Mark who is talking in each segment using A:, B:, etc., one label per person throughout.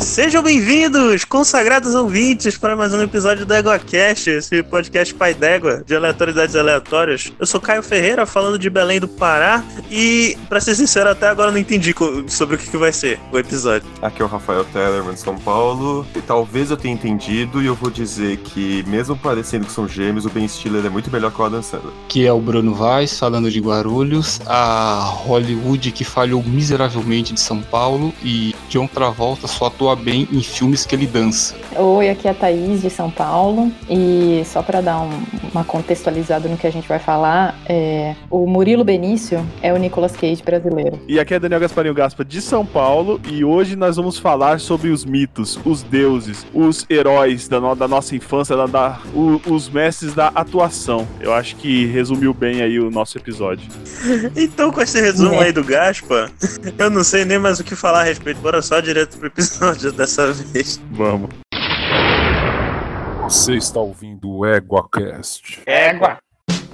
A: Sejam bem-vindos, consagrados ouvintes, para mais um episódio do EgoCast, esse podcast pai d'égua de aleatoriedades aleatórias. Eu sou Caio Ferreira, falando de Belém do Pará, e, para ser sincero, até agora eu não entendi co- sobre o que, que vai ser o episódio.
B: Aqui é o Rafael Tellerman de São Paulo. E talvez eu tenha entendido e eu vou dizer que, mesmo parecendo que são gêmeos, o Ben Stiller é muito melhor que o Adam Sandler.
C: que é o Bruno Vaz, falando de Guarulhos, a Hollywood que falhou miseravelmente de São Paulo e John Travolta só atua bem em filmes que ele dança.
D: Oi, aqui é a Thaís de São Paulo e só para dar um- uma contextualizada no que a gente vai falar, é, o Murilo Benício é o Nicolas Cage brasileiro.
E: E aqui é Daniel Gasparinho Gaspa de São Paulo e hoje nós vamos falar sobre os mitos, os deuses, os heróis da, no- da nossa infância, da- da- o- os mestres da atuação. Eu acho que resumiu bem aí o nosso episódio.
A: Então, com esse resumo aí do Gaspa, eu não sei nem mais o que falar a respeito, bora só direto pro episódio dessa vez.
E: Vamos.
F: Você está Tá ouvindo o EguaCast.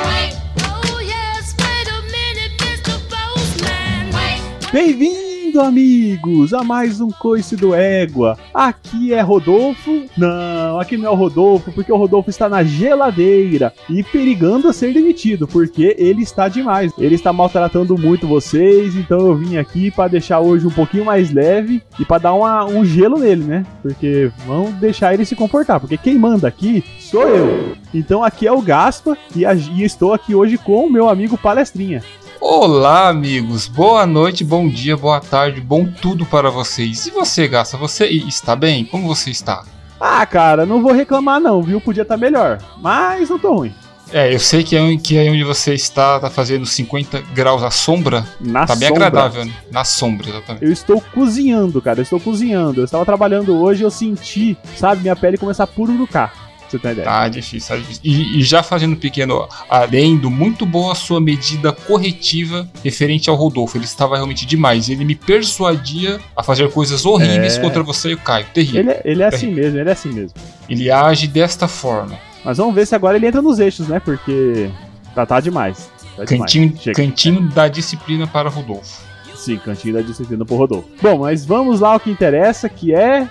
G: Oh yes, wait a minute, Mr. Postman.
H: Bem-vindo, amigos, a mais um Coice do Égua. Aqui é Rodolfo. Não, aqui não é o Rodolfo, porque o Rodolfo está na geladeira e perigando a ser demitido, porque ele está demais. Ele está maltratando muito vocês, então eu vim aqui para deixar hoje um pouquinho mais leve e para dar uma- um gelo nele, né? Porque vão deixar ele se comportar, porque quem manda aqui sou eu. Então aqui é o Gaspa e, a- e estou aqui hoje com o meu amigo Palestrinha.
C: Olá, amigos! Boa noite, bom dia, boa tarde, bom tudo para vocês. E você, Gasta, você e- está bem? Como você está?
H: Ah, cara, não vou reclamar não, viu? Podia estar melhor, mas não tô ruim.
C: É, eu sei que aí, que aí onde você está tá fazendo 50 graus à sombra.
H: Na
C: tá bem
H: sombra.
C: agradável, né? Na sombra, exatamente.
H: Eu estou cozinhando, cara, eu estou cozinhando. Eu estava trabalhando hoje e eu senti, sabe, minha pele começar a pururucar. Pra Você tem ideia?
C: Tá difícil, tá difícil. E, e já fazendo um pequeno adendo, muito boa a sua medida corretiva referente ao Rodolfo. Ele estava realmente demais. Ele me persuadia a fazer coisas horríveis
H: É.
C: contra você e o Caio. Terrível.
H: Ele, é- ele é assim mesmo, ele é assim mesmo.
C: Ele age desta forma.
H: Mas vamos ver se agora ele entra nos eixos, né? Porque tá, tá demais. Tá demais.
C: Cantinho,
H: Chega.
C: cantinho da disciplina para Rodolfo.
H: Sim, cantinho da disciplina pro Rodolfo. Bom, mas vamos lá ao que interessa, que é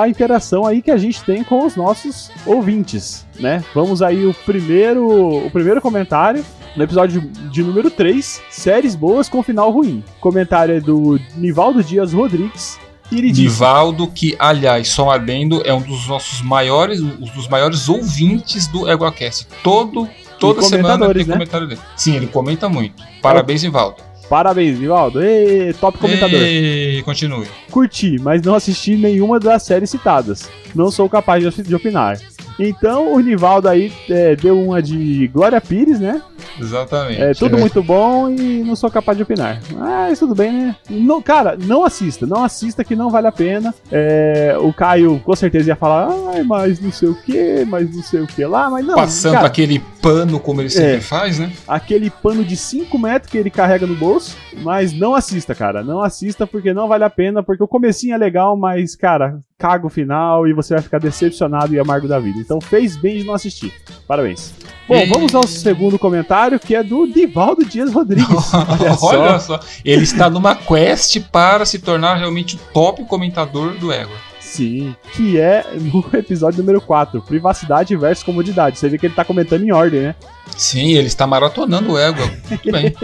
H: a interação aí que a gente tem com os nossos ouvintes, né? Vamos aí o primeiro, o primeiro comentário no episódio de número 3, séries boas com final ruim. Comentário é do Nivaldo Dias Rodrigues. E ele diz,
C: Divaldo, que, aliás, só um adendo, é um dos nossos maiores, um dos maiores ouvintes do EguaCast. Todo, toda
H: E
C: semana tem
H: comentadores, né?
C: comentário dele. Sim, ele comenta muito. Parabéns, Divaldo.
H: parabéns, Nivaldo. Ê, top comentador.
C: E continue.
H: Curti, mas não assisti nenhuma das séries citadas. Não sou capaz de, de opinar. Então o Nivaldo aí é, deu uma de Glória Pires, né?
C: Exatamente.
H: É tudo muito bom e não sou capaz de opinar. Mas tudo bem, né? Não, cara, não assista. Não assista que não vale a pena. É, o Caio com certeza ia falar, ai, mas não sei o que, mas não sei o que lá, mas não.
C: Passando
H: cara, é.
C: aquele pano como ele sempre faz, né?
H: aquele pano de 5 metros que ele carrega no bolso, mas não assista, cara. Não assista porque não vale a pena, porque o comecinho é legal, mas, cara, caga o final e você vai ficar decepcionado e amargo da vida. Então fez bem de não assistir. Parabéns. Bom,
C: E-
H: vamos ao segundo comentário, que é do Divaldo Dias Rodrigues.
C: Olha, só. Ele está numa quest para se tornar realmente o top comentador do Ego.
H: Sim, que é no episódio número 4, privacidade versus comodidade. Você vê que ele tá comentando em ordem, né?
C: Sim, ele está maratonando o Ego. Muito bem.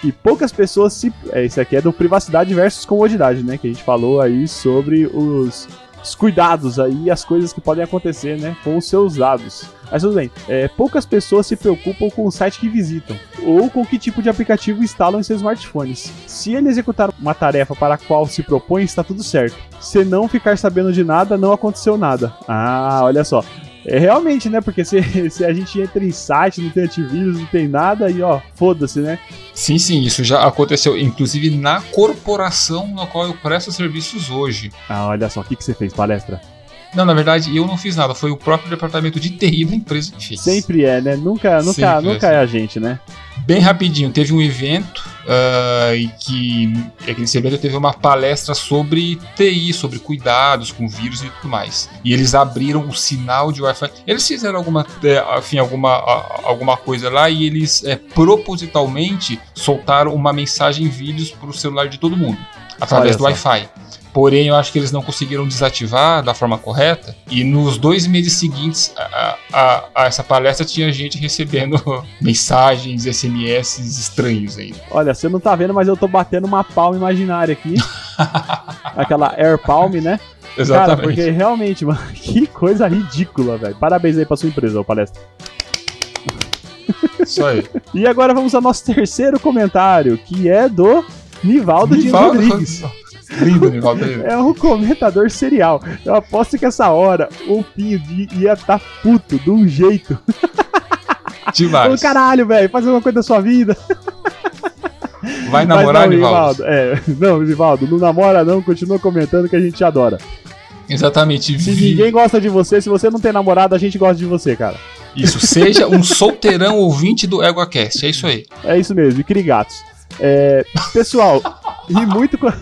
H: que poucas pessoas se. É, esse aqui é do privacidade versus comodidade, né? Que a gente falou aí sobre os, os cuidados aí e as coisas que podem acontecer, né? Com os seus dados. Mas tudo bem, é, poucas pessoas se preocupam com o site que visitam ou com que tipo de aplicativo instalam em seus smartphones. Se ele executar uma tarefa para a qual se propõe, está tudo certo. Se não ficar sabendo de nada, não aconteceu nada. Ah, olha só. É realmente, né? Porque se, se a gente entra em site, não tem antivírus, não tem nada, e ó, foda-se, né?
C: Sim, sim, isso já aconteceu, inclusive na corporação na qual eu presto serviços hoje.
H: Ah, olha só, o que, que você fez, palestra?
C: Não, na verdade, eu não fiz nada, foi o próprio departamento de TI da empresa que fez.
H: Sempre é, né? Nunca, nunca,
C: Sempre é
H: nunca é a gente, né?
C: Bem rapidinho, teve um evento ah, e que e que nesse evento teve uma palestra sobre TI, sobre cuidados com vírus e tudo mais. E eles abriram o sinal de Wi-Fi. Eles fizeram alguma, eh, enfim, alguma, a- alguma coisa lá e eles eh, propositalmente soltaram uma mensagem em vídeos para o celular de todo mundo através
H: Olha
C: do
H: só.
C: Wi-Fi. Porém, eu acho que eles não conseguiram desativar da forma correta. E nos dois meses seguintes a, a- a essa palestra tinha gente recebendo mensagens, SMS estranhos né? ainda.
H: Olha, você não tá vendo, mas eu tô batendo uma palma imaginária aqui. Aquela air palm, né? Cara, porque realmente, mano, que coisa ridícula, velho. Parabéns aí pra sua empresa, ô palestra.
C: Isso aí.
H: E agora vamos ao nosso terceiro comentário, que é do
C: Nivaldo
H: Nivaldo, de Rodrigues.
C: Lindo, Nivaldo.
H: É um comentador serial. Eu aposto que essa hora o Pinho de- ia tá puto de um jeito. Ô,
C: Demais.
H: caralho, velho, faz alguma coisa da sua vida.
C: Vai
H: Mas
C: namorar,
H: não,
C: Nivaldo.
H: É, não, Nivaldo, não namora não, continua comentando que a gente te adora.
C: Exatamente.
H: Se
C: Vi-
H: ninguém gosta de você, se você não tem namorado, a gente gosta de você, cara.
C: Isso, seja um solteirão ouvinte do EgoCast. É isso aí.
H: É isso mesmo, e crie gatos. É, pessoal, ri muito com...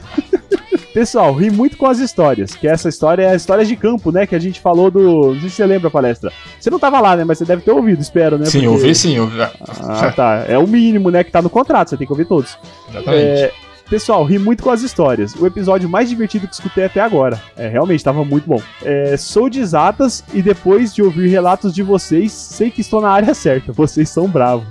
H: Pessoal, ri muito com as histórias, que essa história é a história de campo, né, que a gente falou do... Não sei se você lembra a palestra. Você não tava lá, né, mas você deve ter ouvido, espero, né?
C: sim,
H: porque-
C: ouvir sim, ouvir.
H: Ah, tá. É o mínimo, né, que tá no contrato, você tem que ouvir todos.
C: Exatamente.
H: É, pessoal, ri muito com as histórias. O episódio mais divertido que escutei até agora. É, realmente, tava muito bom. É, sou de exatas e depois de ouvir relatos de vocês, sei que estou na área certa. Vocês são bravos.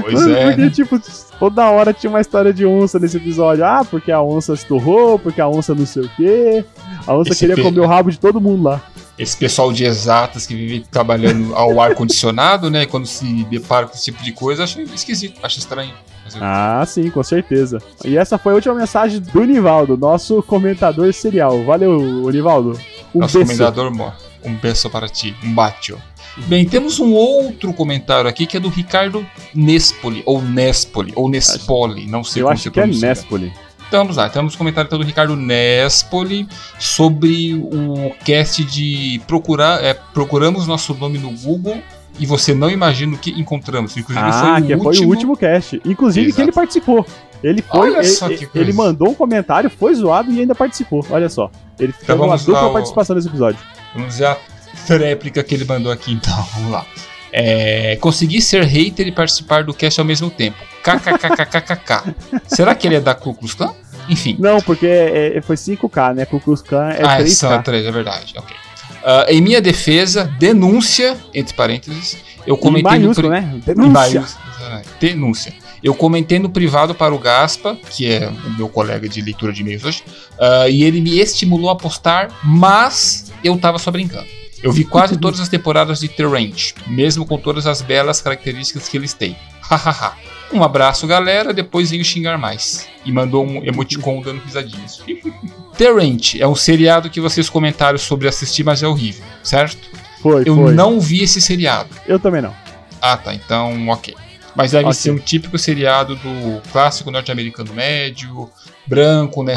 C: Pois é.
H: Porque,
C: né?
H: tipo, toda hora tinha uma história de onça nesse episódio. Ah, porque a onça esturrou, porque a onça não sei o quê. A onça
C: Esse
H: queria
C: pe-
H: comer o rabo de todo mundo lá.
C: Esse pessoal de exatas que vive trabalhando ao ar-condicionado, né? Quando se depara com esse tipo de coisa, acho esquisito, acho estranho. Mas eu-
H: Ah, sim, com certeza. E essa foi a última mensagem do Nivaldo, nosso comentador serial. Valeu, Nivaldo. Um
C: Nosso
H: beijo.
C: comendador mor. Um beijo para ti, um bacio. Bem, temos um outro comentário aqui que é do Ricardo Nespoli, ou Nespoli, ou Nespoli, não sei
H: Eu
C: como
H: acho
C: se
H: que é
C: pronuncia.
H: Nespoli.
C: Então vamos lá, temos um comentário então, do Ricardo Nespoli sobre o cast de procurar, é, procuramos nosso nome no Google e você não imagina o que encontramos. Inclusive
H: Ah, que foi o último cast. Inclusive que
C: Exato.
H: ele participou. Ele foi,
C: Olha
H: ele,
C: só que
H: ele-
C: coisa.
H: ele mandou um comentário, foi zoado e ainda participou. Olha só. Ele teve uma
C: Então vamos lá,
H: dupla
C: o-
H: participação nesse episódio.
C: Vamos dizer a tréplica que ele mandou aqui, então. Vamos lá. É, consegui ser hater e participar do cast ao mesmo tempo. KKKKKK. Será que ele é da Ku Klux Klan? Enfim.
H: Não, porque é- é- foi 5K, né? Kukus Khan é
C: ah, é
H: 3K.
C: só três, é verdade. Ok. Ah, em minha defesa, denúncia, entre parênteses, eu um
H: Em
C: comentei no
H: maiúsculo,
C: pri-
H: né?
C: Em
H: Denúncia.
C: maiúsculo, exatamente. Denúncia. Eu comentei no privado para o Gaspa, que é o meu colega de leitura de e-mails hoje, ah, e ele me estimulou a postar, mas eu tava só brincando. Eu vi quase todas as temporadas de The Ranch, mesmo com todas as belas características que eles têm. Hahaha. um abraço, galera, depois venho xingar mais. E mandou um emoticon dando risadinhas. The Ranch é um seriado que vocês comentaram sobre assistir, mas é horrível, certo?
H: Foi,
C: Eu
H: foi.
C: não vi esse seriado.
H: Eu também não.
C: Ah, tá. Então, ok. Mas deve
H: Ok.
C: ser um típico seriado do clássico norte-americano médio, branco, né?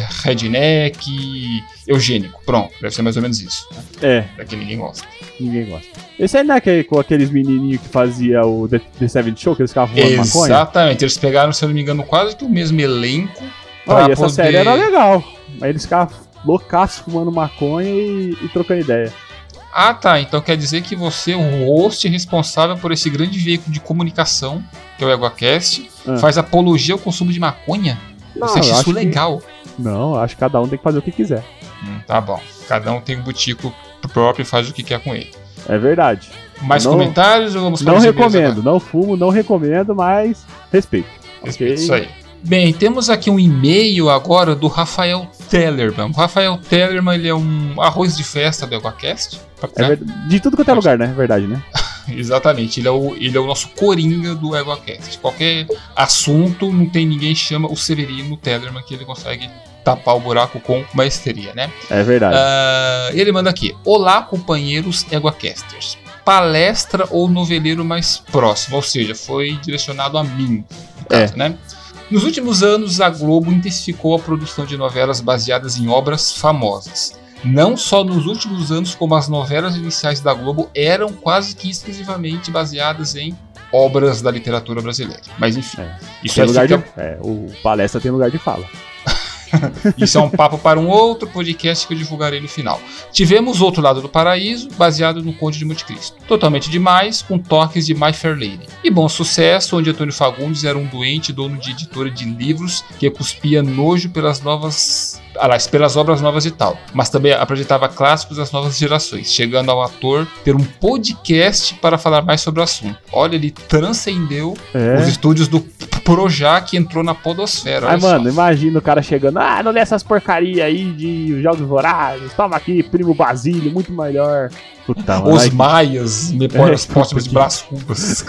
C: Redneck, eugênico. Pronto, deve ser mais ou menos isso.
H: É,
C: É que ninguém gosta.
H: ninguém gosta. Esse aí não é aquele, com aqueles menininhos que fazia o The, The Seven Show, que eles ficavam fumando maconha?
C: Exatamente. Eles pegaram, se eu não me engano, quase que o mesmo elenco.
H: Olha,
C: pra
H: essa
C: poder-
H: série era legal. Aí eles ficavam loucaços fumando maconha e, e trocando ideia.
C: Ah, tá. Então quer dizer que você, é o host responsável por esse grande veículo de comunicação, que é o EguaCast,
H: Ah.
C: faz apologia ao consumo de maconha?
H: Não,
C: você acha
H: eu
C: isso é
H: acho que-
C: legal?
H: Não, acho que cada um tem que fazer o que quiser.
C: Hum, tá bom. Cada um tem um botico próprio e faz o que quer com ele.
H: É verdade.
C: Mais
H: Não-
C: comentários ou vamos para
H: não
C: os e-mails
H: recomendo,
C: agora?
H: não fumo, não recomendo, mas respeito.
C: Respeito,
H: Ok?
C: Isso aí. Bem, temos aqui um e-mail agora do Rafael Tellerman. O Rafael Tellerman ele é um arroz de festa do EguaCast.
H: É
C: né?
H: verdade. De tudo quanto é lugar, né? É verdade, né?
C: Exatamente, ele é, o, ele é o nosso coringa do EguaCast. Qualquer assunto, não tem ninguém que chama o Severino Tellerman que ele consegue tapar o buraco com maestria, né?
H: É verdade.
C: Ah, ele manda aqui: Olá, companheiros EguaCasters. Palestra ou noveleiro mais próximo, ou seja, foi direcionado a mim, no
H: É.
C: caso, né? Nos últimos anos, a Globo intensificou a produção de novelas baseadas em obras famosas. Não só nos últimos anos, como as novelas iniciais da Globo eram quase que exclusivamente baseadas em obras da literatura brasileira. Mas enfim,
H: É.
C: isso
H: tem
C: aí
H: lugar
C: fica
H: de... é, o palestra tem lugar de fala.
C: Isso é um papo para um outro podcast que eu divulgarei no final. Tivemos Outro Lado do Paraíso, baseado no Conde de Monte Cristo. Totalmente demais, com toques de My Fair Lady. E Bom Sucesso, onde Antônio Fagundes era um doente dono de editora de livros que cuspia nojo pelas novas. Aliás, pelas obras novas e tal. Mas também apresentava clássicos das novas gerações, chegando ao ator ter um podcast para falar mais sobre o assunto. Olha, ele transcendeu os
H: É.
C: estúdios do Projac entrou na podosfera.
H: Ai,
C: Olha só.
H: mano, imagina o cara chegando. Ah, não lê essas porcaria aí de Jogos Vorazes. Toma aqui, primo Basílio, muito melhor. Puta, mano.
C: Os
H: ai,
C: maias, memórias
H: É,
C: próximas de
H: porque-
C: Brás Cubas.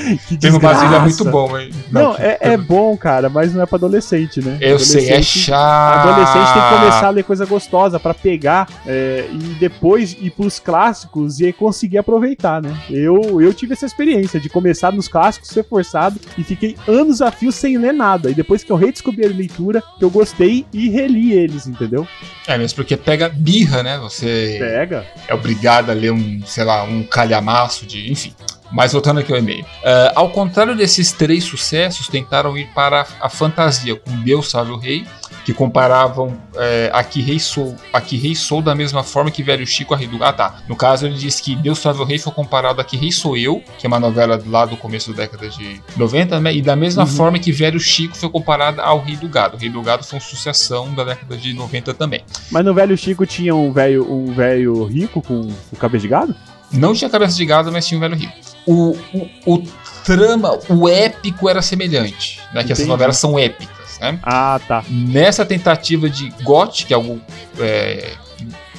H: que
C: Termo Basílio é
H: desgraça.
C: muito bom, hein?
H: Não, é, é bom, cara, mas não é pra adolescente, né?
C: Eu sei, é
H: Adolescente-
C: chato.
H: Adolescente tem que começar a ler coisa gostosa pra pegar é, e depois ir pros clássicos e aí conseguir aproveitar, né? Eu, eu tive essa experiência de começar nos clássicos, ser forçado e fiquei anos a fio sem ler nada. E depois que eu redescobri a leitura, que eu gostei e reli eles, entendeu?
C: É mesmo, porque pega birra, né? Você
H: Pega.
C: é obrigado a ler um, sei lá, um calhamaço de. Enfim. Mas voltando aqui ao e-mail. Ah, ao contrário desses três sucessos, tentaram ir para a fantasia com Deus Salve o Rei, que comparavam é, a que Rei Sou, a que Rei Sou da mesma forma que Velho Chico a Rei do... Ah, tá. No caso, ele diz que Deus Salve o Rei foi comparado a que Rei Sou Eu, que é uma novela lá do começo da década de 90, né? E da mesma forma que Velho Chico foi comparado ao Rei do Gado. O Rei do Gado foi uma sucessão da década de 90 também.
H: Mas no Velho Chico tinha um velho um velho rico com, com cabeça de gado?
C: Não tinha cabeça de gado, mas tinha um velho rico. O, o, o trama, o épico era semelhante, né? Que essas
H: Entendi.
C: novelas são épicas, né?
H: Ah, tá.
C: Nessa tentativa de GOT, que é o é,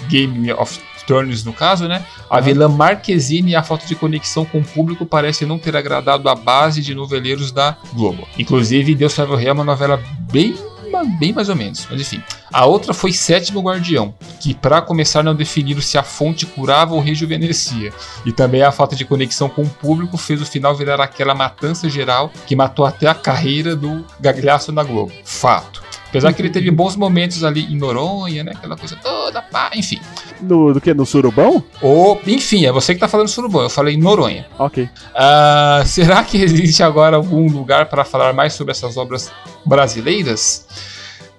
C: Game of Thrones no caso, né? A vilã Marquezine e a falta de conexão com o público parece não ter agradado a base de noveleiros da Globo. Inclusive, Deus Salve o Rei é uma novela bem, ma- bem mais ou menos, mas enfim. A outra foi Sétimo Guardião, que para começar não definiram se a fonte curava ou rejuvenescia. E também a falta de conexão com o público fez o final virar aquela matança geral que matou até a carreira do Gagliasso na Globo. Fato. Apesar que ele teve bons momentos ali em Noronha, né? Aquela coisa toda, pá, enfim.
H: No, do que? No surubão?
C: Ou, enfim, é você que tá falando surubão, eu falei Noronha.
H: Ok.
C: Ah, será que existe agora algum lugar para falar mais sobre essas obras brasileiras?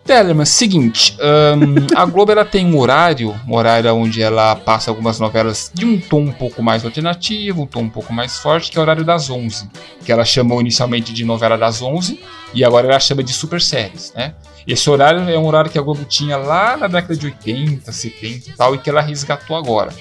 C: Tellerman, seguinte, ahn, a Globo ela tem um horário, um horário onde ela passa algumas novelas de um tom um pouco mais alternativo, um tom um pouco mais forte, que é o horário das 11, que ela chamou inicialmente de novela das 11 e agora ela chama de super séries, né? Esse horário é um horário que a Globo tinha lá na década de 80, 70 e tal, e que ela resgatou agora.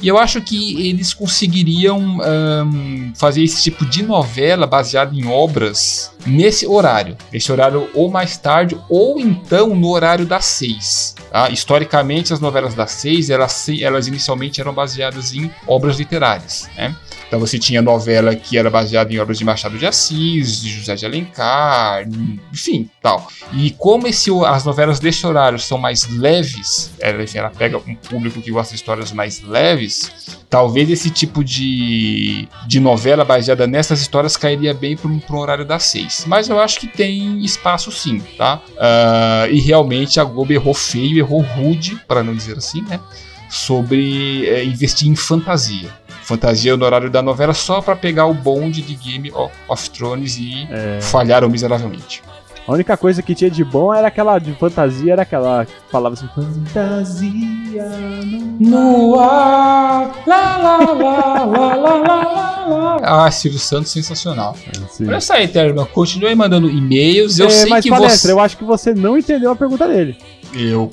C: E eu acho que eles conseguiriam ahn, fazer esse tipo de novela baseada em obras nesse horário. Nesse horário ou mais tarde, ou então no horário das seis. tá? Historicamente, as novelas das seis, elas, se- elas inicialmente eram baseadas em obras literárias, né? Então você tinha novela que era baseada em obras de Machado de Assis, de José de Alencar, enfim, tal. E como esse, ho- as novelas desse horário são mais leves, ela, enfim, ela pega um público que gosta de histórias mais leves, talvez esse tipo de, de novela baseada nessas histórias cairia bem para um horário das seis. Mas eu acho que tem espaço sim, tá? Ah, e realmente a Globo errou feio, errou rude, para não dizer assim, né? Sobre eh, investir em fantasia. Fantasia no horário da novela só para pegar o bonde de Game of- of Thrones e falharam miseravelmente.
H: A única coisa que tinha de bom era aquela de fantasia, era aquela que falava assim: Fantasia.
C: No ar, lá, lá, lá, lá, lá, lá, lá, lá. Ah, Silvio Santos, sensacional.
H: Assim.
C: Olha isso aí, Terma. Continue mandando e-mails. Eu
H: É,
C: sei
H: mas
C: que
H: palestra,
C: você.
H: eu acho que você não entendeu a pergunta dele.
C: Eu.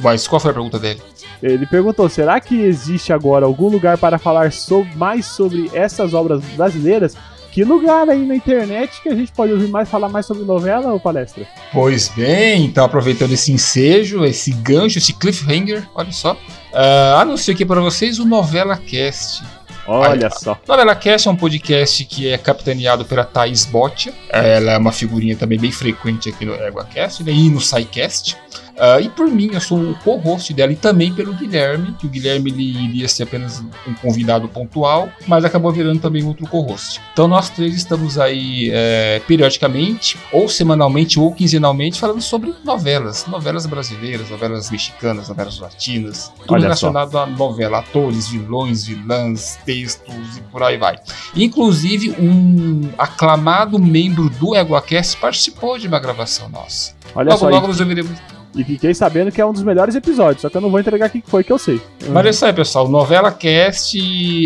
C: Mas qual foi a pergunta dele?
H: Ele perguntou: será que existe agora algum lugar para falar so- mais sobre essas obras brasileiras? Que lugar aí na internet que a gente pode ouvir mais falar mais sobre novela ou palestra?
C: Pois bem, então aproveitando esse ensejo, esse gancho, esse cliffhanger, olha só. ah, anuncio aqui para vocês o Novela Cast.
H: Olha só.
C: Novela Cast é um podcast que é capitaneado pela Thaís Botia. Ela é uma figurinha também bem frequente aqui no EguaCast né, e no SciCast. Ah, e por mim, eu sou o co-host dela e também pelo Guilherme, que o Guilherme ele iria ser apenas um convidado pontual, mas acabou virando também outro co-host. Então nós três estamos aí é, periodicamente, ou semanalmente ou quinzenalmente, falando sobre novelas, novelas brasileiras, novelas mexicanas, novelas latinas, tudo
H: Olha só.
C: relacionado à novela, atores, vilões, vilãs, textos e por aí vai. Inclusive, um aclamado membro do EguaCast participou de uma gravação nossa.
H: Olha
C: logo,
H: só,
C: logo nós ouviremos.
H: e, e fiquei sabendo que é um dos melhores episódios, só que eu não vou entregar o que foi que eu sei.
C: Mas é isso aí, pessoal. Novela Cast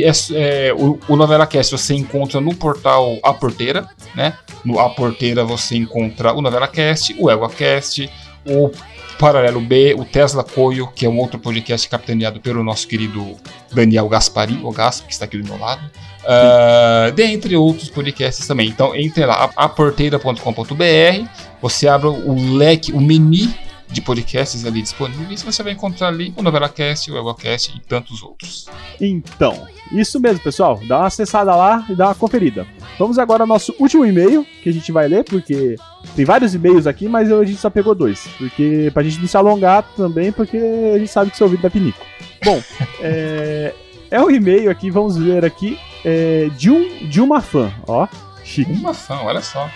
C: é, é, o, o Novela Cast você encontra no portal A Porteira, né? No A Porteira você encontra o Novela Cast, o EguaCast, o Paralelo B, o Tesla Coio, que é um outro podcast capitaneado pelo nosso querido Daniel Gaspari, o Gasp, que está aqui do meu lado. Ah, dentre outros podcasts também. Então entre lá, a- aporteira.com.br, você abre o leque, o menu de podcasts ali disponíveis, você vai encontrar ali o NovelaCast, o EgoCast e tantos outros.
H: Então, isso mesmo, pessoal. Dá uma acessada lá e dá uma conferida. Vamos agora ao nosso último e-mail, que a gente vai ler, porque tem vários e-mails aqui, mas a gente só pegou dois. Porque, pra gente não se alongar também, porque a gente sabe que seu ouvido dá pinico. Bom, é, é um e-mail aqui, vamos ver aqui, é, de, um, de uma fã, ó. Chique.
C: Uma fã, olha só.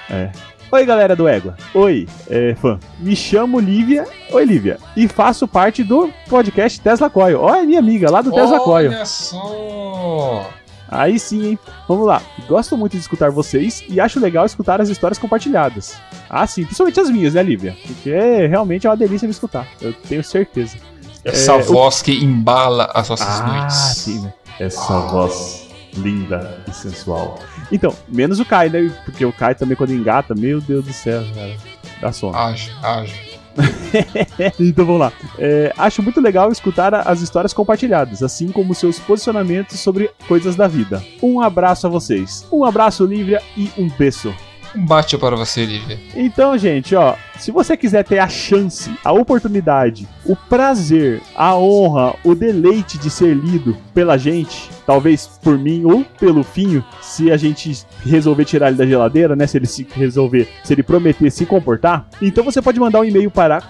H: Oi, galera do Égua. Oi, é, fã. Me chamo Lívia. Oi, Lívia. E faço parte do podcast Tesla Coil. Ó, é minha amiga, lá do Tesla Coil.
C: Olha só.
H: Aí sim, hein? Vamos lá. Gosto muito de escutar vocês e acho legal escutar as histórias compartilhadas. Ah, sim, principalmente as minhas, né, Lívia? Porque realmente é uma delícia me escutar. Eu tenho certeza.
C: Essa É, Ah, voz que embala as nossas noites.
H: né?
I: Essa voz linda e sensual.
H: Então, menos o Kai, né? Porque o Kai também quando engata, meu Deus do céu, cara. Dá sono.
I: Ah.
C: Age, age.
H: Então vamos lá. É, acho muito legal escutar a- as histórias compartilhadas, assim como seus posicionamentos sobre coisas da vida. Um abraço a vocês. Um abraço, Lívia, e um beijo.
C: Um bate para você, Lívia.
H: Então, gente, ó, se você quiser ter a chance, a oportunidade, o prazer, a honra, o deleite de ser lido pela gente, talvez por mim ou pelo Finho, se a gente resolver tirar ele da geladeira, né, se ele se resolver, se ele prometer se comportar, então você pode mandar um e-mail para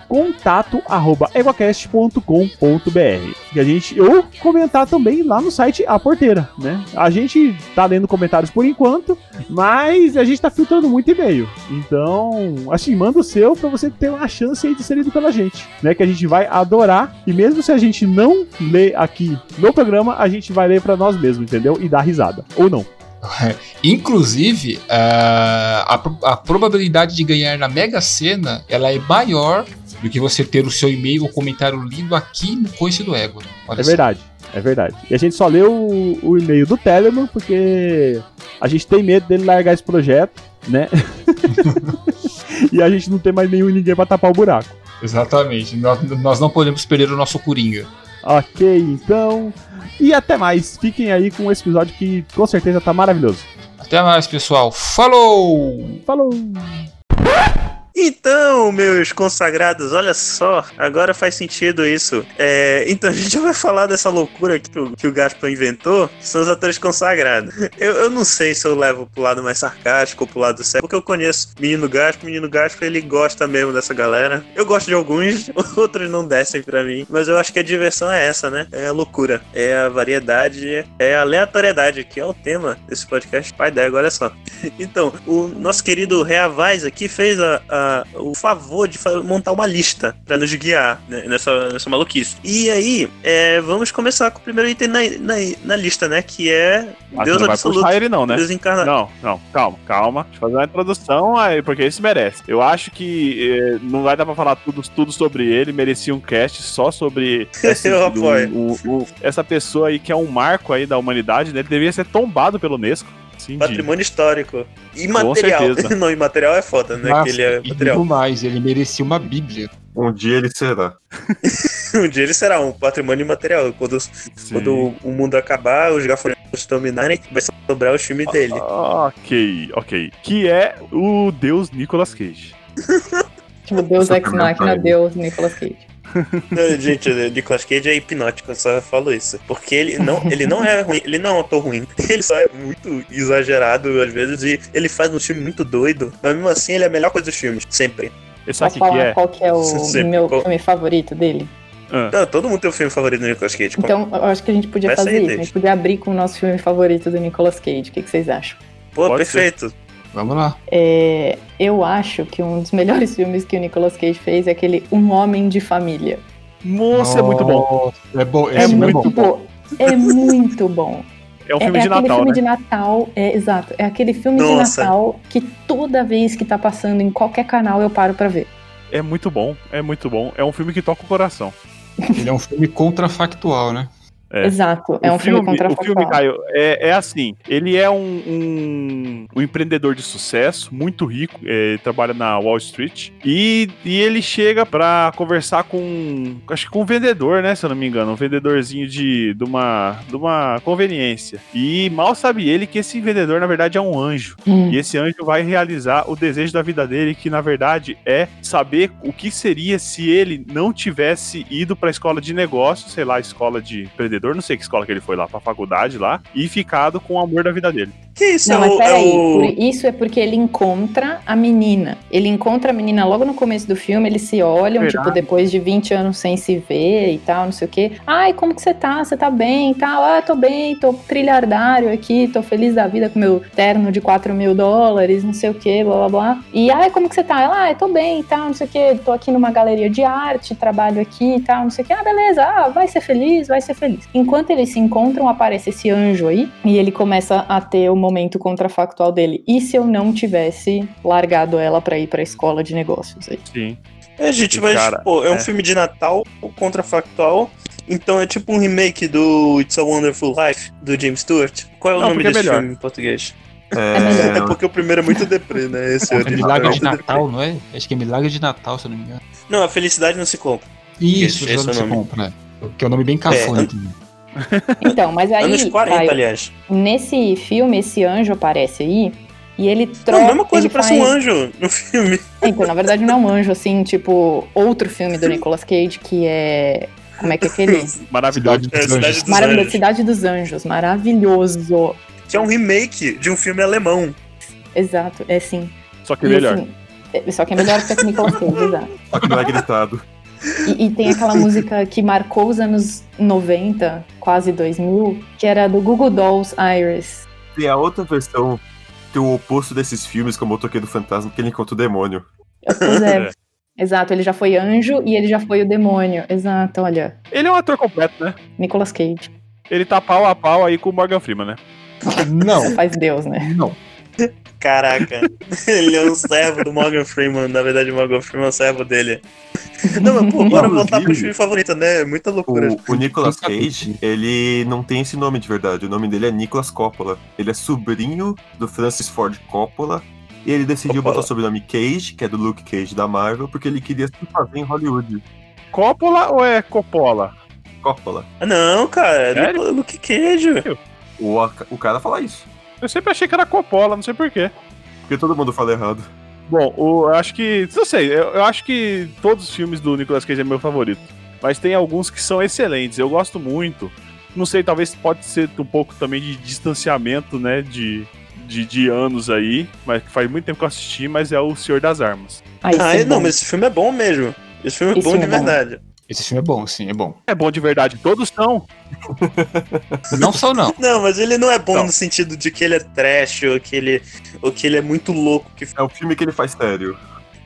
H: contato@eguacast.com.br. E a gente ou comentar também lá no site A Porteira, né? A gente tá lendo comentários por enquanto, mas a gente tá filtrando muito e-mail. Então, assim, manda o seu pra você ter uma chance aí de ser lido pela gente. Né? Que a gente vai adorar. E mesmo se a gente não ler aqui no programa, a gente vai ler pra nós mesmos, entendeu? E dar risada. Ou não. É
C: Inclusive, ah, a, pro- a probabilidade de ganhar na Mega Sena ela é maior do que você ter o seu e-mail ou comentário lido aqui no Coice do Ego. Olha
H: É
C: só.
H: verdade. É verdade. E a gente só leu o, o e-mail do Telemann porque a gente tem medo dele largar esse projeto, né? e a gente não tem mais nenhum ninguém pra tapar o buraco.
C: Exatamente. Nós, nós não podemos perder o nosso Coringa.
H: Ok, então. E até mais. Fiquem aí com esse episódio que com certeza tá maravilhoso.
C: Até mais, pessoal. Falou!
H: Falou!
A: Então, meus consagrados, olha só, agora faz sentido isso. É, então a gente vai falar dessa loucura que o, que o Gaspar inventou, que são os atores consagrados. Eu, eu não sei se eu levo pro lado mais sarcástico ou pro lado sério, porque eu conheço menino Gaspar, menino Gaspar ele gosta mesmo dessa galera. Eu gosto de alguns, outros não descem pra mim, mas eu acho que a diversão é essa, né? É a loucura, é a variedade, é a aleatoriedade, que é o tema desse podcast Pai Dego, olha só. Então, o nosso querido Reavaz aqui fez a- a- o favor de fa- montar uma lista pra nos guiar né, nessa, nessa maluquice. E aí, é, vamos começar com o primeiro item na, na, na lista, né? Que é
J: Ah, você
A: Deus
J: não vai
A: Absoluto,
J: puxar ele não, né?
A: Deus Encarnado.
J: Não, não, calma, calma. Deixa eu fazer uma introdução aí, porque esse merece. Eu acho que eh, não vai dar pra falar tudo, tudo sobre ele, merecia um cast só sobre esse-
A: Eu apoio.
J: o- o- o- essa pessoa aí que é um marco aí da humanidade, né? Ele deveria ser tombado pelo Unesco. Sim, de...
A: Patrimônio histórico. Imaterial.
J: certeza.
A: Não, imaterial é foda, né?
C: Nossa,
A: que ele é
C: e
A: material.
C: digo mais, ele merecia uma bíblia.
B: Um dia ele será.
A: Um dia ele será um patrimônio imaterial. Quando, quando o mundo acabar, os gafanhotos dominarem, vai sobrar o time dele.
J: Ok, ok. Que é o deus Nicolas Cage.
D: Tipo, Deus
B: Essa
D: Ex Machina,
B: pergunta aí.
D: Deus Nicolas Cage.
A: Não, gente, o Nicolas Cage é hipnótico, eu só falo isso. Porque ele não, ele não é ruim, ele não é um ator ruim. Ele só é muito exagerado às vezes e ele faz um filme muito doido. Mas mesmo assim, ele é a melhor coisa dos filmes, sempre.
H: Ele sabe
D: Posso
H: o que, que
D: falar
H: é?
D: qual que é o
A: Você
D: meu
A: pegou.
D: filme favorito dele?
H: Ah.
A: Não, todo mundo tem o filme favorito do Nicolas Cage. Então...
D: Então, eu acho que a gente podia
A: Essa aí,
D: fazer isso. A
A: deixa.
D: gente podia abrir com o nosso filme favorito do Nicolas Cage. O que, que vocês acham?
A: Pô,
H: pode
A: perfeito.
C: Vamos lá.
D: É, eu acho que um dos melhores filmes que o Nicolas Cage fez é aquele Um Homem de Família.
H: Nossa, é muito bom.
C: É bom,
H: É
C: esse filme
H: muito bom.
D: É muito bom.
H: É um filme de
D: aquele
H: Natal,
D: filme
H: né?
D: de Natal, é exato. É aquele filme de
A: Nossa.
D: Natal que toda vez que tá passando em qualquer canal eu paro pra ver.
H: É muito bom, é muito bom. É um filme que toca o coração.
C: Ele é um filme contrafactual, né?
H: É.
D: Exato. É
H: o
D: um filme,
H: O filme,
D: contrafactual.
H: Caio, é, é assim: ele é um, um, um empreendedor de sucesso, muito rico, é, ele trabalha na Wall Street. E, e ele chega pra conversar com. Acho que com um vendedor, né? Se eu não me engano, um vendedorzinho de, de, uma, de uma conveniência. E mal sabe ele que esse vendedor, na verdade, é um anjo.
D: Hum.
H: E esse anjo vai realizar o desejo da vida dele, que na verdade é saber o que seria se ele não tivesse ido pra escola de negócios, sei lá, escola de empreendedor, não sei que escola que ele foi lá, pra faculdade lá, e ficado com o amor da vida dele.
A: Que isso
D: Não,
A: é
D: mas
A: o. É
D: peraí, por
A: o...
D: isso é porque ele encontra a menina. Ele encontra a menina logo no começo do filme, eles se olham,
H: Verdade.
D: tipo, depois de 20 anos sem se ver e tal, não sei o quê. Ai, como que você tá? Você tá bem e tal? Ah, tô bem, tô trilhardário aqui, tô feliz da vida com meu terno de 4 mil dólares, não sei o quê, blá blá blá. E ai, como que você tá? Ela, ah, tô bem e tal, não sei o quê, tô aqui numa galeria de arte, trabalho aqui e tal, não sei o quê. Ah, beleza, ah, vai ser feliz, vai ser feliz. Enquanto eles se encontram, aparece esse anjo aí e ele começa a ter o momento contrafactual dele. E se eu não tivesse largado ela pra ir pra escola de negócios aí?
H: Sim.
A: É, gente, mas
H: Cara,
A: pô, é um
H: é.
A: filme de Natal, o contrafactual. Então é tipo um remake do It's a Wonderful Life, do James Stewart. Qual é o
H: Não,
A: nome
H: porque é
A: desse
H: melhor.
A: filme em português?
B: É,
A: É porque o primeiro é muito deprê, né? Esse é
C: É
A: o original.
C: Milagre de
A: muito deprê.
C: Natal, não é? Acho que é Milagre de Natal, se eu não me engano.
A: Não, a felicidade não se compra. Esse-
C: Isso,
A: esse é o
C: Jorge
A: nome.
C: Compra. né? Que é um nome bem cafona.
A: É.
C: também.
D: Então, mas aí.
A: Anos 40,
D: Caio,
A: aliás.
D: nesse filme, esse anjo aparece aí. E ele
A: Não,
D: troca.
A: a mesma coisa,
D: ele
A: parece
D: faz-
A: um anjo no filme.
D: Então, na verdade, não é um anjo, assim, tipo, outro filme do Nicolas Cage, que é. Como é que é aquele?
H: Maravilhoso.
C: Cidade
A: É,
C: dos
A: Cidade
C: Anjos.
A: dos
D: Maravilhoso.
A: Anjos.
D: Cidade dos Anjos, maravilhoso.
A: Que é um remake de um filme alemão.
D: Exato, é sim.
H: Só que
D: E,
H: melhor.
D: assim, é- só que é melhor que o Nicolas Cage, exato.
B: só que não é gritado.
D: E, e tem aquela música que marcou os anos 90, quase 2000, que era do Google Dolls Iris.
B: Tem a outra versão, tem o oposto desses filmes, que é o motoqueiro fantasma, que ele encontra o demônio.
D: Pois é. Exato, ele já foi anjo e ele já foi o demônio. Exato, olha.
H: Ele é um ator completo, né?
D: Nicolas Cage,
H: Ele tá pau a pau aí com o Morgan Freeman, né?
C: Não,
D: faz Deus, né?
C: não.
A: Caraca, ele é um servo do Morgan Freeman. Na verdade, o Morgan Freeman é um servo dele. Não, mas pô, bora voltar pro filme favorito, né? É Muita loucura.
B: O, o Nicolas
C: Nunca vi.
B: Cage, ele não tem esse nome de verdade. O nome dele é Nicolas Coppola. Ele é sobrinho do Francis Ford Coppola. E ele decidiu
A: Coppola.
B: botar o sobrenome Cage, que é do Luke Cage da Marvel, porque ele queria se fazer em Hollywood.
H: Coppola ou é Coppola?
B: Coppola.
A: Ah, Não, cara, é
H: Sério?
A: do Luke Cage.
B: O, a- o cara fala isso.
H: Eu sempre achei que era Coppola, não sei porquê.
B: Porque todo mundo fala errado.
H: Bom, o- eu acho que. Não sei, eu, eu acho que todos os filmes do Nicolas Cage é meu favorito. Mas tem alguns que são excelentes. Eu gosto muito. Não sei, talvez pode ser um pouco também de distanciamento, né? De, de, de anos aí. Mas que faz muito tempo que eu assisti, mas é o Senhor das Armas.
D: Aí,
A: Ah,
D: sim,
A: é- não,
D: bom.
A: mas esse filme é bom mesmo. Esse filme é
D: Esse
A: bom
D: filme
A: de
D: é bom.
A: verdade.
C: Esse filme é bom, sim, é bom.
H: É bom de verdade, todos são.
C: Não só não.
A: Não, mas ele não é bom
H: Não.
A: no sentido de que ele é trash ou que ele, ou que ele é muito louco. Que...
B: É o filme que ele faz sério.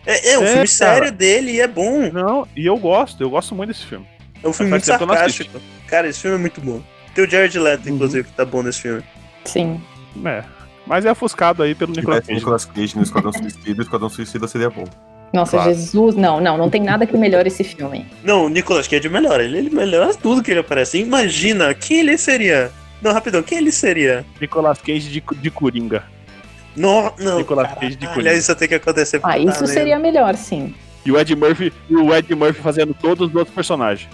A: É, é um
H: É,
A: filme
H: cara.
A: sério dele e é bom.
H: Não, e eu gosto, eu gosto muito desse filme.
A: É um filme
H: Faz
A: muito
H: tempo que eu não assisto.
A: sarcástico. Cara, esse filme é muito bom. Tem o Jared Leto,
D: Uhum.
A: inclusive, que tá bom nesse filme.
D: Sim.
H: É. Mas é ofuscado aí pelo
B: Se
H: Nicolas
B: tivesse
H: Cage.
B: Nicolas Cage no Esquadrão Suicida, o Esquadrão Suicida seria bom.
D: Nossa,
H: Claro.
D: Jesus. Não, não, não tem nada que melhore esse filme.
A: Não, o Nicolas Cage melhora. Ele, ele melhora tudo que ele aparece. Imagina quem ele seria. Não, rapidão, quem ele seria?
H: Nicolas Cage de, de Coringa.
A: No, não. é
H: Nicolas Cage de
A: caralho,
H: Coringa.
A: isso tem que acontecer.
D: Ah,
A: pra
D: isso
A: valer.
D: seria melhor, sim.
H: E o Ed Murphy, e o Ed Murphy fazendo todos os outros personagens.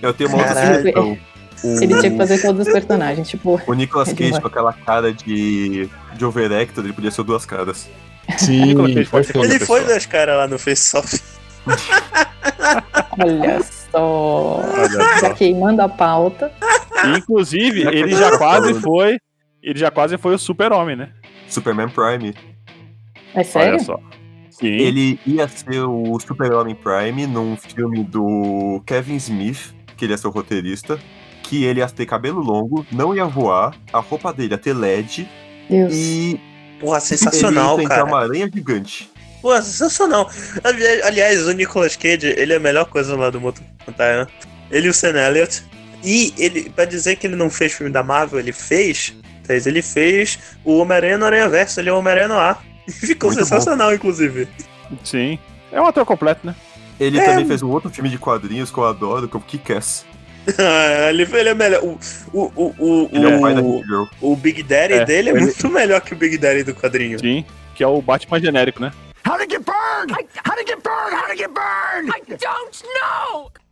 B: Eu tenho uma outra
A: Caralho.
B: sugestão.
D: Ele tinha que
B: O,
D: fazer todos os personagens, tipo,
B: o Nicolas
D: Ele vai.
B: Cage com aquela cara de, de overactor, ele podia ser o duas caras.
C: Sim,
H: Nicolas Cage pode ser
C: perfeito.
A: Ele
H: Olha,
A: foi
H: pessoal.
A: das caras lá no Face Off.
D: olha só.
H: Olha só.
D: Já queimando a pauta.
H: Inclusive,
B: Já que
H: ele
B: eu
H: já
B: tava
H: quase
B: falando.
H: foi. Ele já quase foi o super-homem, né?
B: Superman Prime.
D: É sério?
H: Olha só. Sim.
B: Ele ia ser o Super-Homem Prime num filme do Kevin Smith, que ele ia ser o roteirista, que ele ia ter cabelo longo, não ia voar, a roupa dele ia ter LED
D: Deus.
B: e
A: Porra,
B: ele
A: sensacional,
B: ia enfrentar
A: cara.
B: uma aranha gigante.
A: Porra, é sensacional. Ali- Aliás, o Nicolas Cage, ele é a melhor coisa lá do mundo fantasma. Ele e o Sam Elliott. E ele, pra dizer que ele não fez filme da Marvel, ele fez. Fez, ele fez o Homem-Aranha no Aranha Verso, ele é o Homem-Aranha no ar. Ficou
B: Muito
A: sensacional, inclusive.
H: Sim. É um ator completo, né?
B: Ele
A: É.
B: também fez um outro filme de quadrinhos que eu adoro, que é o Kick-Ass.
A: ele, ele é melhor. O, o, o, o,
B: Ele é o pai da
A: o,
B: Girl.
A: o Big Daddy
H: É,
A: dele é
H: ele-
A: muito melhor que o Big Daddy do quadrinho.
H: Sim. Que é o Batman genérico, né?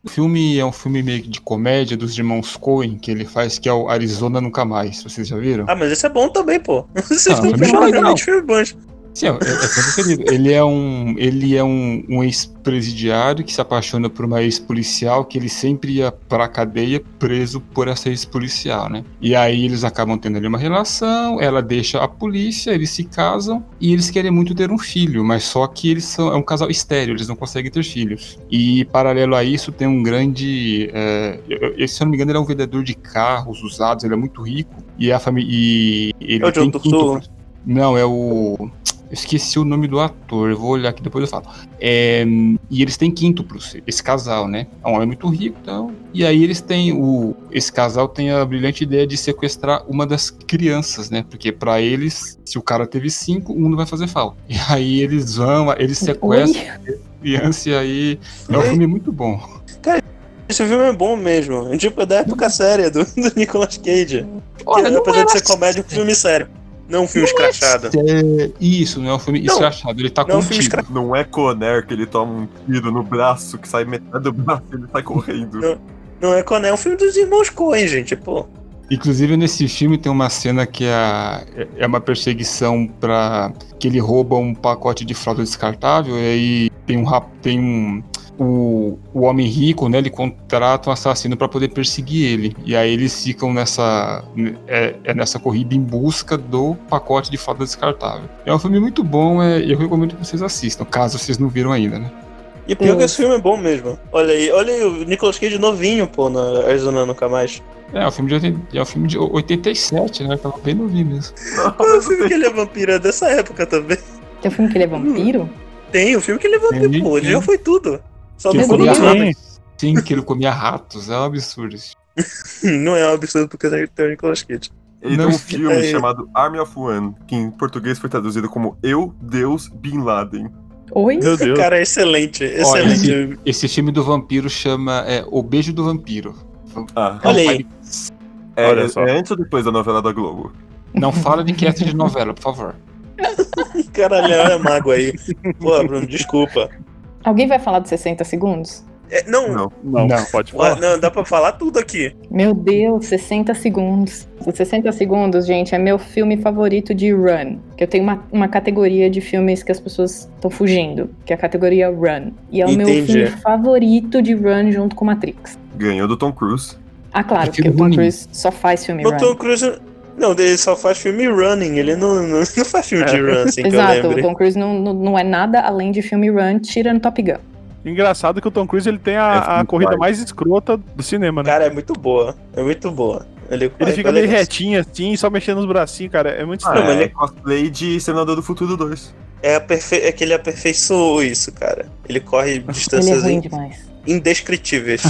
C: O filme é um filme meio que de comédia dos irmãos Coen, que ele faz, que é o Arizona Nunca Mais. Vocês já viram?
A: Ah, mas esse é bom também, pô. Vocês
C: Ah,
A: estão
B: é
C: pra mim
A: puxando
C: não,
A: realmente filme bons.
C: Sim, é, é meu preferido. Ele é um, ele é um, um ex-presidiário que se apaixona por uma ex-policial que ele sempre ia pra cadeia preso por essa ex-policial, né? E aí eles acabam tendo ali uma relação, ela deixa a polícia, eles se casam e eles querem muito ter um filho, mas só que eles são é um casal estéril, eles não conseguem ter filhos. E paralelo a isso tem um grande, é, eu- eu- se eu não me engano ele é um vendedor de carros usados, ele é muito rico e a família e ele
A: É o John
C: tem tudo.
A: Turturro.
C: Não, é o. Eu esqueci o nome do ator, eu vou olhar aqui depois eu falo. É, e eles têm quíntuplos, esse casal, né? É um homem muito rico e tal. E aí eles têm. O, esse casal tem a brilhante ideia de sequestrar uma das crianças, né? Porque pra eles, se o cara teve cinco, um não vai fazer falta. E aí eles vão, eles sequestram
D: Ui,
C: a criança e aí. É um filme muito bom.
A: Esse filme é bom mesmo. Tipo, é da época séria do, do Nicolas Cage.
C: Olha,
A: que
C: não
A: apesar de
C: era
A: ser comédia, é um filme sério. Não um filme escrachado.
C: É, isso, não é um filme
A: Não,
C: escrachado, ele tá
A: não é um filme
C: contido.
B: Não é Conner que ele toma um tiro no braço, que sai metade do braço e ele sai correndo.
A: Não é Coné, é um filme dos irmãos Coen, gente. Pô.
C: Inclusive nesse filme tem uma cena que é, a- é uma perseguição para que ele rouba um pacote de fralda descartável e aí tem um rap- tem um o, o homem rico, né, ele contrata um assassino para poder perseguir ele. E aí eles ficam nessa é, é nessa corrida em busca do pacote de fralda descartável. É um filme muito bom, é, eu recomendo que vocês assistam, caso vocês não viram ainda, né?
A: E pior que
D: Deus.
A: esse filme é bom mesmo. Olha aí, olha aí o Nicolas Cage novinho, pô, na Arizona Nunca Mais.
C: É, é um filme de, 80 é um filme de 87, né? Eu tava bem novinho mesmo.
A: Ah, o filme que ele é vampiro é dessa época também.
D: Tem um filme que ele é vampiro?
A: Tem, o filme que ele é
C: Tem,
A: vampiro, pô. Ele
C: tem.
A: já foi tudo. Só
C: Que
A: não
D: ele
A: foi
D: comia
A: nada.
H: Sim.
C: Sim, que ele comia ratos, é um absurdo. isso.
A: Não é um absurdo porque tem o Nicolas Cage.
B: Ele
C: Não,
B: tem um
C: sim.
B: filme
A: É.
B: chamado Army of One, que em português foi traduzido como Eu, Deus, Bin Laden.
D: Oi?
H: Meu Deus.
A: Cara, é excelente,
C: Olha,
A: excelente.
C: Esse filme do vampiro chama é, O Beijo do Vampiro.
B: Ah,
A: Olha aí.
B: é,
H: olha só.
B: é antes ou depois da novela da Globo?
C: Não fala de cast de novela, por favor.
A: Caralho, olha a mágoa aí. Pô, Bruno, desculpa.
D: Alguém vai falar de 60 segundos?
A: É, não,
B: Não.
H: Não,
C: Não.
H: pode
A: ó,
H: falar.
A: não, dá pra falar tudo aqui.
D: Meu Deus, 60 segundos. Os 60 segundos, gente, é meu filme favorito de Run. Que eu tenho uma, uma categoria de filmes que as pessoas estão fugindo, que é a categoria Run. E é o meu
A: Entendi.
D: filme favorito de Run junto com Matrix.
B: Ganhou do Tom Cruise.
D: Ah, claro,
C: Prefiro
D: porque o Tom
C: Running.
D: Cruise só faz filme
A: O
D: Run.
A: Tom Cruise. Não, ele só faz filme running, ele não, não, não faz filme de run, assim, que eu
D: Exato, o
A: lembre.
D: Tom Cruise não, não, não é nada além de filme Run, tirando Top Gun.
H: Engraçado que o Tom Cruise ele tem a, a
B: É,
H: corrida
B: vai.
H: mais escrota do cinema, né?
A: Cara, é muito boa. É muito boa. Ele,
H: Ele
A: é
H: fica meio
A: legal.
H: retinho assim, só mexendo nos bracinhos, cara. É muito
B: Ah,
H: estranho.
A: mas
B: é
A: ele-
B: cosplay de Senador do Futuro 2.
A: É, a perfe... é que ele aperfeiçoou isso, cara. Ele corre
D: Ele é
A: distâncias
D: ruim
A: in-
D: demais.
A: indescritíveis.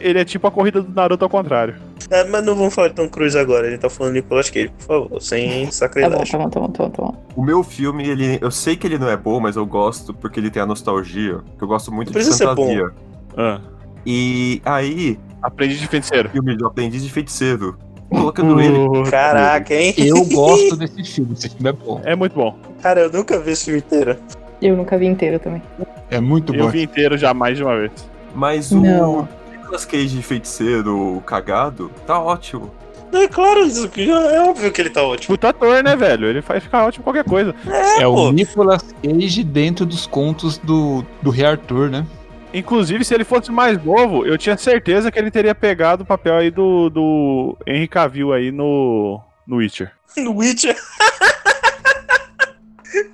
H: Ele é tipo a corrida do Naruto ao contrário.
A: É, mas não vamos falar de Tom Cruise agora, ele tá falando de Nicolas Cage, por favor, sem
D: Tá bom,
A: sacrilégio.
D: tá bom, tá bom, tá bom, tá bom.
B: O meu filme, ele, eu sei que ele não é bom, mas eu gosto porque ele tem a nostalgia. Que eu gosto muito
A: Não
B: de
A: precisa ser bom.
B: fantasia.
H: Ah.
B: E aí,
H: Aprendiz de feiticeiro.
B: filme de aprendiz de feiticeiro.
A: Uhum.
B: Colocando ele.
A: Caraca, hein?
C: Eu gosto desse filme, esse filme é bom.
H: É muito bom.
A: Cara, eu nunca vi esse filme inteiro.
D: Eu nunca vi inteiro também.
C: É muito
H: Eu
C: bom.
H: vi inteiro já mais de uma vez.
B: Mas o
D: Não.
B: Nicolas Cage de feiticeiro cagado tá ótimo.
A: Não, é claro, isso que- é óbvio que ele tá ótimo.
H: Puta ator, né, velho? Ele faz ficar ótimo qualquer coisa.
C: É
A: pô.
C: o Nicolas Cage dentro dos contos do, do Rei Arthur, né?
H: Inclusive, se ele fosse mais novo, eu tinha certeza que ele teria pegado o papel aí do, do Henry Cavill aí no, no Witcher.
A: No Witcher.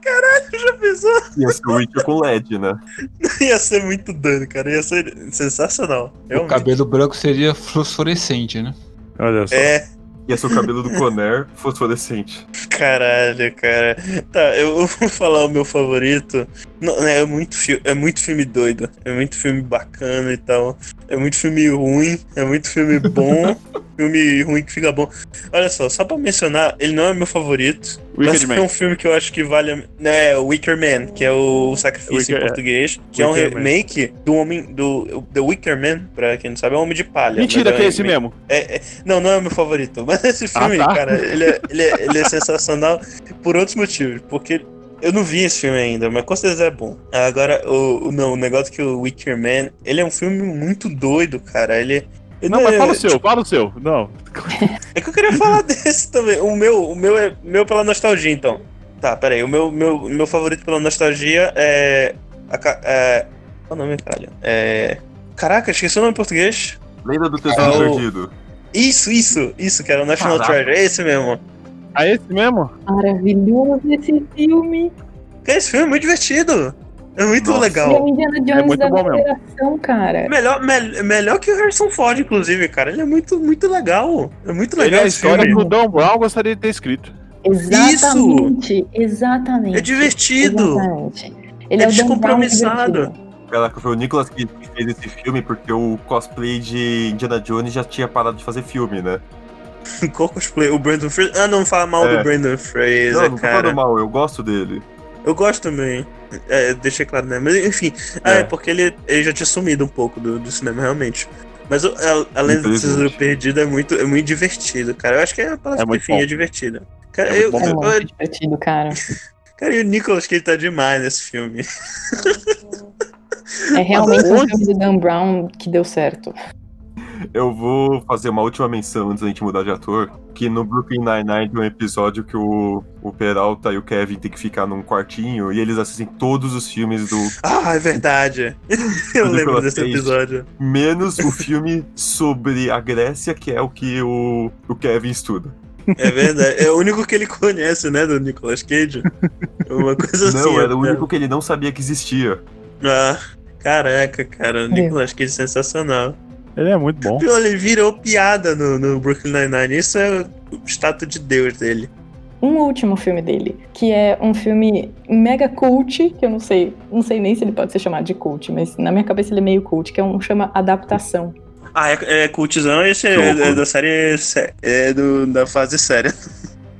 A: Caralho, já pensou?
B: Ia ser é o Witcher com LED, né?
A: Ia ser muito dano, cara. Ia ser sensacional.
C: O
A: Realmente.
C: cabelo branco seria fluorescente, né?
H: Olha só.
A: É,
B: Ia ser o cabelo do Conner fosforescente.
A: Caralho, cara. Tá, eu vou falar o meu favorito. Não, é, muito fi- é muito filme doido. É muito filme bacana e tal. É muito filme ruim. É muito filme bom. filme ruim que fica bom. Olha só, só pra mencionar, ele não é meu favorito.
H: Wicked
A: mas
H: Man.
A: é um filme que eu acho que vale. a- Né, o Wicker Man, que é o Sacrifício
H: Wicker-
A: em português. Que é um
H: Wicker Man.
A: remake do Homem. do The Wicker Man, pra quem não sabe, é o Homem de Palha.
H: Mentira
A: mas
H: que é
A: um
H: esse
A: remake.
H: mesmo.
A: É, é- não, não é o meu favorito. Mas esse
H: Ah,
A: filme,
H: tá.
A: cara, ele é, ele, é, ele é sensacional por outros motivos. Porque eu não vi esse filme ainda, mas com certeza é bom. Agora, o, o- não, o negócio que o Wicker Man, ele é um filme muito doido, cara. Ele. ele
H: Não, mas
A: é-
H: fala o seu, fala o seu. Não.
A: É que eu queria falar desse também. O meu, o meu é meu pela nostalgia, então. Tá, peraí. O meu, meu, meu favorito pela nostalgia é. A, ca- é qual o nome, caralho? É. Caraca, esqueci o nome em português.
B: Lenda do Tesouro
A: Ah, o-
B: Perdido.
A: Isso, isso, isso, cara. O National
B: Caraca.
A: Treasure. É esse mesmo.
H: Ah, esse mesmo?
D: Maravilhoso esse filme.
A: Cara, Esse filme é muito divertido. É muito
B: Nossa.
D: Ele é
A: legal. É
D: o Indiana
H: É
D: Jones
H: muito
D: da
H: bom
D: minha
H: mesmo.
D: geração, cara.
A: Melhor, mel- melhor que o Harrison Ford, inclusive, cara. Ele é muito, muito legal. É muito
H: Ele
A: legal
H: é a
A: esse filme.
H: história que o Dan Brown gostaria de ter escrito.
D: Exatamente. Exatamente.
A: É divertido.
D: Exatamente. Ele
A: É
D: é, o Dan Brown
A: descompromissado.
D: divertido.
B: Caraca, foi o Nicolas Cage que fez esse filme porque o cosplay de Indiana Jones já tinha parado de fazer filme, né?
A: Qual cosplay? O Brandon Fraser. Ah, não fala mal
B: É.
A: do Brandon
B: Não,
A: Fraser,
B: não tô
A: é, cara.
B: falando mal, eu gosto dele.
A: Eu gosto também. É, deixei claro, né? Mas enfim. Ah, é,
B: É.
A: porque ele, ele já tinha sumido um pouco do, do cinema, realmente. Mas o- a, a Lenda do
B: Infelizmente.
A: Tesouro Perdido é muito, é muito divertido, cara. Eu acho que é a palavra
H: É muito
A: que fim,
H: bom.
A: é divertida. Cara,
B: É
A: eu,
B: muito
D: É
B: bom
A: eu-
D: muito divertido, cara.
A: cara, e o Nicolas Cage tá demais nesse filme.
D: É realmente um filme do Dan Brown que deu certo.
B: Eu vou fazer uma última menção antes da gente mudar de ator. Que no Brooklyn Nine-Nine tem um episódio que o, o Peralta e o Kevin tem que ficar num quartinho e eles assistem todos os filmes do.
A: Ah, é verdade. Eu
B: Do
A: lembro
B: Nicolas
A: desse
B: Cage.
A: episódio.
B: Menos o filme sobre a Grécia, que é o que o, o Kevin estuda.
A: É verdade. É o único que ele conhece, né, do Nicolas Cage? Uma coisa assim.
B: não, era o
A: né?
B: único que ele não sabia que existia.
A: Ah, caraca, cara. O Nicolas Cage é sensacional.
H: Ele é muito bom.
A: Pior, ele virou piada no, no Brooklyn Nine-Nine. Isso é o status de Deus dele.
D: Um último filme dele, que é um filme mega cult, que eu não sei, não sei nem se ele pode ser chamado de cult, mas na minha cabeça ele é meio cult, que é um chama Adaptação.
A: Ah, é, é cultizão. Esse é,
B: Que horror.
A: é da série. sé- É do, da fase séria.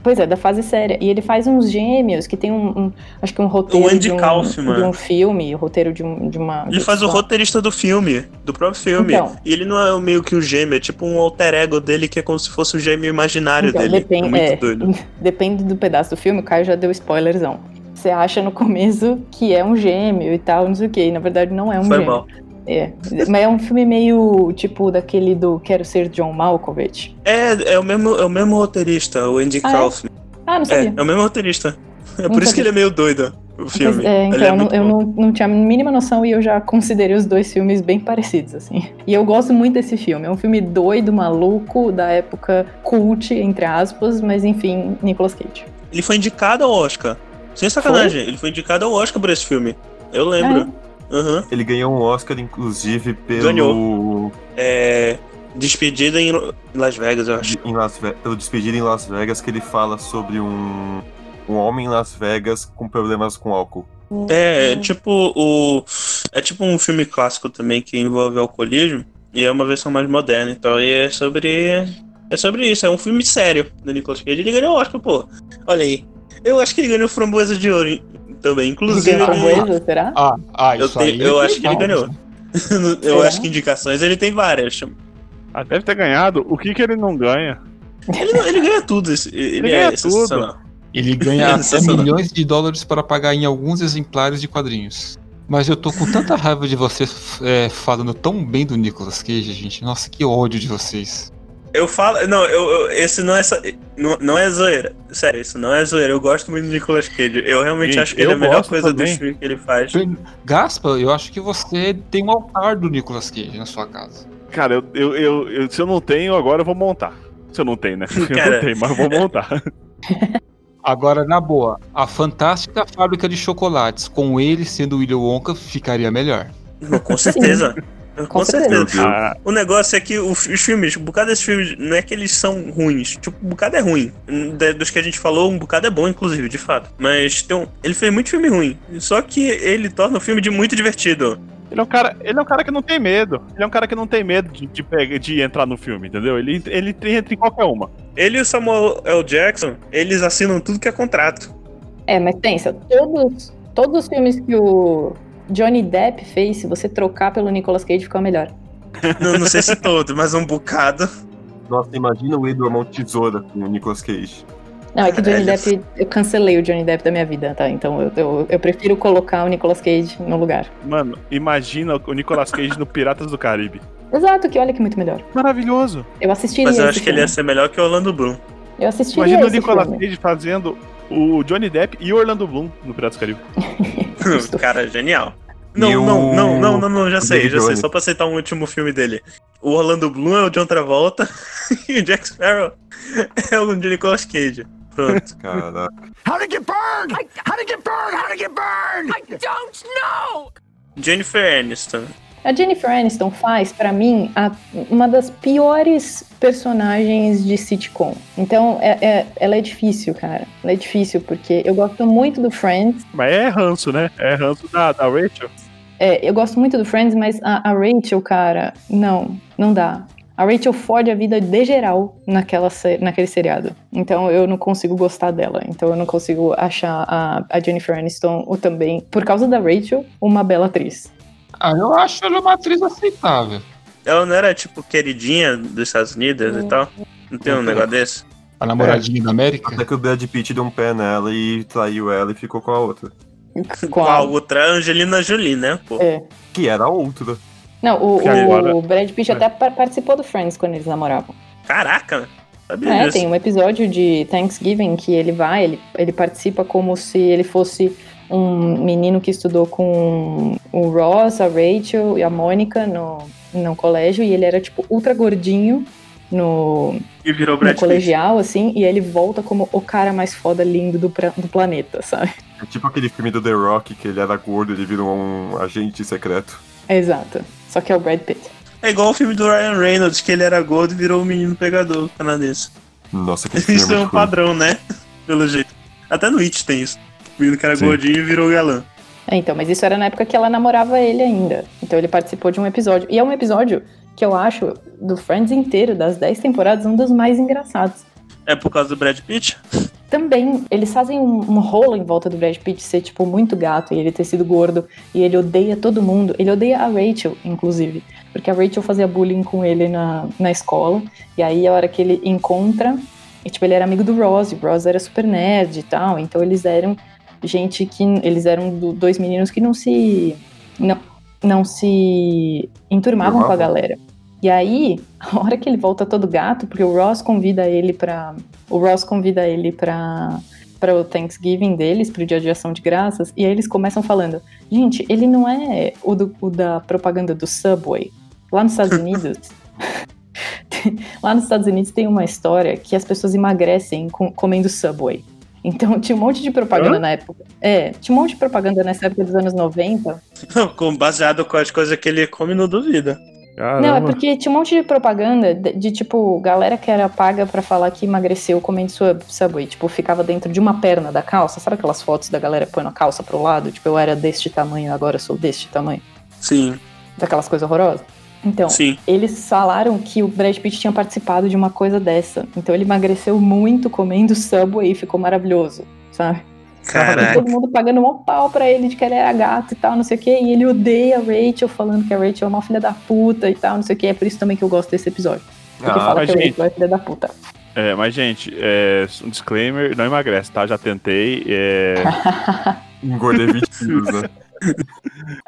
D: Pois é, da fase séria. E ele faz uns gêmeos que tem um, um- acho que um roteiro
A: O Andy
D: de, um,
A: Kaufman.
D: de um filme, o roteiro de, um, de uma.
A: Ele faz o roteirista do filme, do próprio filme.
D: Então.
A: e ele não é meio que o gêmeo, é tipo um alter ego dele que é como se fosse o gêmeo imaginário
D: Então,
A: dele.
D: depende-
A: é muito
D: é.
A: doido.
D: Depende do pedaço do filme, o Caio já deu spoilerzão. Você acha no começo que é um gêmeo e tal, não sei o que, e na verdade não é um
A: Foi
D: gêmeo.
A: mal.
D: É. Mas é um filme meio tipo daquele do Quero Ser John Malkovich.
A: É, é o mesmo, é o mesmo roteirista, o Andy
D: Ah, é?
A: Kaufman.
D: Ah, não
A: É,
D: sabia.
A: é o mesmo roteirista. É por
D: Nunca
A: isso que ele
D: vi.
A: é meio doido, o filme.
D: Pois é, então
A: Ele é
D: eu, não,
A: muito
D: eu
A: bom.
D: não, não tinha a mínima noção e eu já considerei os dois filmes bem parecidos, assim. E eu gosto muito desse filme. É um filme doido, maluco, da época cult, entre aspas, mas enfim, Nicolas Cage.
A: Ele foi indicado ao Oscar. Sem sacanagem, ele foi indicado ao Oscar por esse filme. Eu lembro.
D: É?
A: Aham.
B: Ele ganhou um Oscar, inclusive, pelo.
A: É, Despedida em Lo- em Las Vegas, eu acho.
B: em Las Ve- pelo Despedido em Las Vegas, que ele fala sobre um, um homem em Las Vegas com problemas com álcool.
A: É, é tipo o. É tipo um filme clássico também que envolve alcoolismo. E é uma versão mais moderna, então. E é sobre. É sobre isso, é um filme sério do Nicolas Cage. Ele ganhou o Oscar, pô. Olha aí. Eu acho que ele ganhou framboesa de ouro hein, também. Inclusive,
D: Ganhou
A: ele-
D: framboesa, será?
C: Ah, ah
A: Eu
C: isso
A: tenho-
C: aí.
A: eu
C: é
A: acho que ele
C: legal,
A: ganhou.
C: né?
A: eu
D: Será?
A: acho que indicações ele tem várias.
H: Ah, deve ter ganhado. O que que ele não ganha?
A: Ele, não- ele ganha tudo. esse- Ele,
H: Ele
A: é
H: ganha tudo.
A: sensacional.
C: Ele ganha até
A: Sensacional.
C: milhões de dólares para pagar em alguns exemplares de quadrinhos. Mas eu tô com tanta raiva de vocês é, falando tão bem do Nicolas Cage, gente. Nossa, que ódio de vocês.
A: Eu falo. Não, eu, eu- esse não é. só- Não, não é zoeira. Sério, isso não é zoeira. Eu gosto muito do Nicolas Cage. Eu realmente
H: Gente,
A: acho que ele é
H: eu
A: a melhor
H: gosto
A: coisa
H: também.
A: do filme que ele faz.
C: Gaspa, eu acho que você tem um altar do Nicolas Cage na sua casa.
H: Cara, eu, eu, eu- eu- se eu não tenho, agora eu vou montar. Se eu não tenho, né? Eu
A: Cara.
H: não tenho, mas eu vou montar.
C: Agora, na boa, a fantástica fábrica de chocolates, com ele sendo William Wonka, ficaria melhor.
A: Com certeza. Com
D: Com
A: certeza.
D: certeza.
B: Meu Deus.
H: Ah,
A: O negócio é que os os filmes, um bocado desses filmes, não é que eles são ruins. Tipo, um bocado é ruim. De- Dos que a gente falou, um bocado é bom, inclusive, de fato. Mas tem um- ele fez muito filme ruim. Só que ele torna o filme de muito divertido.
H: ele, é um cara, ele é um cara que não tem medo. Ele é um cara que não tem medo de, de, pega- de entrar no filme, entendeu? Ele, ele entra em qualquer uma.
A: Ele e o Samuel L. Jackson, eles assinam tudo que é contrato.
D: É, mas pensa, todos, todos os filmes que o Johnny Depp fez, se você trocar pelo Nicolas Cage, fica melhor.
A: Não, não sei se todo, mas um bocado.
B: Nossa, imagina o Edward Mão Tesoura com o Nicolas Cage.
D: Não, é que o Johnny
A: Velho.
D: Depp, eu cancelei o Johnny Depp da minha vida, tá? Então eu, eu, eu prefiro colocar o Nicolas Cage no lugar.
H: Mano, imagina o Nicolas Cage no Piratas do Caribe.
D: Exato, que olha que muito melhor.
H: Maravilhoso.
D: Eu assistiria
A: Mas eu
D: esse
A: acho que ele é ia
D: filme.
A: ser melhor que o Orlando Bloom.
D: Eu assistiria
H: Imagina o
D: esse
H: Nicolas
D: filme.
H: Cage fazendo o Johnny Depp e o Orlando Bloom no Piratas do Caribe.
A: Cara, é genial.
B: E
A: Não,
B: o-
A: não, não, não, não, não, já
B: o
A: sei,
B: David
A: já sei.
B: Jones.
A: Só pra aceitar um último filme dele. O Orlando Bloom é o John Travolta e o Jack Sparrow é o de Nicolas Cage. Pronto.
B: Cara,
A: Jennifer Aniston.
D: A Jennifer Aniston faz, pra mim, a- uma das piores personagens de sitcom. Então, é- é- ela é difícil, cara. Ela é difícil, porque eu gosto muito do Friends.
H: Mas é ranço, né? É ranço da, da Rachel.
D: É, eu gosto muito do Friends, mas a, a Rachel, cara, não, não dá. A Rachel fode a vida de geral naquela, se- naquele seriado. Então eu não consigo gostar dela. Então eu não consigo achar a, a Jennifer Aniston, ou também, por causa da Rachel, uma bela atriz.
C: Ah, eu acho ela uma atriz aceitável.
A: Ela não era, tipo, queridinha dos Estados Unidos e tal? Não tem um
C: Não.
A: negócio desse?
C: A namoradinha da América.
B: até que o Brad Pitt deu um pé nela e traiu ela e ficou com a outra.
A: Com a outra Angelina Jolie, né? Pô.
D: É.
B: Que era a outra.
D: Não, o,
H: Que agora-
D: o Brad Pitt até par- participou do Friends quando eles namoravam.
A: Caraca! Sabia
D: É,
A: disso.
D: tem um episódio de Thanksgiving que ele vai, ele, ele participa como se ele fosse um menino que estudou com o Ross, a Rachel e a Mônica no, no colégio, e ele era, tipo, ultra gordinho no,
A: E virou
D: no
A: Brad Pitt.
D: um colegial, assim, e ele volta como o cara mais foda lindo do, pra- do planeta, sabe?
B: É tipo aquele filme do The Rock que ele era gordo, ele virou um agente secreto.
D: Exato. Só que é o Brad Pitt.
A: É igual o filme do Ryan Reynolds, que ele era gordo e virou o menino pegador canadense.
B: Nossa, que filme
A: Isso é um
B: muito ruim.
A: padrão, né? Pelo jeito. Até no It tem isso. O menino que era
B: Sim.
A: gordinho e virou galã.
D: É, então, mas isso era na época que ela namorava ele ainda. Então ele participou de um episódio. E é um episódio que eu acho, do Friends inteiro, das 10 temporadas, um dos mais engraçados.
A: É por causa do Brad Pitt?
D: Também, eles fazem um, um rolo em volta do Brad Pitt ser, tipo, muito gato e ele ter sido gordo. E ele odeia todo mundo. Ele odeia a Rachel, inclusive. Porque a Rachel fazia bullying com ele na, na escola. E aí, a hora que ele encontra. E, tipo, ele era amigo do Ross. E o Ross era super nerd e tal. Então, eles eram gente que. Eles eram do- dois meninos que não se. Não, não se enturmavam com a
B: Enturmavam.
D: galera. E aí, a hora que ele volta todo gato, porque o Ross convida ele pra. O Ross convida ele pra. Para o Thanksgiving deles, pro dia de ação de graças, e aí eles começam falando: gente, ele não é o, do- o da propaganda do Subway. Lá nos Estados Unidos, Lá nos Estados Unidos tem uma história que as pessoas emagrecem com- comendo Subway. Então tinha um monte de propaganda na época. É, tinha um monte de propaganda nessa época dos anos 90.
A: Com- Baseado com as coisas que ele come, não duvida.
D: Não, é
H: Caramba.
D: porque tinha um monte de propaganda de, de, tipo, galera que era paga pra falar que emagreceu comendo sub- Subway. Tipo, ficava dentro de uma perna da calça. Sabe aquelas fotos da galera põe a calça pro lado? Tipo, eu era deste tamanho, agora eu sou deste tamanho.
A: Sim,
D: Daquelas coisas horrorosas. Então,
A: sim.
D: eles falaram que o Brad Pitt tinha participado de uma coisa dessa. Então ele emagreceu muito comendo Subway e ficou maravilhoso, sabe? E
A: Caraca.
D: Todo mundo pagando um pau pra ele de que ele era gato e tal, não sei o quê. E ele odeia a Rachel, falando que a Rachel é uma filha da puta e tal, não sei o quê. É por isso também que eu gosto desse episódio. Porque
B: Ah,
D: fala
H: mas,
D: que a
H: gente-
D: Rachel é filha da puta.
H: É, mas, gente, é, um disclaimer, não emagrece, tá? Já tentei. É,
B: engordei 20 quilos, né?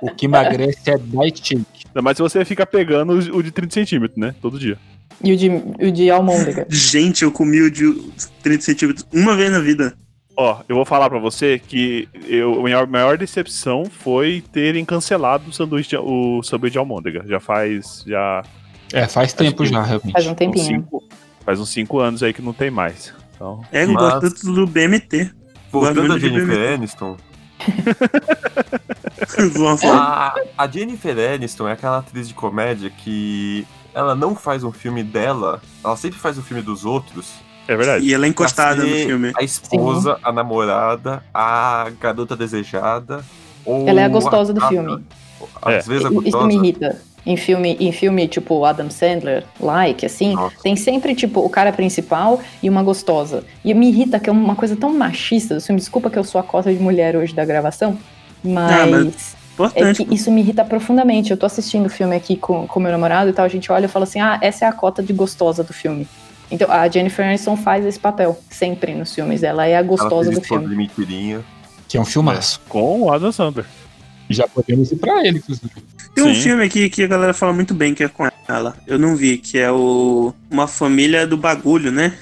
C: O que emagrece é Diet Shake.
H: ainda mais se você fica pegando o o de 30 centímetros, né? Todo dia.
D: E o de, o de Almôndega.
A: Gente, eu comi o de 30 centímetros uma vez na vida.
H: Ó, eu vou falar pra você que eu, a minha maior decepção foi terem cancelado o sanduíche de, o sanduíche de almôndega. Já faz já
C: É, faz tempo
H: que-
C: já, realmente.
D: Faz um
H: uns
D: tempinho.
H: cinco, faz uns 5 anos aí que não tem mais. Então,
A: É, eu
B: Mas-
A: gosto tanto do BMT.
B: Voltando
A: Bagulho
B: a
A: de
B: Jennifer Aniston,
A: Vou falar.
B: a, a Jennifer Aniston é aquela atriz de comédia que ela não faz um filme dela, ela sempre faz um filme dos outros.
H: é verdade.
A: E ela é encostada no
B: pra
H: Assim,
B: ser
D: é
A: filme.
B: A esposa, a namorada, a garota desejada. Ou
D: Ela é a gostosa do
B: a-
D: filme.
B: Às vezes a
D: I- Isso
B: gostosa.
D: me irrita. Em filme, em filme tipo Adam Sandler, like, assim,
B: Nossa.
D: tem sempre, tipo, o cara principal e uma gostosa. E me irrita que é uma coisa tão machista do filme. Desculpa que eu sou a cota de mulher hoje da gravação,
H: Ah,
D: mas...
H: né,
D: É
H: tipo
A: Importante.
D: que isso me irrita profundamente. Eu tô assistindo o filme aqui com, com meu namorado e tal, a gente olha e fala assim: ah, essa é a cota de gostosa do filme. Então, a Jennifer Aniston faz esse papel sempre nos filmes dela, é a
B: ela
D: gostosa
B: fez
D: do
B: esposa
D: filme.
B: de mentirinha.
C: Que é um filmaço.
H: Com o Adam Sandler.
C: Já podemos ir pra ele, inclusive.
A: Tem um
H: Sim.
A: filme aqui que a galera fala muito bem que é com ela. Eu não vi, que é o Uma Família do Bagulho, né?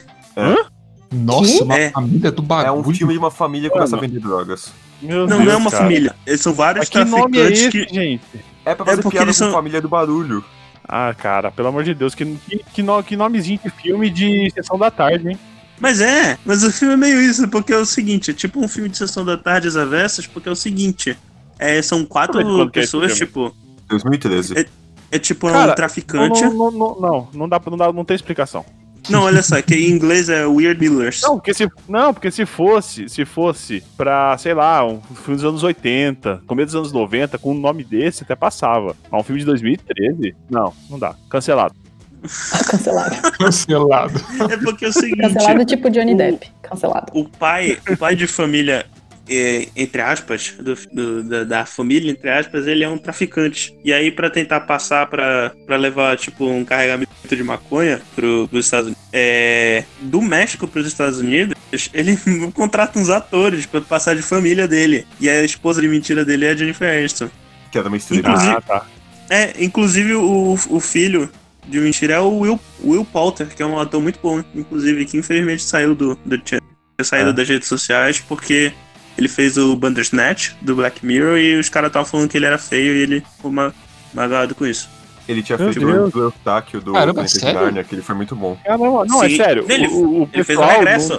C: Nossa,
D: Que?
C: uma
A: É.
C: família do
B: É um
C: bagulho.
B: filme de uma família que começa a
H: Mano.
B: vender drogas.
H: Meu
A: Não,
H: Deus,
A: não é uma
H: cara.
A: família. Eles são vários
H: Mas que nome é
A: traficantes
H: esse,
A: que.
H: gente?
B: É pra
A: É
B: fazer
A: porque
B: piada com
A: eles são-
B: família do barulho.
H: Ah, cara, pelo amor de Deus, que, que, que, no- que nomezinho de filme de sessão da tarde, hein?
A: Mas é, mas o filme é meio isso, porque é o seguinte, é tipo um filme de sessão da tarde às avessas, porque é o seguinte. é, são quatro
H: Deixa eu ver quanto que é esse
A: pessoas,
H: filme.
A: tipo.
B: 2013.
A: É tipo
H: Cara,
A: um
H: Não,
A: traficante.
H: não, não, não, não, não dá, pra- não dá, não tem explicação.
A: Não, olha só, que em inglês é Weird Dealers.
H: Não, porque se, não, porque se fosse, se fosse pra, sei lá, um filme dos anos 80, começo dos anos 90, com um nome desse até passava. Mas um filme de 2013? Não, não dá. Cancelado.
D: Cancelado.
C: Cancelado.
A: É porque é o seguinte.
D: Cancelado tipo Johnny
A: o-
D: Depp. Cancelado.
A: o pai, o pai de família, é, entre aspas, do- do- da, da família, entre aspas, ele é um traficante. E aí, pra tentar passar pra pra levar, tipo, um carregamento de maconha pro, pros Estados Unidos, é, do México pros Estados Unidos, ele contrata uns atores pra passar de família dele. E a esposa de mentira dele é a Jennifer Aniston.
B: Que era uma estrela.
A: Inclusive-
H: Ah, tá.
A: É, inclusive o, o filho de mentira é o Will, Will Poulter, que é um ator muito bom, inclusive, que infelizmente saiu do, do Chan- saído das redes sociais porque ele fez o Bandersnatch do Black Mirror e os caras estavam falando que ele era feio e ele ficou ma- magoado com isso.
B: Ele tinha
H: Meu
B: feito o
H: Deus.
B: do Eustáquio do
C: Caramba,
B: Peter
C: sério?
B: Garner, que ele foi muito bom.
H: Caramba, não, é
A: Sim,
H: sério.
A: ele-
H: o, o
A: Ele fez
H: pessoal,
A: um regresso.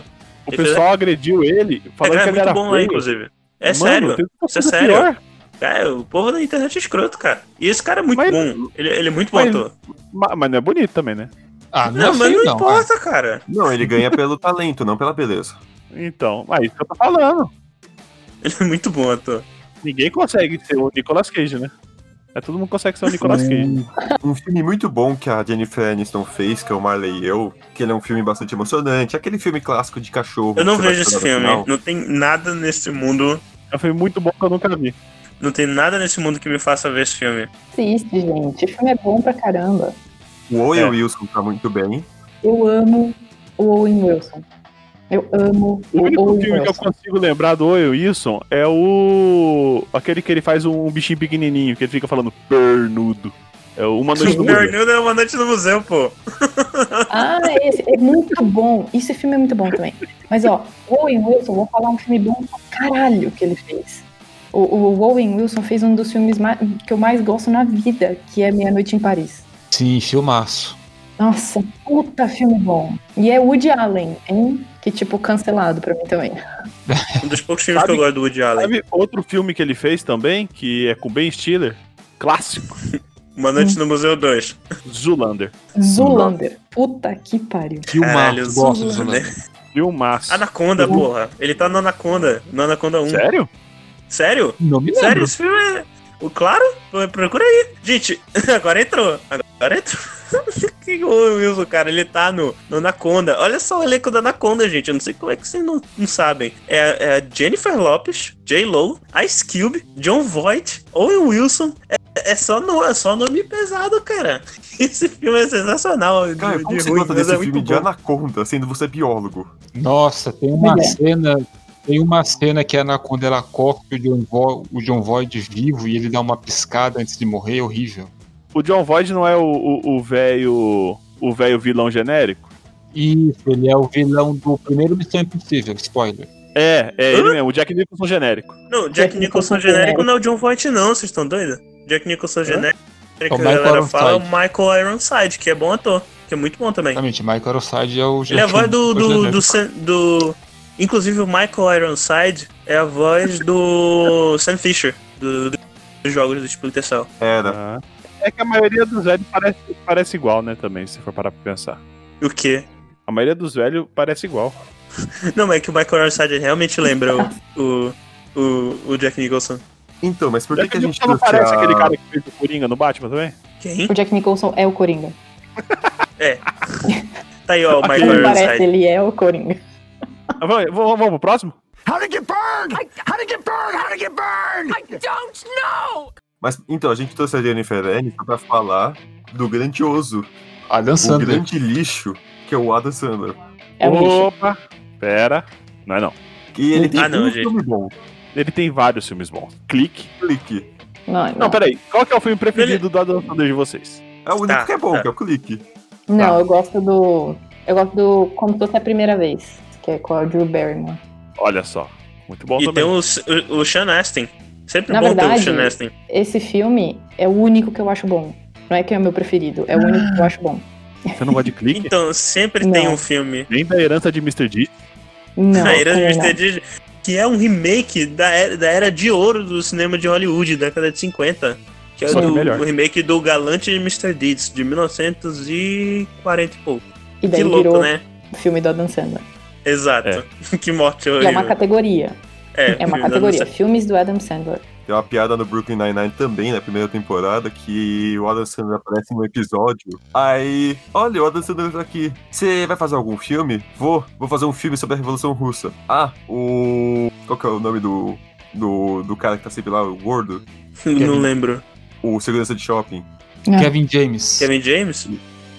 H: o
A: ele
H: pessoal agrediu ele, falando
A: Regresso
H: que
A: é muito
H: ele era
A: bom
H: feio.
A: lá, inclusive. É
H: Mano,
A: sério.
H: tem uma
A: Isso é
H: coisa
A: sério.
H: pior.
A: É, o povo da internet é escroto, cara. E esse cara é muito
H: Mas-
A: bom. Ele, ele é muito bom
H: mas-
A: ator.
H: Ma- Mas não é bonito também, né?
C: Ah,
A: Não,
C: não, é
A: mas
C: feio,
A: não,
C: não.
A: importa, cara.
B: Não, ele ganha pelo talento, não pela beleza.
H: Então, mas isso que eu tô falando.
A: Ele é muito bom ator.
H: Ninguém consegue ser o Nicolas Cage, né? É todo mundo consegue ser o Nicolas Cage.
B: Um filme muito bom que a Jennifer Aniston fez, que é o Marley e Eu, que ele é um filme bastante emocionante. Aquele filme clássico de cachorro.
A: Eu não
B: que você tá
A: vejo
B: vai
A: esse
B: chorar no
A: filme.
B: final.
A: Não tem nada nesse mundo
H: É um filme muito bom que eu nunca vi.
A: Não tem nada nesse mundo que me faça ver esse filme.
D: Assiste, gente. O filme é bom pra caramba.
B: O Owen
H: É.
B: Wilson tá muito bem.
D: Eu amo o Owen Wilson. Eu amo
H: O
D: o
H: único
D: Owen
H: filme que eu
D: Wilson.
H: consigo lembrar do Owen Wilson é o. aquele que ele faz um bichinho pequenininho, que ele fica falando pernudo. É o
A: Um
H: uma noite no Museu.
A: Bernildo é uma noite no museu, pô.
D: Ah, esse é muito bom. Esse filme é muito bom também. Mas ó, o Owen Wilson, vou falar um filme bom pra caralho que ele fez. O, o Owen Wilson fez um dos filmes mais- que eu mais gosto na vida, que é Meia Noite em Paris.
C: Sim, filmaço.
D: Nossa, puta filme bom. E é Woody Allen, hein? Que tipo, cancelado pra mim também.
A: Um dos poucos filmes
H: Sabe-
A: que eu gosto do Woody Allen.
H: Sabe outro filme que ele fez também, que é com Ben Stiller? Clássico.
A: Uma noite no museu 2.
H: Zulander.
D: Zulander. Puta que pariu.
A: Caralho,
C: Filmaço. Gosto do
A: Zoolander.
C: Zoolander.
A: Ah,
H: Filmaço.
A: Anaconda, porra. Ele tá no Anaconda. No Anaconda 1.
H: Sério?
A: Sério?
C: Não me
A: Sério?
C: lembro.
A: Esse filme é. O claro? Pro- Procura aí. Gente, agora entrou. Agora entrou. que o Wilson, cara, ele tá no, no Anaconda. Olha só o elenco da Anaconda, gente. Eu não sei como é que vocês não, não sabem. É, é Jennifer Lopes, J. Lo, Ice Cube, John Voight, Owen Wilson. É, é só no, é só nome pesado, cara. Esse filme é sensacional. de-
B: Cara, como
A: de
B: você
A: ruim,
B: gosta
A: mas
B: desse
A: é
B: filme
A: muito
B: de
A: bom.
B: Anaconda, sendo você biólogo?
C: Nossa, tem uma
D: Olha.
C: cena. Tem uma cena que a Anaconda ela corta o John, Vo o John Void vivo e ele dá uma piscada antes de morrer, é horrível.
H: O John Void não é o- o o velho. O velho vilão genérico?
C: Isso, ele é o vilão do primeiro Missão Impossível, spoiler.
H: É, é ele mesmo, o Jack Nicholson genérico.
A: Não, Jack Nicholson genérico não é o John Voight, não. Vocês estão doidos? Jack Nicholson genérico.
C: É o
A: que a
C: Michael
A: galera fala é o
C: Ironside.
A: Michael Ironside, que é bom ator. que é muito bom também.
C: Exatamente, Michael Aroside é o
A: Ele é a voz do.
C: Hoje
A: do,
C: é
A: do, Sam- do- Inclusive o Michael Ironside é a voz do Sam Fisher, do- do- dos jogos do Splinter Cell.
B: Era.
H: Ah. É que a maioria dos velhos parece, parece igual, né, também, se for parar pra pensar.
A: O quê?
H: A maioria dos velhos parece igual.
A: Não, mas é que o Michael Ironside realmente lembra o, o, o, o Jack Nicholson.
B: Então, mas por que, que a
H: Jack
B: gente
H: Nicholson É não
B: trouxe
H: parece
B: a-
H: aquele cara que fez o Coringa no Batman também?
A: Quem?
D: O Jack Nicholson é o Coringa.
A: Tá aí, ó, o Michael
D: Não parece,
A: Ironside.
D: ele é o Coringa.
H: Ah, Vamos, vamos, vamos pro próximo?
B: Mas então, a gente trouxe a Jennifer Aniston pra falar do grandioso,
A: né?
C: Adam
B: o
C: Sandler.
B: grande lixo, que é o Adam Sandler.
D: É o lixo.
H: Opa! Pera. Não é não.
B: E ele tem
A: Ah, não,
B: um
A: gente.
B: filme bom, é
H: Ele tem vários filmes bons. Clique.
B: Clique.
D: Não, não.
H: Não, peraí. Qual que é o filme preferido do Adam Sandler de vocês?
B: É o único
A: Tá,
B: que é bom,
A: tá.
B: que é o Clique.
D: Não, eu gosto do. Eu gosto do Como se fosse a primeira vez, que é com a Drew Barrymore.
H: Olha só. Muito bom
A: E tem
H: também.
A: o, o, o Sean Astin. Sempre
D: Na
A: bom
D: verdade,
A: ter o Sean Astin.
D: Esse filme é o único que eu acho bom. Não é que é o meu preferido, é o único que eu acho bom.
H: Você não gosta de clique?
A: Então, sempre
D: Não.
A: tem um filme.
H: Nem da herança de Mr. D.
D: Não,
A: A Era do
D: é,
A: Mr. Digit, que é um remake da era, da era de ouro do cinema de Hollywood, década de 50. Que é
H: Só que
A: do,
H: melhor.
A: o remake do Galante de Mr. Deeds, de 1940 e pouco.
D: E daí
A: que louco,
D: virou
A: né?
D: o filme do Adam Sandler.
A: Exato. que morte
D: E é uma
A: horrível.
D: categoria. É uma
A: filme da
D: categoria.
A: nossa-
D: Filmes do Adam Sandler.
B: Tem uma piada no Brooklyn Nine-Nine também, na primeira temporada, que o Adam Sandler aparece num episódio. Aí, olha, o Adam Sandler tá aqui. Você vai fazer algum filme? Vou. Vou fazer um filme sobre a Revolução Russa. Ah, o... Qual que é o nome do... Do, do cara que tá sempre lá, o gordo?
A: Não lembro.
B: O segurança de shopping.
C: Kevin James.
A: Kevin James?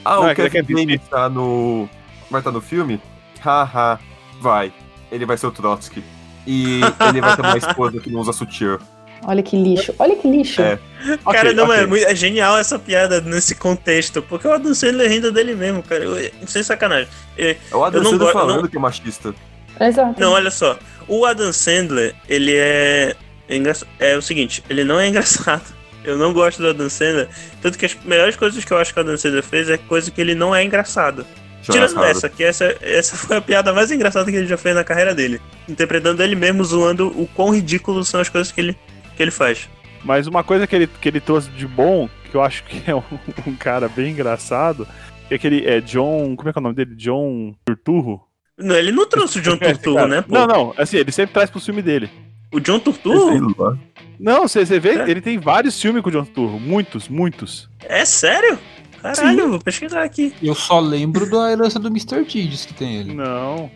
B: Ah,
H: Não,
B: o
H: é que ele
B: Kevin
H: quer
B: James tá no... Vai tá no filme? Haha, vai. Ele vai ser o Trotsky. E ele vai ter uma esposa que não usa sutiã.
D: Olha que lixo. Olha que lixo.
B: É.
A: cara,
H: Ok,
A: não,
H: ok.
A: é, muito- é genial essa piada nesse contexto. Porque o Adam Sandler renda dele mesmo, cara. Eu, sem sacanagem.
B: É o Adam
A: Eu não
B: Sandler
A: gosto- eu não-
B: falando que é machista.
D: Exato.
A: Não, olha só. O Adam Sandler, ele é. É, engraç- é o seguinte, ele não é engraçado. Eu não gosto do Adam Sandler. Tanto que as melhores coisas que eu acho que o Adam Sandler fez é coisa que ele não é engraçado. Tirando
B: Engraçado.
A: essa, que essa, essa foi a piada mais engraçada que ele já fez na carreira dele. Interpretando ele mesmo, zoando o quão ridículo são as coisas que ele, que ele faz.
H: Mas uma coisa que ele, que ele trouxe de bom, que eu acho que é um, um cara bem engraçado, é que ele é John. Como é que é o nome dele? John Turturro?
A: Não, ele não trouxe o John Turturro,
H: É, Cara,
A: né? Pô?
H: Não, não. Assim, ele sempre traz pro filme dele.
A: O John
B: Sei
A: Turturro?
B: lá.
H: Não, você, você vê,
A: É.
H: ele tem vários filmes com o John Turturro. Muitos, muitos.
A: É sério? Caralho, vou pesquisar aqui.
C: Eu só lembro da herança do Mr. T, diz que tem ele.
H: Não.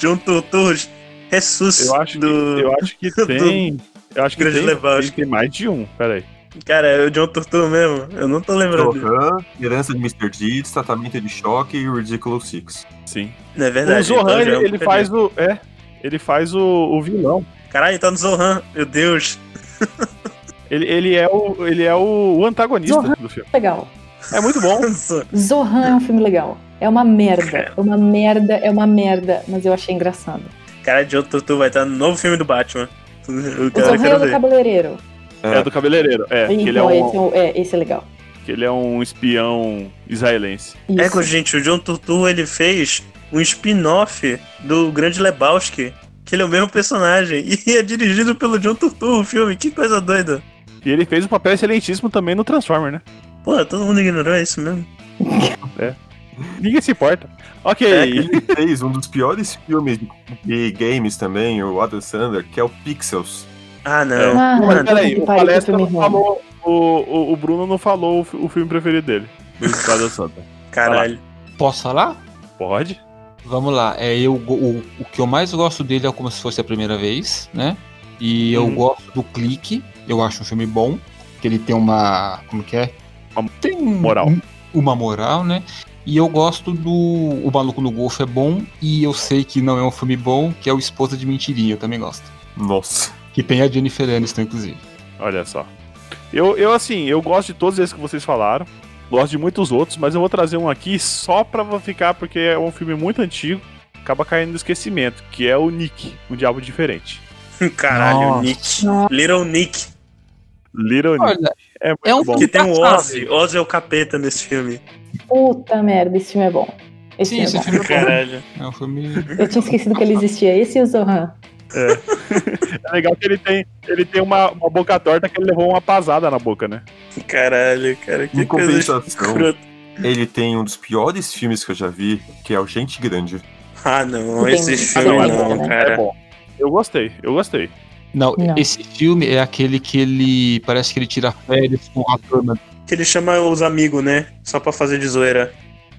A: John Turturro, ressus
H: Eu acho,
A: do...
H: que, eu acho que tem. Eu acho que
A: Grande
H: tem,
A: Lebowski.
H: tem mais de um. Peraí.
A: Cara, é o John Turturro mesmo. Eu não tô lembrando. dele.
B: Zohan, herança de Mr. Deeds, tratamento de choque e Ridiculous Six.
H: Sim.
A: Não é verdade.
H: o Zohan,
A: então já é um
H: ele, ele
A: bocadinho.
H: faz o. É. Ele faz o, o vilão.
A: Caralho, tá no Zohan. Meu Deus.
H: Ele, ele é o, ele é o, o antagonista
D: Zohan.
H: do filme.
D: Legal.
H: É muito bom.
D: Zohan é um filme legal. É uma merda. É uma merda, é uma merda, mas eu achei engraçado.
A: Cara, John Turturro vai estar no novo filme do Batman. O
D: O
A: cara
D: Zohan é
A: quero
D: o do
A: ver.
D: cabeleireiro.
H: É, do cabeleireiro. É, que ele é,
D: Então, esse, é
H: um,
D: o- é, esse é legal.
H: que ele é um espião israelense.
A: É,
D: Isso.
A: gente, o John Turturro ele fez um spin-off do Grande Lebowski. Que ele é o mesmo personagem. E é dirigido pelo John Turturro o filme. Que coisa doida.
H: E ele fez um papel excelentíssimo também no Transformer, né?
A: Pô, todo mundo ignorou é isso mesmo.
H: Ninguém se importa. Ok.
B: É, ele fez um dos piores filmes de games também, o Adam Sandler, que é o Pixels.
A: Ah, não.
H: É.
D: Ah,
H: Mas
A: Mano,
D: puta
H: peraí,
D: que
H: o
D: pariu, que
H: palestra
D: filme
H: não
D: ruim.
H: falou. O, o, o Bruno não falou o, fi- o filme preferido dele. Do Espada Santa.
A: caralho.
C: Posso falar?
H: Pode?
C: Vamos lá. É, eu, go- o, o que eu mais gosto dele é como se fosse a primeira vez, né? E eu
H: Uhum.
C: gosto do clique. Eu acho um filme bom. Que ele tem uma. Como que é?
H: Uma
C: tem um-
H: moral.
C: um- uma moral, né? E eu gosto do. O Maluco no Golfo é bom. E eu sei que não é um filme bom, que é o Esposa de Mentirinha, eu também gosto.
B: Nossa.
C: Que tem a Jennifer Aniston, inclusive.
H: Olha só. Eu, eu, assim, eu gosto de todos esses que vocês falaram. Gosto de muitos outros, mas eu vou trazer um aqui só pra vo- ficar, porque é um filme muito antigo. Acaba caindo no esquecimento, que é o Nick, um Diabo Diferente.
A: Caralho,
C: Nossa.
A: Nick. Little Nick.
H: Little Nick.
C: Olha,
H: É muito
C: é um
H: bom.
C: filme
A: Que tem um o
C: engraçado.
A: Ozzy. Ozzy é o capeta nesse filme.
D: Puta merda, esse filme é bom. Esse
C: Sim, esse
D: filme é bom.
C: filme é bom.
A: Caralho.
C: É um filme.
D: Eu tinha esquecido que ele existia. Esse e o Zohan.
H: É legal que ele tem, ele tem uma, uma boca torta que ele levou uma pasada na boca, né?
A: Caralho, cara, que
B: Em
A: coisa
B: compensação,
A: escrota.
B: ele tem um dos piores filmes que eu já vi, que é o Gente Grande.
A: Ah, não,
D: Tem-
A: esse
D: Ah,
A: filme
D: não,
A: não,
D: não,
H: É
A: cara.
H: bom. Eu gostei, eu gostei.
C: Não,
D: Não.
C: esse filme é aquele que ele. Parece que ele tira férias com a turma.
A: Que ele chama os amigos, né? Só pra fazer de zoeira.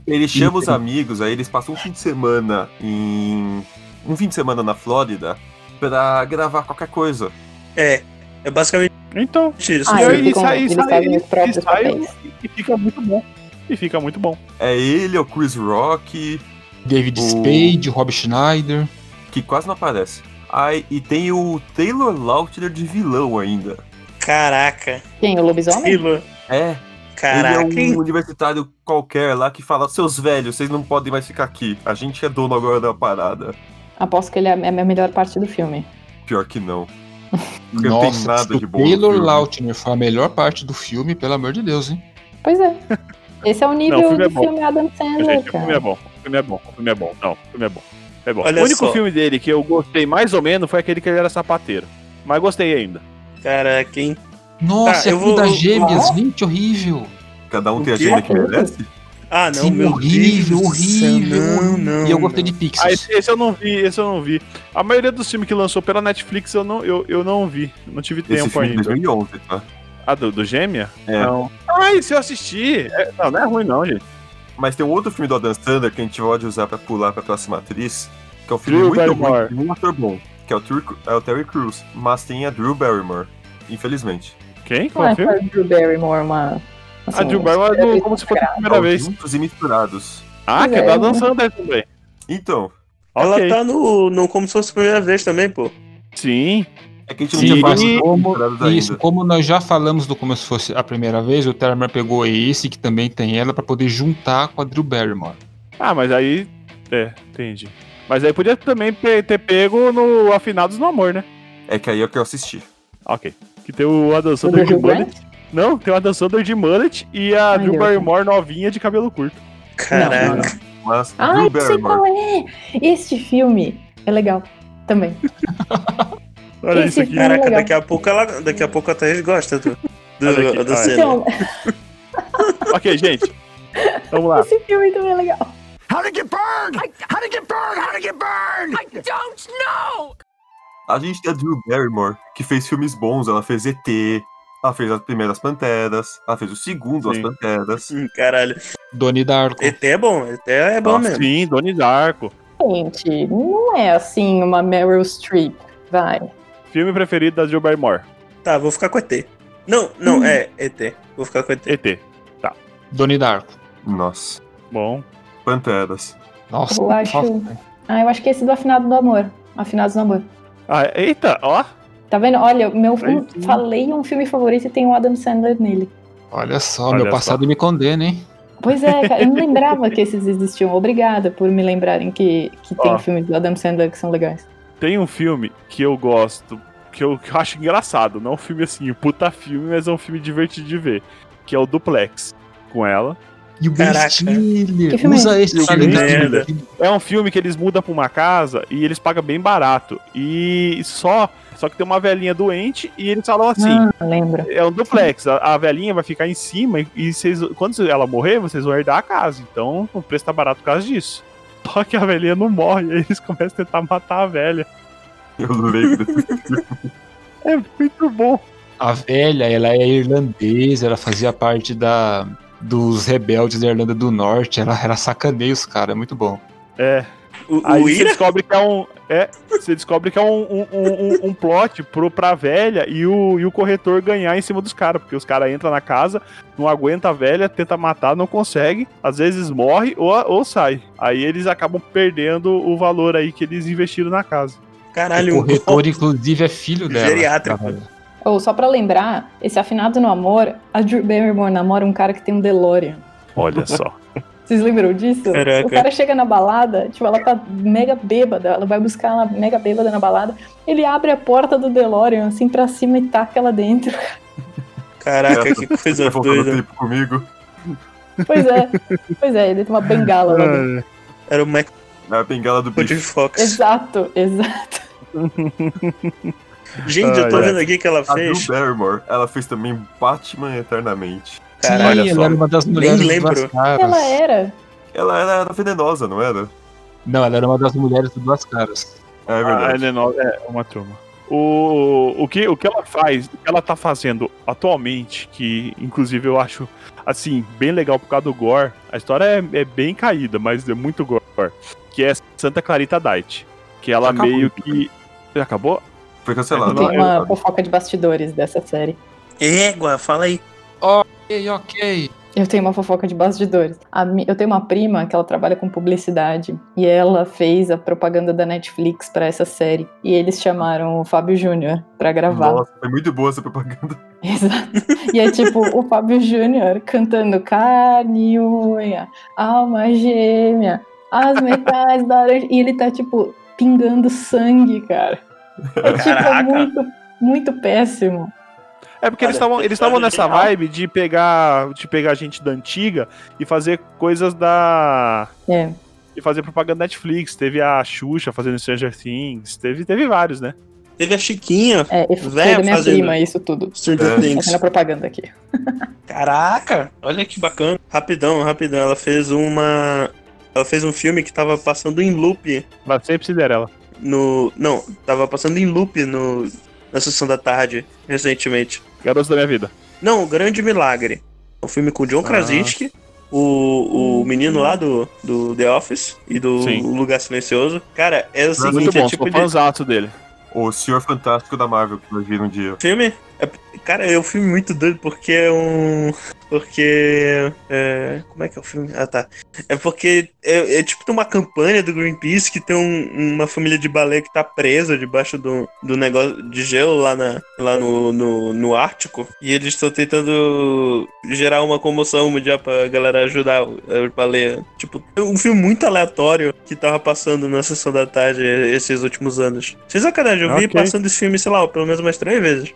B: Ele chama os
C: Entendi.
B: amigos, aí eles passam um fim de semana em. um fim de semana na Flórida pra gravar qualquer coisa.
A: É, é basicamente
H: Então,
A: isso.
D: Ah,
H: E aí,
D: eles, ficam,
H: sai-
D: eles
H: sai-
D: fazem os próprios
H: e sai-
D: papéis.
H: e fica muito bom. E fica muito bom.
B: É ele, é o Chris Rock,
C: David
B: O-
C: Spade, Rob Schneider.
B: que quase não aparece. Aí, e tem o Taylor Lautner de vilão ainda.
A: Caraca.
D: Quem? O lobisomem?
A: Filo.
B: É,
A: Caraca.
B: ele é um universitário qualquer lá que fala: seus velhos, vocês não podem mais ficar aqui. A gente é dono agora da parada.
D: Aposto que ele é a minha melhor parte do filme.
B: Pior que não. Porque não tem
C: Nossa, se
B: nada de
C: o
B: bom. no
C: Taylor
B: filme.
C: Lautner foi a melhor parte do filme, pelo amor de Deus, hein?
D: Pois é. Esse é o nível
H: filme é
D: do
H: bom.
D: filme Adam Sandler,
H: Gente, o filme é
D: cara.
H: bom. O filme é bom. O filme é bom. Não, o filme é bom. É bom.
A: Olha
H: o único
A: só.
H: filme dele que eu gostei mais ou menos foi aquele que ele era sapateiro. Mas gostei ainda.
C: um-
A: Caraca, hein?
C: Nossa,
A: Tá,
C: é
A: eu
C: filme
A: vou-
C: das gêmeas,
D: Ó.
C: gente, horrível.
B: Cada um
A: O
B: tem a
A: quê?
B: agenda que merece.
A: Ah, não,
C: Sim,
A: meu
C: horrível,
A: Deus do céu,
C: horrível.
A: Não, não,
C: e eu gostei
A: não.
C: de Pixar.
H: Ah, esse, esse eu não vi, esse eu não vi. A maioria dos filmes que lançou pela Netflix eu não, eu, eu não vi. Não tive
B: Esse
H: tempo
B: filme de
H: um ainda.
B: 2011, tá?
H: Ah, do, do Gêmea?
B: É.
H: Não. Ah, esse eu assisti. É, não, não é ruim não, gente.
B: Mas tem um outro filme do Adam Sandler que a gente pode usar pra pular pra próxima atriz, que é um filme
H: Drew
B: muito
H: Barrymore.
B: bom, um ator bom, que é o, Ter- é o Terry Crews, mas tem a Drew Barrymore, infelizmente.
H: Quem?
D: Não
H: Qual
D: é
H: filme?
D: pra Drew Barrymore, uma... assim,
H: A Drew Barrymore é do, como se fosse a primeira
B: É o
H: vez.
B: Juntos e Misturados.
H: Ah, que é
D: É.
H: da Dan Sandler também.
B: Então,
A: Ela
H: Ok.
A: tá no, no Como Se Fosse a Primeira Vez também, pô.
H: Sim.
B: é que a gente não
H: Sim.
B: tinha falado
H: E-
B: de
C: Como,
B: Misturados
C: isso,
B: ainda.
C: como nós já falamos do como se fosse a primeira vez, o Termer pegou esse, que também tem ela, pra poder juntar com a Drew Barrymore.
H: Ah, mas aí. É, entendi. Mas aí podia também pe- ter pego no Afinados no Amor, né? Ah,
B: É que aí é o que eu assisti.
H: Ok. Que tem o Adam
D: O
H: Sandler
D: do
H: de
D: Hugh
H: mullet.
D: Grant?
H: Não, tem o Adam Sandler de mullet e a
D: Ai,
H: Drew
D: Deus.
H: Barrymore novinha de cabelo curto.
A: Caraca.
D: Não, não, não.
B: Mas
D: Ah,
B: Drew
D: eu sei
B: Barrymore,
D: qual é. Este filme é legal também.
H: Olha
D: Esse
H: isso aqui.
C: é
D: filme- é
A: Caraca,
D: Legal.
A: daqui a pouco ela. Daqui a pouco a Thaís gosta do.
H: Olha aqui,
A: Do, do
H: olha.
A: Senna.
D: Então,
H: ok, gente. Vamos lá.
D: esse filme também é legal.
B: a gente tem a Drew Barrymore, que fez filmes bons, ela fez ET, ela fez as primeiras Panteras, ela fez o segundo As
H: Sim.
B: Panteras.
A: Hum, Caralho.
C: Doni Darko.
A: ET é bom, ET é bom
B: Nossa,
A: mesmo.
H: Sim, Doni Darko.
D: Gente, não é assim uma Meryl Streep, vai.
H: Filme preferido da Drew Barrymore.
A: Tá, vou ficar com ET. Não, não, é ET. Vou ficar com ET.
H: ET.
C: Doni Darko.
B: Nossa,
H: Bom.
B: Panteras.
C: Nossa,
D: Eu acho-
C: nossa.
D: Ah, eu acho que esse do Afinado do Amor. Afinados do Amor.
H: Ah, eita, ó.
D: Tá vendo? Olha, o meu filme,
H: sim.
D: falei um filme favorito e tem o Adam Sandler nele.
C: olha só,
H: Olha
C: meu
H: só.
C: passado me condena, hein?
D: Pois é, cara, eu não lembrava que esses existiam. Obrigada por me lembrarem que, que tem
H: Ó.
D: filmes do Adam Sandler que são legais.
H: Tem um filme que eu gosto, que eu, que eu acho engraçado. Não é um filme assim, um puta filme, mas é um filme divertido de ver. Que é o Duplex. Com ela.
C: E o Ben
A: Caraca.
D: Que
C: Stiller.
D: filme
C: Usa
D: é
C: esse
A: Que
C: pra lembrar de
A: merda.
C: mim.
H: É um filme que eles mudam pra uma casa e eles pagam bem barato. E só. Só que tem uma velhinha doente e eles falam assim.
D: Ah, lembra.
H: É um duplex. A, a velhinha vai ficar em cima e, e vocês, quando ela morrer, vocês vão herdar a casa. Então o preço tá barato por causa disso. Só que a velhinha não morre, aí eles começam a tentar matar a velha.
B: Eu lembrei desse
H: É muito bom.
C: A velha, ela é irlandesa, ela fazia parte da, dos rebeldes da Irlanda do Norte, ela era sacaneia os caras, é muito bom.
H: É.
A: O,
H: Aí
A: o
H: você
A: Ira?
H: descobre que é um. É, você descobre que é um, um, um, um- um plot pro, pra velha e o, e o corretor ganhar em cima dos caras. Porque os caras entram na casa, não aguenta a velha, tenta matar, não consegue, às vezes morre ou, ou sai. Aí eles acabam perdendo o valor aí que eles investiram na casa.
B: é
A: Caralho, um
C: o corretor, inclusive, é filho dela.
A: Geriátrico.
C: da velha.
D: Ou só pra lembrar, esse Afinado no Amor, a Drew Barrymore namora um cara que tem um DeLorean.
H: Olha só.
D: Vocês lembram disso?
A: Caraca.
D: O cara chega na balada, tipo, ela tá mega bêbada, ela vai buscar ela mega bêbada na balada, ele abre a porta do DeLorean, assim, pra cima e taca ela dentro.
A: Caraca, que
B: Você é
A: coisa
B: vai voltar no
A: doida.
B: tempo comigo?
D: Pois é, pois é, ele tem uma bengala lá dentro.
A: Era o Mac
B: É a bengala do bicho.
A: de Fox.
D: Exato, exato.
A: Gente, eu tô
H: Ai, ai.
A: vendo aqui o que ela
B: A Drew
A: fez.
B: Barrymore, ela fez também Batman Eternamente.
A: Caralho,
B: olha
C: Sim,
B: só.
C: ela era uma das mulheres
A: Nem lembro.
C: do Duas Caras.
D: Ela é- era.
B: Ela era, era venenosa, não era?
C: Não, ela era uma das mulheres do Duas Caras.
B: É
H: Ah,
B: verdade.
H: ela é nova, é é uma turma. O, o, que, o que ela faz, o que ela tá fazendo atualmente, que inclusive eu acho, assim, bem legal por causa do gore. A história é, é bem caída, mas é muito gore. Que é Santa Clarita Diet. Que ela
B: Acabou.
H: meio que. Já acabou?
B: Foi cancelado.
H: Não,
D: Tem uma fofoca de bastidores dessa série.
A: Égua, fala aí.
C: Ok, ok.
D: Eu tenho uma fofoca de bastidores. A mi- eu tenho uma prima que ela trabalha com publicidade e ela fez a propaganda da Netflix pra essa série. E eles chamaram o Fábio Júnior pra gravar.
B: Nossa, foi muito boa essa propaganda.
D: Exato. E é tipo o Fábio Júnior cantando carne e unha, alma gêmea, as metais da laranja. E ele tá, tipo, pingando sangue, cara. É tipo
A: Caraca.
D: muito, muito péssimo.
H: É porque eles
A: Cara,
H: estavam eles estavam
A: história
H: nessa
A: original.
H: vibe de pegar de pegar gente da antiga e fazer coisas da
D: É.
H: e fazer propaganda Netflix. Teve a Xuxa fazendo Stranger Things, teve teve vários, né?
A: Teve a Chiquinha,
D: É, e
A: Velho
D: foi da minha
A: fazendo-
D: prima isso tudo.
A: Stranger
B: É.
D: Tá
A: Things.
D: tendo a propaganda aqui.
A: Caraca, olha que bacana. Rapidão, rapidão. Ela fez uma. Ela fez um filme que tava passando em loop
H: Mas sempre Cinderela.
A: no. Não, tava passando em loop no... na sessão da tarde, recentemente.
H: Garoto da minha vida.
A: Não, O Grande Milagre. É um filme com o John Krasinski, o, o menino lá do, do The Office e do
H: Sim.
A: Lugar Silencioso. Cara, é o
H: muito
A: seguinte,
H: bom,
A: é
H: tipo
A: tipo
H: sou
A: de
H: fãzato dele.
B: O Senhor Fantástico da Marvel que nós vimos um dia.
A: filme. é- cara, é um filme muito doido porque é um. Porque. é, como é que é o filme? Ah, tá. É porque é, é tipo de uma campanha do Greenpeace que tem um- uma família de baleia que tá presa debaixo do, do negócio de gelo lá, na, lá no, no, no Ártico. E eles estão tentando gerar uma comoção mundial pra galera ajudar o- a baleia. Tipo, é um filme muito aleatório que tava passando na sessão da tarde esses últimos anos. Sem sacanagem, eu vi
H: Ok.
A: passando esse filme, sei lá, pelo menos umas três vezes.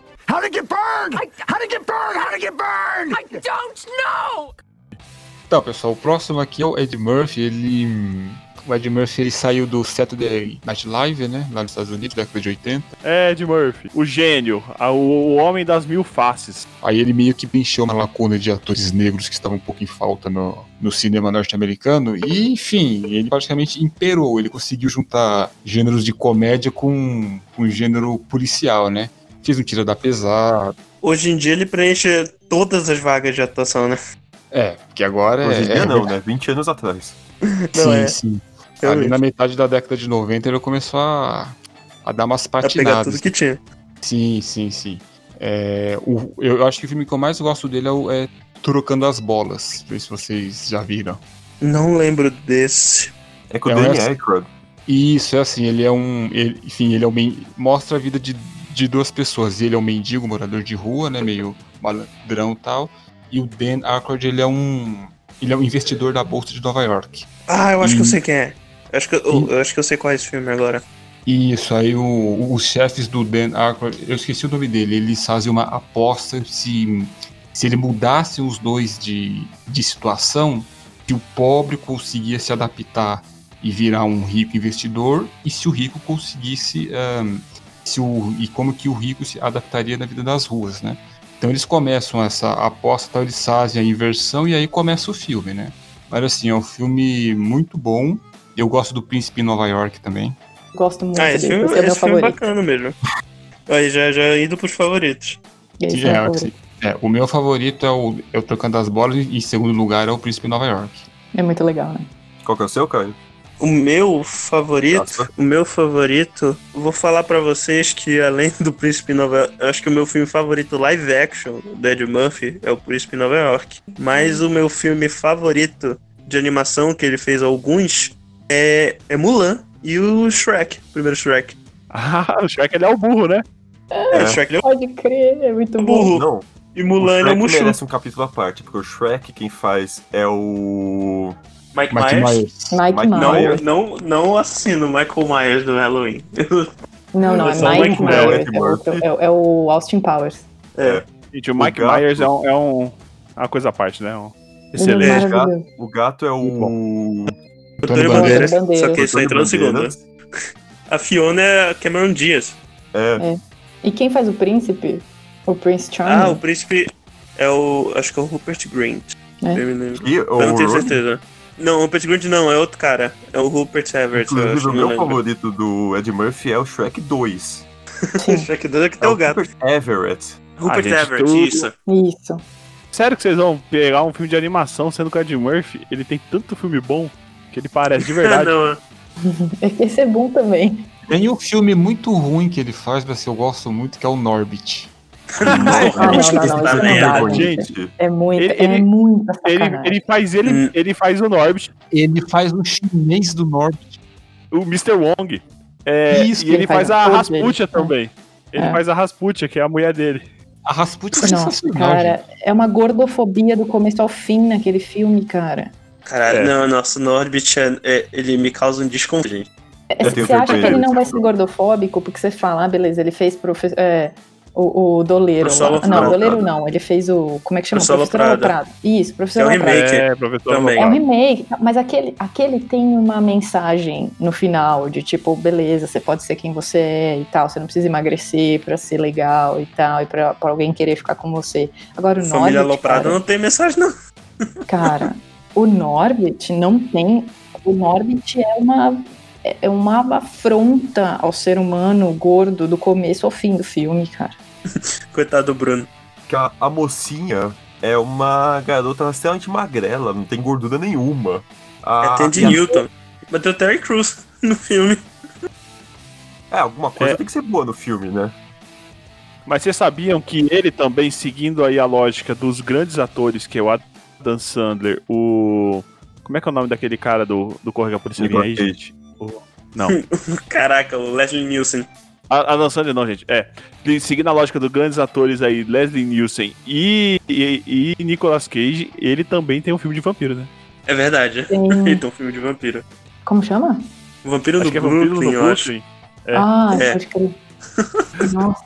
C: Então, pessoal, o próximo aqui é o Ed Murphy. Ele. O Ed Murphy ele saiu do Saturday Night Live, né? Lá nos Estados Unidos, década de 80.
H: Ed Murphy, o gênio, a- o, o homem das mil faces.
C: Aí ele meio que preencheu uma lacuna de atores negros que estavam um pouco em falta no, no cinema norte-americano. E, enfim, ele praticamente imperou. Ele conseguiu juntar gêneros de comédia com, com gênero policial, né? Fez um Tira da Pesada.
A: Hoje em dia ele preenche todas as vagas de atuação, né?
C: É, porque agora
B: Hoje em
C: é,
B: dia
C: é
B: não, né? 20 anos atrás.
A: Não,
C: sim,
A: é.
C: sim. Ali
A: Realmente.
C: na metade da década de 90 ele começou a, a dar umas
A: Pra pegar
C: patinadas.
A: tudo que tinha.
C: Sim, sim, sim. É, o- eu acho que o filme que eu mais gosto dele é, o- é Trocando as Bolas. Não sei se vocês já viram.
A: Não lembro desse.
B: É com
C: É,
B: o Danny
C: essa-
B: Aykroyd.
C: Isso, é assim, ele é um. ele- enfim, ele é um. men- Mostra a vida de, de duas pessoas. Ele é um mendigo, morador de rua, né? Meio malandrão e tal. E o Dan Aykroyd, ele é um. Ele é um investidor da Bolsa de Nova York.
A: Ah, eu acho que eu
C: Hum.
A: sei quem é. Eu acho que eu,
C: Hum.
A: eu acho que eu sei qual é esse filme agora.
C: E Isso, aí o- os chefes do Dan Aykroyd, eu esqueci o nome dele, eles fazem uma aposta se, se ele mudasse os dois de, de situação, se o pobre conseguia se adaptar e virar um rico investidor, e se o rico conseguisse, ahn, se o, e como que o rico se adaptaria na vida das ruas, né? Então eles começam essa aposta, tal, eles fazem a inversão e aí começa o filme, né? Mas assim, é um filme muito bom, eu gosto do Príncipe em Nova York também.
D: Gosto muito
A: Ah,
D: desse.
A: esse filme,
D: Esse é o meu
A: esse filme é
D: favorito.
A: bacana mesmo. Aí já, já indo pros favoritos.
D: Esse é
C: É,
D: o meu
C: assim,
D: favorito.
C: é, o meu favorito é o, é o Trocando as Bolas e em segundo lugar é o Príncipe de Nova York.
D: É muito legal, né?
B: Qual que é o seu, Caio?
A: O meu favorito,
B: Nossa.
A: o meu favorito, eu vou falar pra vocês que além do Príncipe em Nova York, eu acho que o meu filme favorito live action do Ed Murphy é o Príncipe em Nova York. Mas o meu filme favorito de animação, que ele fez alguns, é, é Mulan e o Shrek, o primeiro Shrek.
H: Ah, o Shrek ele é o burro, né?
A: É,
B: É.
A: o Shrek ele
D: Pode crer, é muito
A: é um
D: bom.
A: burro
B: Não,
A: e
B: o
A: Mulan ele é
B: Shrek
A: um Mushu.
B: merece um capítulo à parte, porque o Shrek quem faz é o...
A: Mike
C: Mike
A: Myers.
C: Myers.
D: Mike
B: Mike
A: Não,
D: Myers.
B: Myers.
A: não, não assino Michael Myers do Halloween.
D: Não, não, é
A: Só o
D: Mike,
A: Mike
D: Myers.
B: Myers.
D: É, outro- é- é o Austin Powers.
A: É.
H: Gente, o Mike
B: gato.
H: Myers é um, é um- uma coisa à parte, né? Um- Excelente.
B: Maravilha. O gato é o.
A: Antônio
C: Antônio
A: Bandeiras.
D: Bandeiras.
A: Só que esse aí entrou no segundo. né?
B: Bandeiras.
A: A Fiona é a Cameron Diaz.
B: É,
D: E quem faz o príncipe? O Prince Charming?
A: Ah, o príncipe é o. Acho que é o Rupert Grint.
D: É.
A: Eu me lembro.
B: e
A: Eu não
B: o
A: tenho
B: Rory,
A: certeza. Não, o Rupert Grint não, é outro cara. É o Rupert Everett. Eu
B: Inclusive,
A: acho que
B: o
A: não é.
B: meu
A: lembro.
B: favorito do Ed Murphy é o Shrek 2.
A: Só que doido que
B: É
A: tem
B: o
A: o gato.
B: Rupert Everett.
A: Rupert
H: Ah, gente,
A: Everett,
H: tudo-
A: isso.
D: Isso.
H: Sério que vocês vão pegar um filme de animação sendo que o Ed Murphy, ele tem tanto filme bom que ele parece de
A: Ah,
H: verdade.
A: não,
D: Esse é bom também.
C: Tem um filme muito ruim que ele faz, mas eu gosto muito, que é o Norbit.
D: Ah, não, não, não, isso
B: é
D: não
A: Tá
D: dá,
A: merda,
B: Norbit.
D: gente.
H: Gente,
D: É muita,
H: Ele- ele-
D: é muita
H: ele,
D: sacanagem.
H: ele faz ele,
A: Hum.
H: ele faz o Norbit,
C: Ele faz um chinês do Norbit.
H: o Mr. Wong. É,
C: Isso,
H: e ele
D: ele
H: faz,
D: faz
H: a
D: todos
H: Rasputia
D: eles, né?
H: também. Ele
D: É.
H: faz a Rasputia, que é a mulher dele.
C: A Rasputin é
D: Nossa,
C: sensacional. gente.
D: cara, é uma gordofobia do começo ao fim naquele filme, cara.
A: Caralho,
H: É.
A: não, nossa, o Norbit, é, é- ele me causa um desconforto, gente.
D: É,
B: Eu tenho
D: Você acha que
B: vergonha
D: ele não
B: disso.
D: vai ser gordofóbico porque você fala, ah, beleza, ele fez profe- é, o, o Doleiro.
A: Professor
D: lá. Não,
A: Aloprado.
D: o Doleiro não, ele fez o. Como é que chama?
A: Professor Aloprado.
D: Isso,
A: É
D: Professor
A: o
D: Aloprado.
A: remake.
H: É, professor.
A: Também.
D: É um
H: Aloprado.
D: remake, mas aquele, aquele tem uma mensagem no final de tipo, beleza, você pode ser quem você é e tal, você não precisa emagrecer pra ser legal e tal, e pra, pra alguém querer ficar com você. Agora o
A: Família
D: Norbit,
A: Aloprada
D: cara,
A: não tem mensagem, não.
D: cara, o Norbit não tem, o Norbit é uma é uma afronta ao ser humano gordo do começo ao fim do filme, cara.
A: Coitado do Bruno. É
B: Que a, a mocinha é uma garota extremamente magrela, não tem gordura nenhuma. A,
H: Ah,
A: é Tandy
B: e a-
A: Newton. Mas tem o Terry Crews no filme.
B: é, alguma coisa
H: É.
B: tem que ser boa no filme, né?
H: Mas vocês sabiam que ele também, seguindo aí a lógica dos grandes atores, que é o Adam Sandler, o. Como é que é o nome daquele cara do, do Corre que a Polícia Vem
B: Nicolas
H: aí,
B: Cage.
H: gente? O-
A: Caraca, o Leslie Nielsen.
H: A- Adam Sandler não, gente. É. De- Seguindo a lógica dos grandes atores aí, Leslie Nielsen e, e, e Nicolas Cage, ele também tem um filme de vampiro, né?
A: É verdade.
D: Tem,
A: Então, um filme de vampiro.
D: como chama?
A: Vampiro
H: Acho
A: no
H: que é
A: Brooklyn,
H: Vampiro no
A: eu acho.
H: Brooklyn. É.
D: Ah,
A: É.
D: pode crer. Nossa,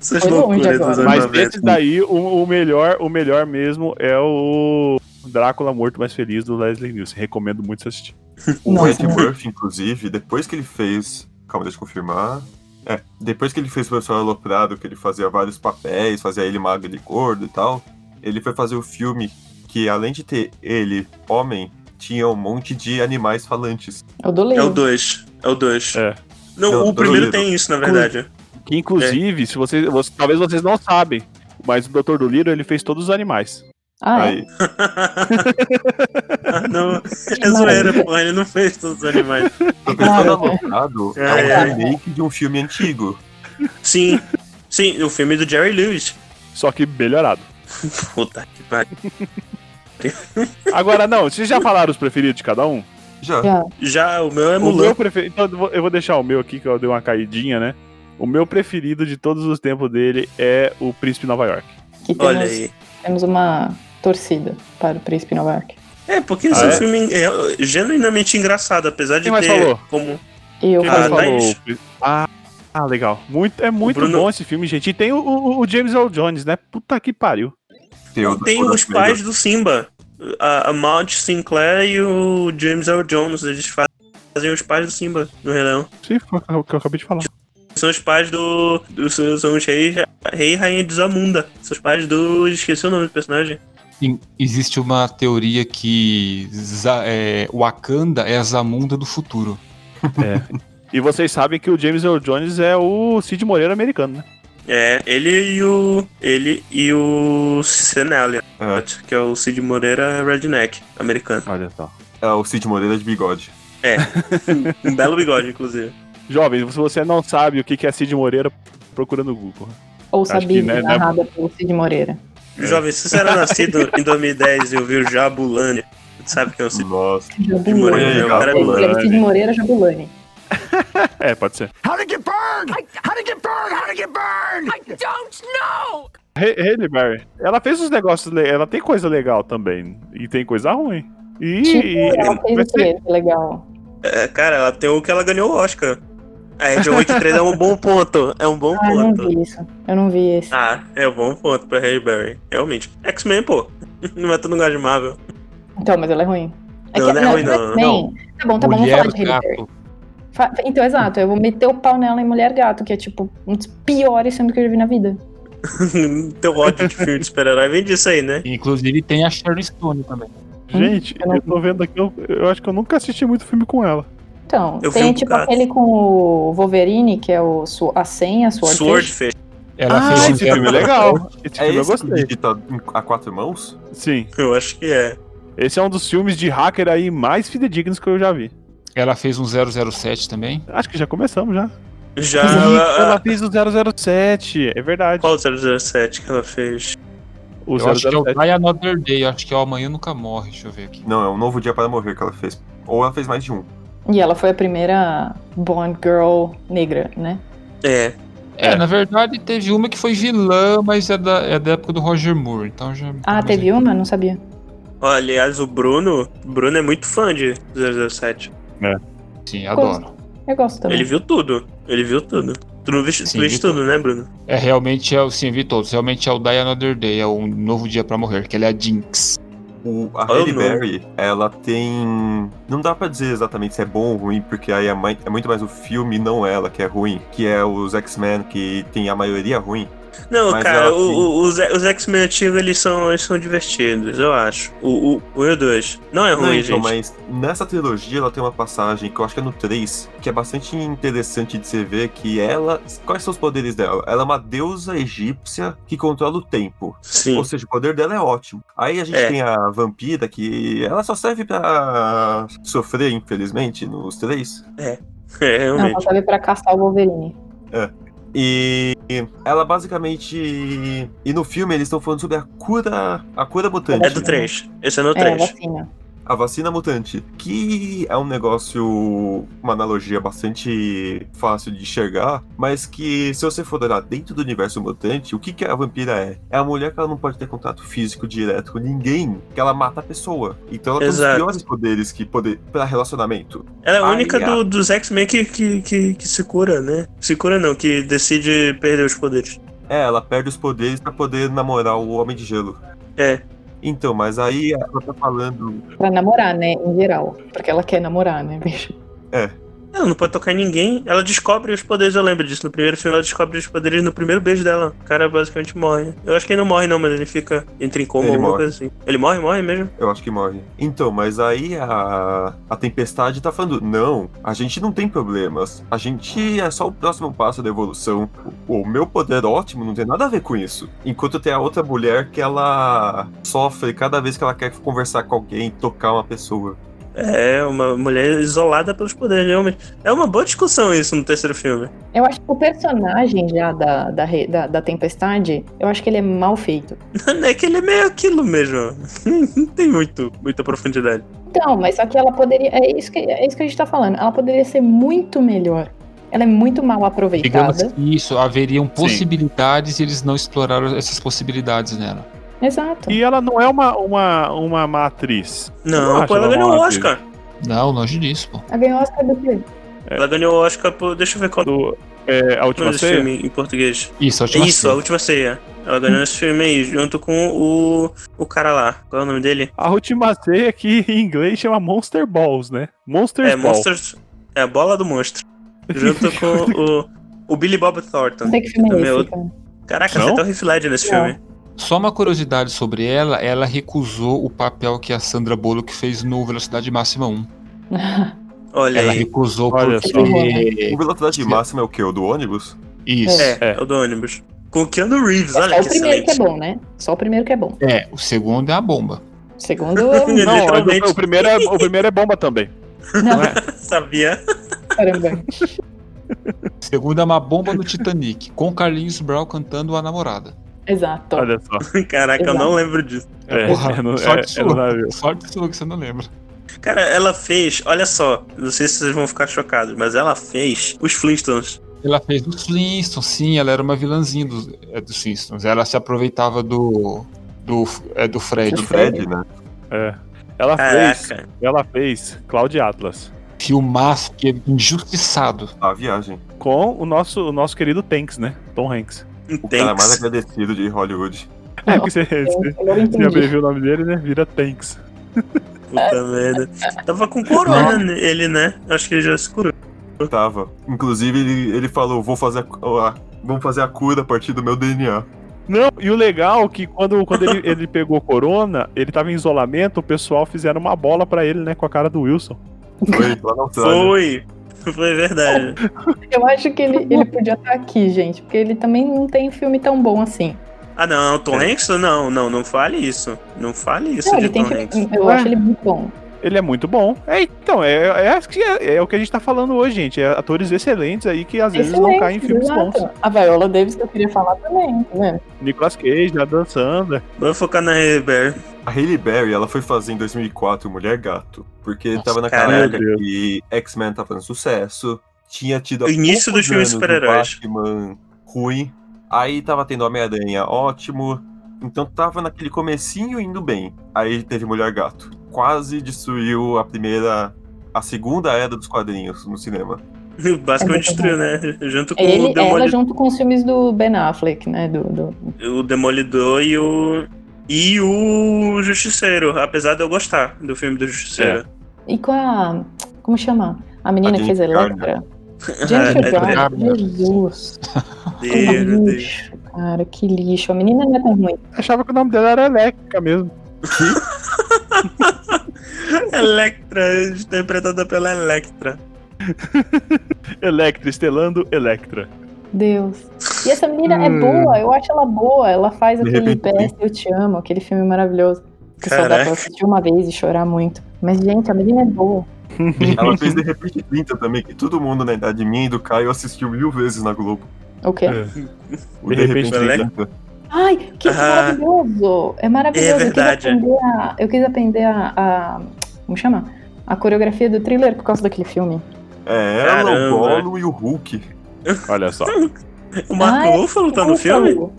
A: Essas
D: Foi longe
A: loucuras dos
D: agora.
A: anos
H: Mas
A: 90.
H: desses daí, o, o melhor, o melhor mesmo é o Drácula Morto Mais Feliz do Leslie Nielsen. Recomendo muito você assistir.
B: O
D: Nossa,
B: Ed
D: né?
B: Murphy, inclusive, depois que ele fez. Calma, deixa eu confirmar. É, depois que ele fez o professor Aloprado, que ele fazia vários papéis, fazia ele magro e gordo e tal, ele foi fazer o filme que, além de ter ele, homem, tinha um monte de animais falantes.
D: é o Doleiro.
A: É o 2. É o 2.
H: É.
A: Não,
B: Eu
A: o primeiro
B: duvido.
A: tem isso, na verdade.
H: Que inclusive, se vocês, você- talvez vocês não sabem, mas o Dr. Dolittle ele fez todos os animais.
D: Ah, é.
B: Aí,
A: Ah, não, é zoeira, porra. Ele não fez todos os animais.
B: o professor
D: Claro.
B: Aloprado é
A: É,
B: um
A: é.
B: remake de um filme antigo.
A: Sim, sim, o filme do Jerry Lewis.
H: Só que melhorado.
A: Puta que pariu.
H: Agora, não, vocês já falaram os preferidos de cada um?
B: Já.
D: Já.
A: Já o meu é
H: O
A: Mulan.
H: meu preferido. Então, eu vou- eu vou deixar o meu aqui, que eu dei uma caidinha, né? O meu preferido de todos os tempos dele é o Príncipe de Nova York.
D: que temos,
A: Olha aí.
D: temos uma torcida para o Príncipe Nova York.
A: É, porque esse
H: Ah,
A: é um
H: é?
A: filme é, genuinamente engraçado, apesar de
H: Quem mais
A: ter
H: falou?
A: como.
D: Eu
A: Quem
H: Mas
A: mais
D: falei.
A: falou?
H: o Príncipe- Ah, ah, legal. Muito, é muito
A: Bruno-
H: bom esse filme, gente. E tem o, o- o James Earl Jones, né? Puta que pariu.
B: o
A: Tem
B: Dr.
A: os
B: Dolittle.
A: pais do Simba. A, a Maud Sinclair e o James Earl Jones. Eles fa- fazem os pais do Simba no Rei Leão.
H: Sim, foi o que eu acabei de falar.
A: São os pais do. do são os reis, rei e rainha de Zamunda. São os pais do. Esqueci o nome do personagem.
C: Sim, Existe uma teoria que Za- é, Wakanda é a Zamunda do futuro.
H: E vocês sabem que o James Earl Jones é o Cid Moreira americano, né?
A: É, ele e o. Ele e o. Senelia,
B: É.
A: que é o Cid Moreira Redneck, americano.
H: Olha só.
B: É o Cid Moreira de bigode.
A: Um belo bigode, inclusive.
H: Jovem, se você não sabe o que que é Cid Moreira, procura no Google.
D: Ouça a
H: Acho que,
D: Bíblia
H: né, né?
D: narrada pelo Cid Moreira.
A: Jovem, se você era nascido em 2010 e ouviu Jabulani, sabe quem é o Cid
B: Nossa.
D: Jabulani.
B: Moreira,
A: Moreira? É um cara
B: Jabulani.
A: bem-
D: Ele é Cid Moreira Jabulani.
H: É, pode ser. How to get burned! How to get burned! How to get burned! I don't know! Haley Berry. Ela fez uns negócios, le- ela tem coisa legal também. E tem coisa ruim. E.
D: Tipo,
H: e-
D: ela fez
H: mas
D: o quê? Legal.
A: É, cara, ela tem o que ela ganhou o Oscar. É, John Wick 3 é um bom ponto. É um bom
D: Ah, eu não
A: ponto.
D: vi isso. Eu não vi esse.
A: Ah, é um bom ponto pra Harry Berry. Realmente. X-Men, pô. Mas tu não gosta de Marvel.
D: Então, mas ela é ruim.
A: Ah. Não, não é ruim, não,
D: X-Men. Tá bom, tá
C: Mulher
D: bom, vamos falar de Halle Berry.
C: gato.
D: Fa- Então, exato, eu vou meter o pau nela em Mulher Gato, que é tipo um dos piores filmes que eu já vi na vida.
A: Teu ódio de filme de super-herói vem disso aí, né?
C: Inclusive tem a Sharon Stone também.
H: Gente,
D: eu não
H: eu tô vendo aqui, eu, eu acho que eu nunca assisti muito filme com ela.
D: Então,
A: Eu vi um
D: tem tipo
A: bocado.
D: aquele com o Wolverine, que é o, Su- a senha, Swordfish.
A: Swordfish.
C: Ela
H: Ah,
C: fez um
H: esse filme é
C: teste-
H: legal. Esse
B: É
H: filme eu
B: esse que
H: gostei.
B: digita em- a quatro mãos?
H: Sim.
A: Eu acho que é.
H: Esse é um dos filmes de hacker aí mais fidedignos que eu já vi.
C: Ela fez um 007 também.
H: Acho que já começamos já.
A: Já.
H: ela
A: a- a-
H: fez o 007, é verdade.
A: Qual o 007 que ela fez?
H: O
C: Eu acho que é o
H: 007.
C: Die Another Day, eu acho que é o Amanhã Nunca Morre, deixa eu ver aqui.
B: Não, é um novo dia para morrer que ela fez. Ou ela fez mais de um.
D: E ela foi a primeira Bond Girl negra, né?
A: É.
C: É, na verdade teve uma que foi vilã, mas é da, é da época do Roger Moore, então já...
D: Ah, teve uma? Não sabia.
A: Ó, aliás, o Bruno. o Bruno é muito fã de 007.
C: Sim, adoro.
D: Eu gosto também.
A: Ele viu tudo. Ele viu tudo. Tu não viste,
C: Sim,
A: tu viste
C: vi tudo.
A: tudo, né, Bruno?
C: É, realmente é o... Sim, eu vi todos. Realmente é o Die Another Day, é um novo dia pra morrer, que ela é a Jinx.
B: O, a
A: Olha o
B: Halle
A: nome.
B: Berry, ela tem. Não dá pra dizer exatamente se é bom ou ruim, porque aí é, mai- é muito mais o filme, não ela, que é ruim. Que é os X-Men, que tem a maioria ruim.
A: Não,
B: Mas
A: cara,
B: ela
A: o-
B: tem-
A: o- os, os X-Men antigos eles são, eles são divertidos, eu acho. O 1 e o 2. Não é ruim,
B: Não, então,
A: gente.
B: mas nessa trilogia ela tem uma passagem que eu acho que é no 3, que é bastante interessante de você ver que ela. Quais são os poderes dela? Ela é uma deusa egípcia que controla o tempo.
A: Sim.
B: Ou seja, o poder dela é ótimo. Aí a gente
A: É.
B: tem a vampira que ela só serve pra sofrer, infelizmente, nos três.
A: É,
D: Não, ela
A: realmente.
D: sabe pra caçar o Wolverine.
B: E ela basicamente. E no filme eles estão falando sobre a cura. A cura mutante. né?
A: É do 3. Esse é no
D: É,
A: 3.
D: vacina.
B: A vacina mutante. Que é um negócio. Uma analogia bastante fácil de enxergar. Mas que se você for olhar dentro do universo mutante, o que, que a vampira é? É a mulher que ela não pode ter contato físico direto com ninguém. Que ela mata a pessoa. Então ela
A: Exato.
B: tem os piores poderes que poder. para relacionamento.
A: Ela é a
B: Ai,
A: única do-
B: ah.
A: dos X-Men que, que, que, que se cura, né? Se cura não, que decide perder os poderes.
B: É, ela perde os poderes pra poder namorar o Homem de Gelo.
A: É.
B: Então, mas aí ela tá falando.
D: Pra namorar, né? Em geral. Porque ela quer namorar, né, bicho?
A: Ela não pode tocar em ninguém. Ela descobre os poderes, eu lembro disso. No primeiro filme, ela descobre os poderes no primeiro beijo dela. O cara basicamente morre. Eu acho que ele não morre, não, mas ele fica. Entra em coma
B: Ele
A: ou alguma
B: morre.
A: coisa assim. Ele morre, morre mesmo?
B: Eu acho que morre. Então, mas aí a, a tempestade tá falando: não, a gente não tem problemas. A gente é só o próximo passo da evolução. O, o meu poder ótimo não tem nada a ver com isso. Enquanto tem a outra mulher que ela sofre cada vez que ela quer conversar com alguém, tocar uma pessoa.
A: É, uma mulher isolada pelos poderes, realmente. É uma boa discussão isso no terceiro filme.
D: Eu acho que o personagem já da, da, re- da, da Tempestade, eu acho que ele é mal feito.
A: É que ele é meio aquilo mesmo. Não tem muito, muita profundidade.
D: Então, mas só que ela poderia. É isso que, é isso que a gente tá falando. Ela poderia ser muito melhor. Ela é muito mal
C: Digamos
D: aproveitada.
C: que isso, haveriam possibilidades e eles não exploraram essas possibilidades nela.
D: Exato.
H: E ela não é uma, uma, uma má atriz. Eu
A: Não,
H: acho
A: pô, ela
H: ela
A: ganhou o
H: uma
A: Oscar.
C: Não, longe disso, pô.
D: Ela ganhou Oscar do quê?
A: Ela ganhou o Oscar por. Deixa eu ver qual é o
H: Do, é, a
A: nome
H: última
A: desse
H: ceia?
A: filme em português.
C: Isso,
A: É
C: a última
A: isso,
C: cena.
A: a última ceia. Ela ganhou esse filme aí, junto com o. o cara lá. Qual é o nome dele?
H: A última ceia é que em inglês chama Monster Balls, né? Monster
A: É
H: Ball.
A: Monsters. É a bola do monstro. Junto com o. O Billy Bob
D: Não
A: Thornton.
D: sei que filme é
A: Também
D: esse, É.
A: outro.
D: cara.
A: Caraca,
H: Não?
A: você tá o Heath Ledger nesse
D: Não.
A: filme.
C: Só uma curiosidade sobre ela, ela recusou o papel que a Sandra Bullock fez no Velocidade Máxima 1.
A: Olha
C: Ela é
A: aí.
C: recusou
H: Olha
C: porque...
D: só.
B: O velocidade
C: Sim.
B: máxima é o quê? O do ônibus?
C: Isso. É.
A: É, é o do ônibus. Com o Keanu Reeves, olha
D: Só
A: que
D: o primeiro que é
A: excelente.
D: bom, né? Só o primeiro que é bom.
C: o segundo é a bomba.
D: O segundo, eu-
A: Ele
H: Não,
A: literalmente-
H: o, o primeiro é, o primeiro é bomba também. é?
A: Sabia?
D: caramba.
C: O segundo é uma bomba no Titanic, com Carlinhos Brown cantando A Namorada.
D: Exato.
H: Olha só.
A: Caraca, eu não lembro disso.
H: É,
C: Porra,
H: é, no-
C: sorte
H: é, é no
C: sua.
H: navio.
C: Sorte sua que você não lembra.
A: Cara, ela fez, olha só, não sei se vocês vão ficar chocados, mas ela fez os Flintstones.
C: Ela fez do Flintstones, sim, ela era uma vilãzinha dos é, dos Flintstones. Ela se aproveitava do... do, é, do
B: Do
C: Fred.
B: Fred, né?
H: É. Ela fez,
A: Caraca.
H: ela fez Cloud Atlas
C: Filmaço que é injustiçado.
B: A viagem.
H: com o nosso, o nosso querido Tanks, né? Tom Hanks.
B: O cara mais
A: Intense.
B: agradecido de Hollywood.
H: É, porque você, você,
D: Eu
H: você
D: entendi.
H: abreviou o nome dele, né? Vira Tanks.
D: É.
A: Puta merda. Tava com corona ele, né? Acho que ele já se curou.
B: Tava. Inclusive, ele, ele falou: vou fazer a, cu- a- vamos fazer a cura a partir do meu DNA.
H: Não, e o legal é que quando, quando ele, ele pegou corona, ele tava em isolamento, o pessoal fizeram uma bola pra ele, né? Com a cara do Wilson.
B: Foi lá na Austrália.
A: Foi. Foi verdade.
D: Eu acho que ele, ele podia estar aqui, gente, porque ele também não tem filme tão bom assim.
A: Ah, não, Tom
H: É.
A: Hanks? Não, não, não fale isso. Não fale isso
D: Não,
A: de
D: ele
A: Tom
D: tem
A: Hanks.
D: filme, eu
H: É.
D: acho ele muito bom.
H: Ele é muito bom. É, então, é, é, acho que é- é o que a gente tá falando hoje, gente. É atores excelentes aí que às vezes não
D: Excelente,
H: caem em filmes bons.
D: exato. A Viola Davis que eu queria falar também, tá vendo?
H: Nicolas Cage, Adam Sandler.
A: Vamos focar na Halle Berry.
B: A Hailey Berry, ela foi fazer em 2004 Mulher Gato. Porque
C: Nossa,
B: tava na
A: caralho.
B: careca que X-Men tá fazendo sucesso. Tinha tido há
A: O início
B: poucos
A: dos filmes
B: anos um
A: super-heróis.
B: Batman ruim. Aí tava tendo Homem-Aranha ótimo. Então tava naquele comecinho indo bem. Aí teve Mulher Gato. Quase destruiu a primeira. A segunda era dos quadrinhos no cinema.
A: Basicamente destruiu, né? Junto com o,
D: Ele, ela
A: Demoli-
D: junto com os filmes do Ben Affleck, né? Do, do-
A: o Demolidor e o. E o Justiceiro, apesar de eu gostar do filme do
H: É.
A: Justiceiro.
D: E com a. Como chama? A menina
B: A
D: que fez
B: Jennifer
D: Electra? Jennifer
A: É, é,
D: Garner. Jesus. Que
A: Deus, Deus.
D: lixo, cara, que lixo. A menina não é tão ruim.
H: Achava que o nome dela era Elétrica mesmo.
A: Electra, interpretada pela Electra.
H: Electra, estelando Electra.
D: Deus. E essa menina é
H: Hum.
D: boa, eu acho ela boa. Ela faz
B: De
D: aquele
B: repente,
D: PS Eu Te Amo, aquele filme maravilhoso. Que só dá
A: Caraca.
D: pra assistir uma vez e chorar muito. Mas, gente, a menina é boa.
B: Ela fez de repente 30 também, que todo mundo na idade minha e do Caio assistiu mil vezes na Globo.
D: O quê?
B: O
H: De
B: de,
H: Repente
B: repente, né?
A: 30.
B: 30.
D: Ai, que
A: Ah.
D: maravilhoso! É maravilhoso.
A: É
D: Eu quis
A: verdade.
D: aprender a- Eu quis aprender a, a- Como chama? A coreografia do thriller por causa daquele filme.
B: É ela,
A: Caramba.
B: o Gollum e o Hulk.
H: Olha só.
A: O Marco
D: Ah, é
A: Ruffalo tá no
D: Ruffalo.
A: filme?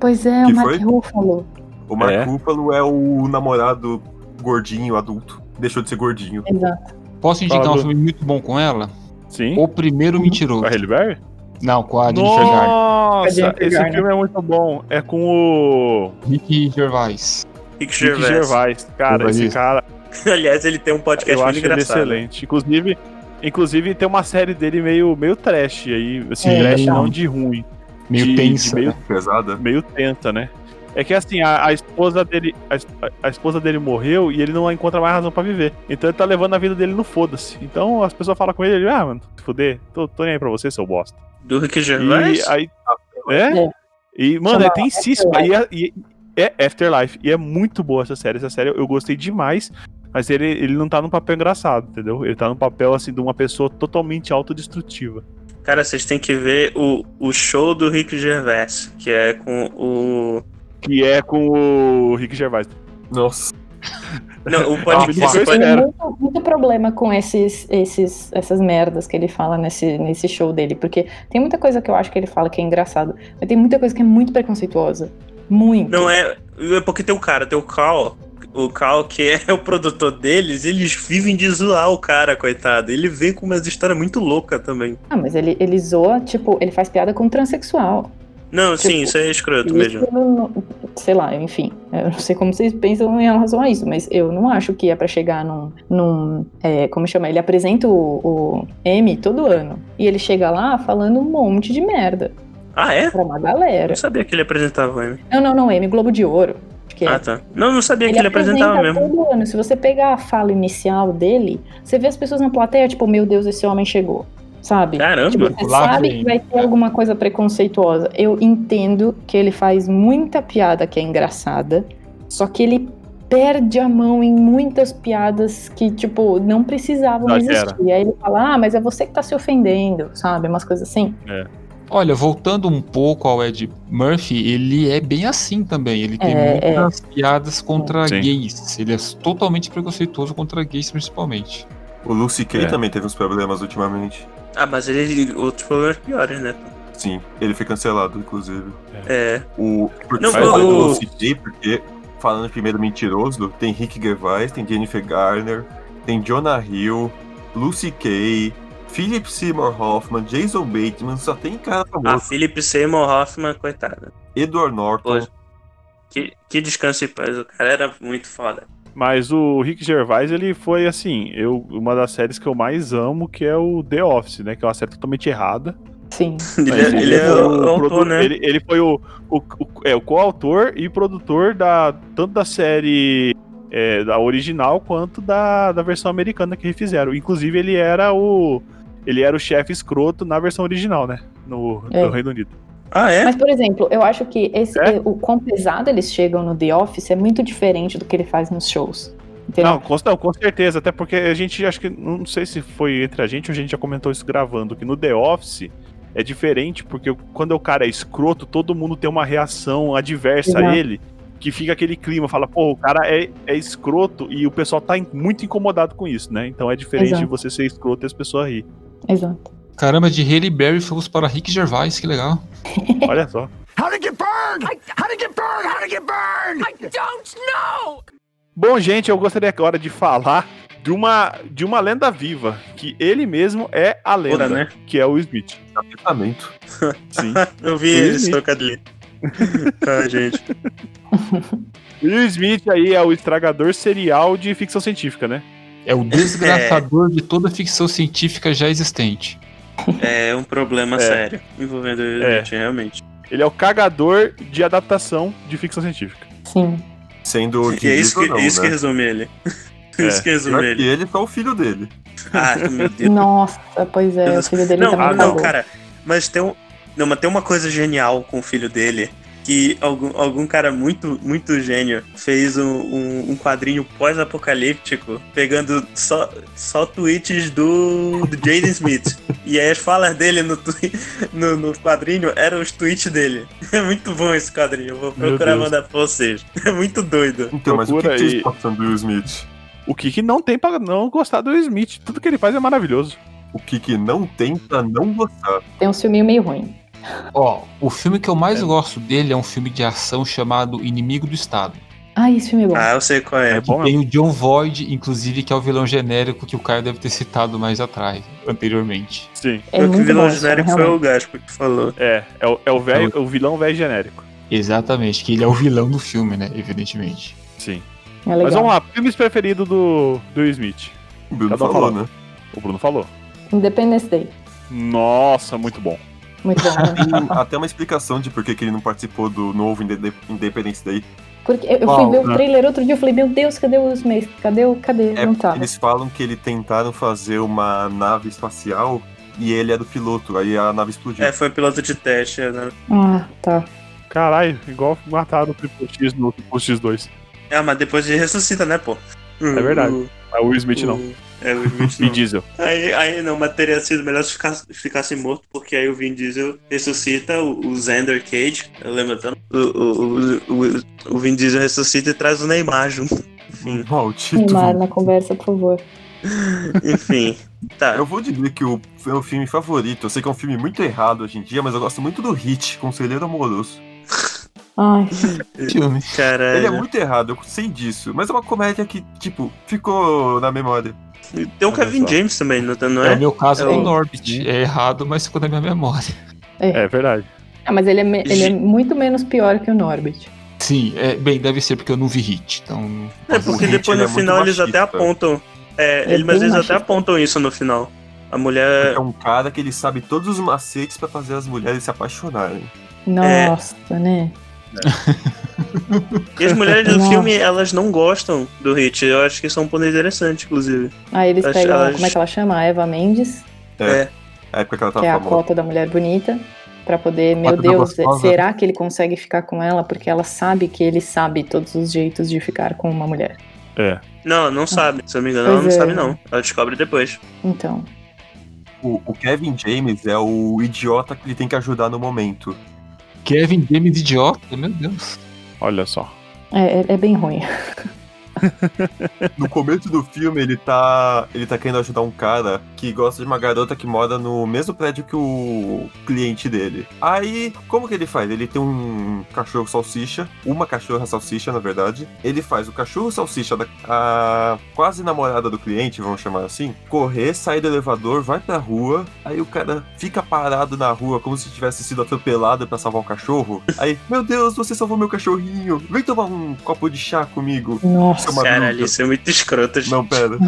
D: Pois é, o
B: Que
D: Mark
B: foi?
D: Ruffalo.
B: O Mark
H: É.
B: Ruffalo é o namorado gordinho, adulto. Deixou de ser gordinho.
D: Exato.
C: Posso indicar
H: Fala,
C: um
H: Bruno.
C: filme muito bom com ela?
H: Sim.
C: O Primeiro Mentiroso.
H: A Halle Berry?
C: Não, com a Jennifer Garner.
H: Nossa,
D: Jennifer
H: esse
D: Garner.
H: filme é muito bom. É com o
C: Ricky Gervais.
A: Rick
H: Rick
A: Gervais.
H: Gervais. Cara,
C: Gervais.
H: esse cara,
A: Aliás, ele tem um podcast
H: eu
A: muito
H: acho ele
A: engraçado.
H: excelente. Inclusive, inclusive tem uma série dele meio, meio trash aí. Assim,
D: É,
H: trash
C: legal.
H: não de ruim,
C: Meio
H: De- de
C: tensa.
H: meio-
C: né?
B: Pesada.
H: meio tenta, né? É que assim, a, a esposa dele a, es- a esposa dele morreu e ele não encontra mais razão pra viver. Então ele tá levando a vida dele no foda-se. Então as pessoas falam com ele, ele, ah, mano, se fuder, tô, tô nem aí pra você, seu bosta.
A: Do Rick Gervais?
H: E aí. É?
D: É.
H: E, mano, é, tem cisma.
D: Afterlife.
H: E, é- e- é Afterlife. E é muito boa essa série. Essa série eu gostei demais. Mas ele, ele não tá num papel engraçado, entendeu? Ele tá num papel, assim, de uma pessoa totalmente autodestrutiva.
A: Cara, vocês têm que ver o, o show do Rick Gervais, que é com o.
H: Que é com o Rick Gervais.
B: Nossa.
A: Não, o
H: Ah,
A: podcast.
H: foi-
A: o
D: Tem
A: pod-
H: Era.
D: muito, muito problema com esses, esses, essas merdas que ele fala nesse, nesse show dele. Porque tem muita coisa que eu acho que ele fala que é engraçado. Mas tem muita coisa que é muito preconceituosa. Muito.
A: Não é. É porque tem o cara, tem o Cal. O Cal, que é o produtor deles, eles vivem de zoar o cara, coitado. Ele vem com umas histórias muito loucas também.
D: Ah, mas ele, ele zoa, tipo, ele faz piada com transexual.
A: Não,
D: Tipo,
A: sim, isso é escroto
D: Isso
A: mesmo.
D: eu não- sei lá, enfim, eu não sei como vocês pensam em relação a isso, mas eu não acho que é pra chegar num. num é, como chama? Ele apresenta o, o M todo ano. E ele chega lá falando um monte de merda
A: Ah, é?
D: pra uma
A: Não
D: galera.
A: sabia que ele apresentava o M.
D: Não, não, não, M, Globo de Ouro. Acho que é.
A: Ah, tá. Não, não sabia que ele apresentava mesmo.
D: todo ano. Se você pegar a fala inicial dele, você vê as pessoas na plateia, tipo, meu Deus, esse homem chegou. Sabe? Tipo,
A: Caramba.
D: você
C: Lá
D: sabe
C: vem.
D: que vai ter alguma coisa preconceituosa. Eu entendo que ele faz muita piada que é engraçada, só que ele perde a mão em muitas piadas que, tipo, não precisavam
H: Exagera.
D: existir. Aí ele fala, ah, mas é você que tá se ofendendo, sabe? Umas coisas assim.
C: Olha, voltando um pouco ao Ed Murphy, ele é bem assim também. Ele tem
D: É, é.
C: muitas piadas contra
H: Sim.
C: gays. Ele é totalmente preconceituoso contra gays, principalmente.
B: O Lucy Kay
H: É.
B: também teve uns problemas ultimamente.
A: Ah, mas ele. Outros problemas piores, né?
B: Sim, ele foi cancelado, inclusive.
A: É.
B: O. Porque
A: Não,
B: eu falei
A: o-
B: do Lucy Kay, porque falando de primeiro mentiroso, tem Rick Gervais, tem Jennifer Garner, tem Jonah Hill, Lucy Kay, Philip Seymour Hoffman, Jason Bateman, só tem cara
A: A
B: famoso.
A: Philip Seymour Hoffman, coitada.
B: Edward Norton.
A: Pois. Que, que descanso e paz. O cara era muito foda.
H: Mas o Rick Gervais, ele foi assim, eu, uma das séries que eu mais amo, que é o The Office, né? Que é uma série totalmente errada.
D: Sim.
A: Ele,
H: Mas
A: é- ele é
H: foi
A: o autor,
H: um produ-
A: né?
H: ele- ele foi o, o, o- é, o coautor e produtor da, tanto da série é, da original quanto da, da versão americana que refizeram. Inclusive, ele era o. Ele era o chefe escroto na versão original, né? No,
D: É.
H: no Reino Unido.
A: Ah, é?
D: Mas, por exemplo, eu acho que esse,
H: É?
D: o quão pesado eles chegam no The Office é muito diferente do que ele faz nos shows. Entendeu?
H: Não com, não, com certeza. Até porque a gente acho que. Não sei se foi entre a gente ou a gente já comentou isso gravando, que no The Office. É diferente, porque quando o cara é escroto, todo mundo tem uma reação adversa a
D: Exato.
H: ele, que fica aquele clima, fala, pô, o cara é, é escroto e o pessoal tá in- muito incomodado com isso, né? Então é diferente
D: Exato.
H: de você ser escroto e as pessoas rir.
D: Exato.
C: Caramba, de Haley Berry fomos para Rick Gervais, que legal.
H: Olha só. Bom, gente, eu gostaria agora de falar de uma, de uma lenda viva, que ele mesmo é a lenda,
A: Foda, né?
H: que é o Smith.
B: Tratamento.
H: Sim.
A: Eu vi
H: Ele
A: esse
H: mesmo.
A: trocadilho. ah, gente.
H: Will Smith aí é o estragador serial de ficção científica, né?
C: É o desgraçador
H: É.
C: de toda ficção científica já existente.
A: É um problema sério envolvendo o
H: É.
A: Smith, realmente.
H: Ele é o cagador de adaptação de ficção científica.
D: Sim.
B: Sendo
A: E é isso
B: otimista
A: que,
B: ou não,
A: é isso que
B: né?
A: resume ele.
H: É.
A: isso que
B: Pior
A: resume
B: que
A: ele.
B: ele, só o filho dele.
A: Ah, meu Deus.
D: Nossa, pois é, o filho dele
A: Não,
D: também
H: ah,
A: não,
D: cagou.
A: cara, mas tem, um, não, mas tem uma coisa genial com o filho dele. Que algum, algum cara muito, muito gênio fez um, um, um quadrinho pós-apocalíptico pegando só, só tweets do, do Jaden Smith. e aí as falas dele no, twi- no, no quadrinho eram os tweets dele. É muito bom esse quadrinho, eu vou
H: Meu
A: procurar
H: Deus.
A: mandar pra vocês. É muito doido.
B: Então, mas o que,
H: Procura
B: que vocês
H: aí.
B: gostam do Will Smith?
H: O que, que não tem pra não gostar do Will Smith. Tudo que ele faz é maravilhoso.
B: O que, que não tem pra não gostar?
D: Tem um filminho meio ruim.
C: Ó, o filme que eu mais gosto dele é um filme de ação chamado Inimigo do Estado.
D: Ah, esse filme é bom.
A: Ah, eu sei qual é.
H: É bom mesmo.
C: Tem o John Void, inclusive, que é o vilão genérico que o Caio deve ter citado mais atrás, anteriormente.
H: Sim.
D: é
A: o que
D: muito
A: vilão
D: bom esse filme,
A: genérico foi o
D: realmente.
A: Gaspo que falou.
H: É, é o, é o, velho, é o vilão velho genérico.
C: Exatamente, que ele é o vilão do filme, né? Evidentemente.
H: Sim.
D: É
H: Mas
D: legal.
H: vamos lá, filmes preferidos do, do Will Smith.
B: O Bruno
H: Cada um
B: falou,
H: fala.
B: né?
H: O Bruno falou.
D: Independence Day.
H: Nossa, muito bom.
D: Muito bom. né?
B: Tem até uma explicação de por que que ele não participou do novo Inde- Independence Day.
D: Porque eu eu
C: Qual?
D: fui ver o
H: Ah.
D: trailer outro dia, eu falei, meu Deus, cadê o Smith? Cadê o... Cadê?
B: É,
D: não tá.
B: Eles falam que ele tentaram fazer uma nave espacial e ele era o piloto, aí a nave explodiu.
A: É, foi piloto de teste, né?
D: Ah, tá.
H: Caralho, igual mataram o Triple X no Triple X2.
A: Ah, mas depois ele ressuscita, né, pô? É
H: verdade. Mas o Will Smith não.
A: É, o Vin Diesel.
H: E Diesel.
A: não. aí, aí não, mas teria sido melhor se ficasse, ficasse morto, porque aí o Vin Diesel ressuscita o, o Xander Cage, eu lembro até. O, o, o, o, o Vin Diesel ressuscita e traz o Neymar junto. Enfim,
B: Ó, o título.
D: Neymar na conversa, por favor.
A: enfim. Tá.
B: Eu vou dizer que o meu filme favorito, eu sei que é um filme muito errado hoje em dia, mas eu gosto muito do Hit, Conselheiro Amoroso.
D: Ai,
C: Filme.
A: Caralho.
B: Ele é muito errado, eu sei disso, mas é uma comédia que, tipo, ficou na memória.
A: Tem o Kevin
H: Olha só.
A: James também, não, tá- não
C: É, o
A: é?
C: meu caso
A: É
C: com
A: o-
C: o Norbit. É errado, mas ficou na minha memória.
H: É verdade.
D: Ah, mas ele é, me- ele é
A: Gi-
D: muito menos pior que o Norbit.
C: Sim, é, bem, deve ser porque eu não vi hit. Então.
A: É, porque
B: Hit,
A: depois
B: ele
A: no
B: é muito
A: final eles até
B: machista.
A: apontam. É,
D: É
A: ele, mas
D: bem
A: eles até
D: machista.
A: apontam isso no final. A
B: É
A: mulher.
B: um cara que ele sabe todos os macetes pra fazer as mulheres se apaixonarem.
D: Nossa, né?
B: um
A: E as mulheres do
D: Nossa.
A: filme, elas não gostam do Hit. Eu acho que isso é um ponto interessante, inclusive.
D: Aí eles
A: Acho-
D: pegam,
A: acho-
D: como é que ela chama? A Eva Mendes,
B: A época que ela
D: que
B: tava
D: é a
B: Tá famosa.
D: cota da mulher bonita, pra poder, meu
C: Cota da
D: Deus,
C: gostosa.
D: será que ele consegue ficar com ela? Porque ela sabe que ele sabe todos os jeitos de ficar com uma mulher.
A: Não, ela não sabe. Se eu não me engano, ela não
D: Pois é.
A: sabe, não. Ela descobre depois.
D: Então,
B: O, o Kevin James é o idiota que ele tem que ajudar no momento.
C: Kevin James idiota, meu Deus.
H: Olha só.
D: é, é- é bem ruim.
B: No começo do filme, ele tá. Ele tá querendo ajudar um cara que gosta de uma garota que mora no mesmo prédio que o cliente dele. Aí, como que ele faz? Ele tem um cachorro salsicha, uma cachorra salsicha, na verdade. Ele faz o cachorro salsicha da a quase namorada do cliente, vamos chamar assim, correr, sair do elevador, vai pra rua, aí o cara fica parado na rua como se tivesse sido atropelado pra salvar o cachorro. Aí, meu Deus, você salvou meu cachorrinho. Vem tomar um copo de chá comigo.
D: Nossa.
B: Isso é uma
A: Caralho,
B: dúvida.
A: isso é muito escroto, gente.
B: Não, pera.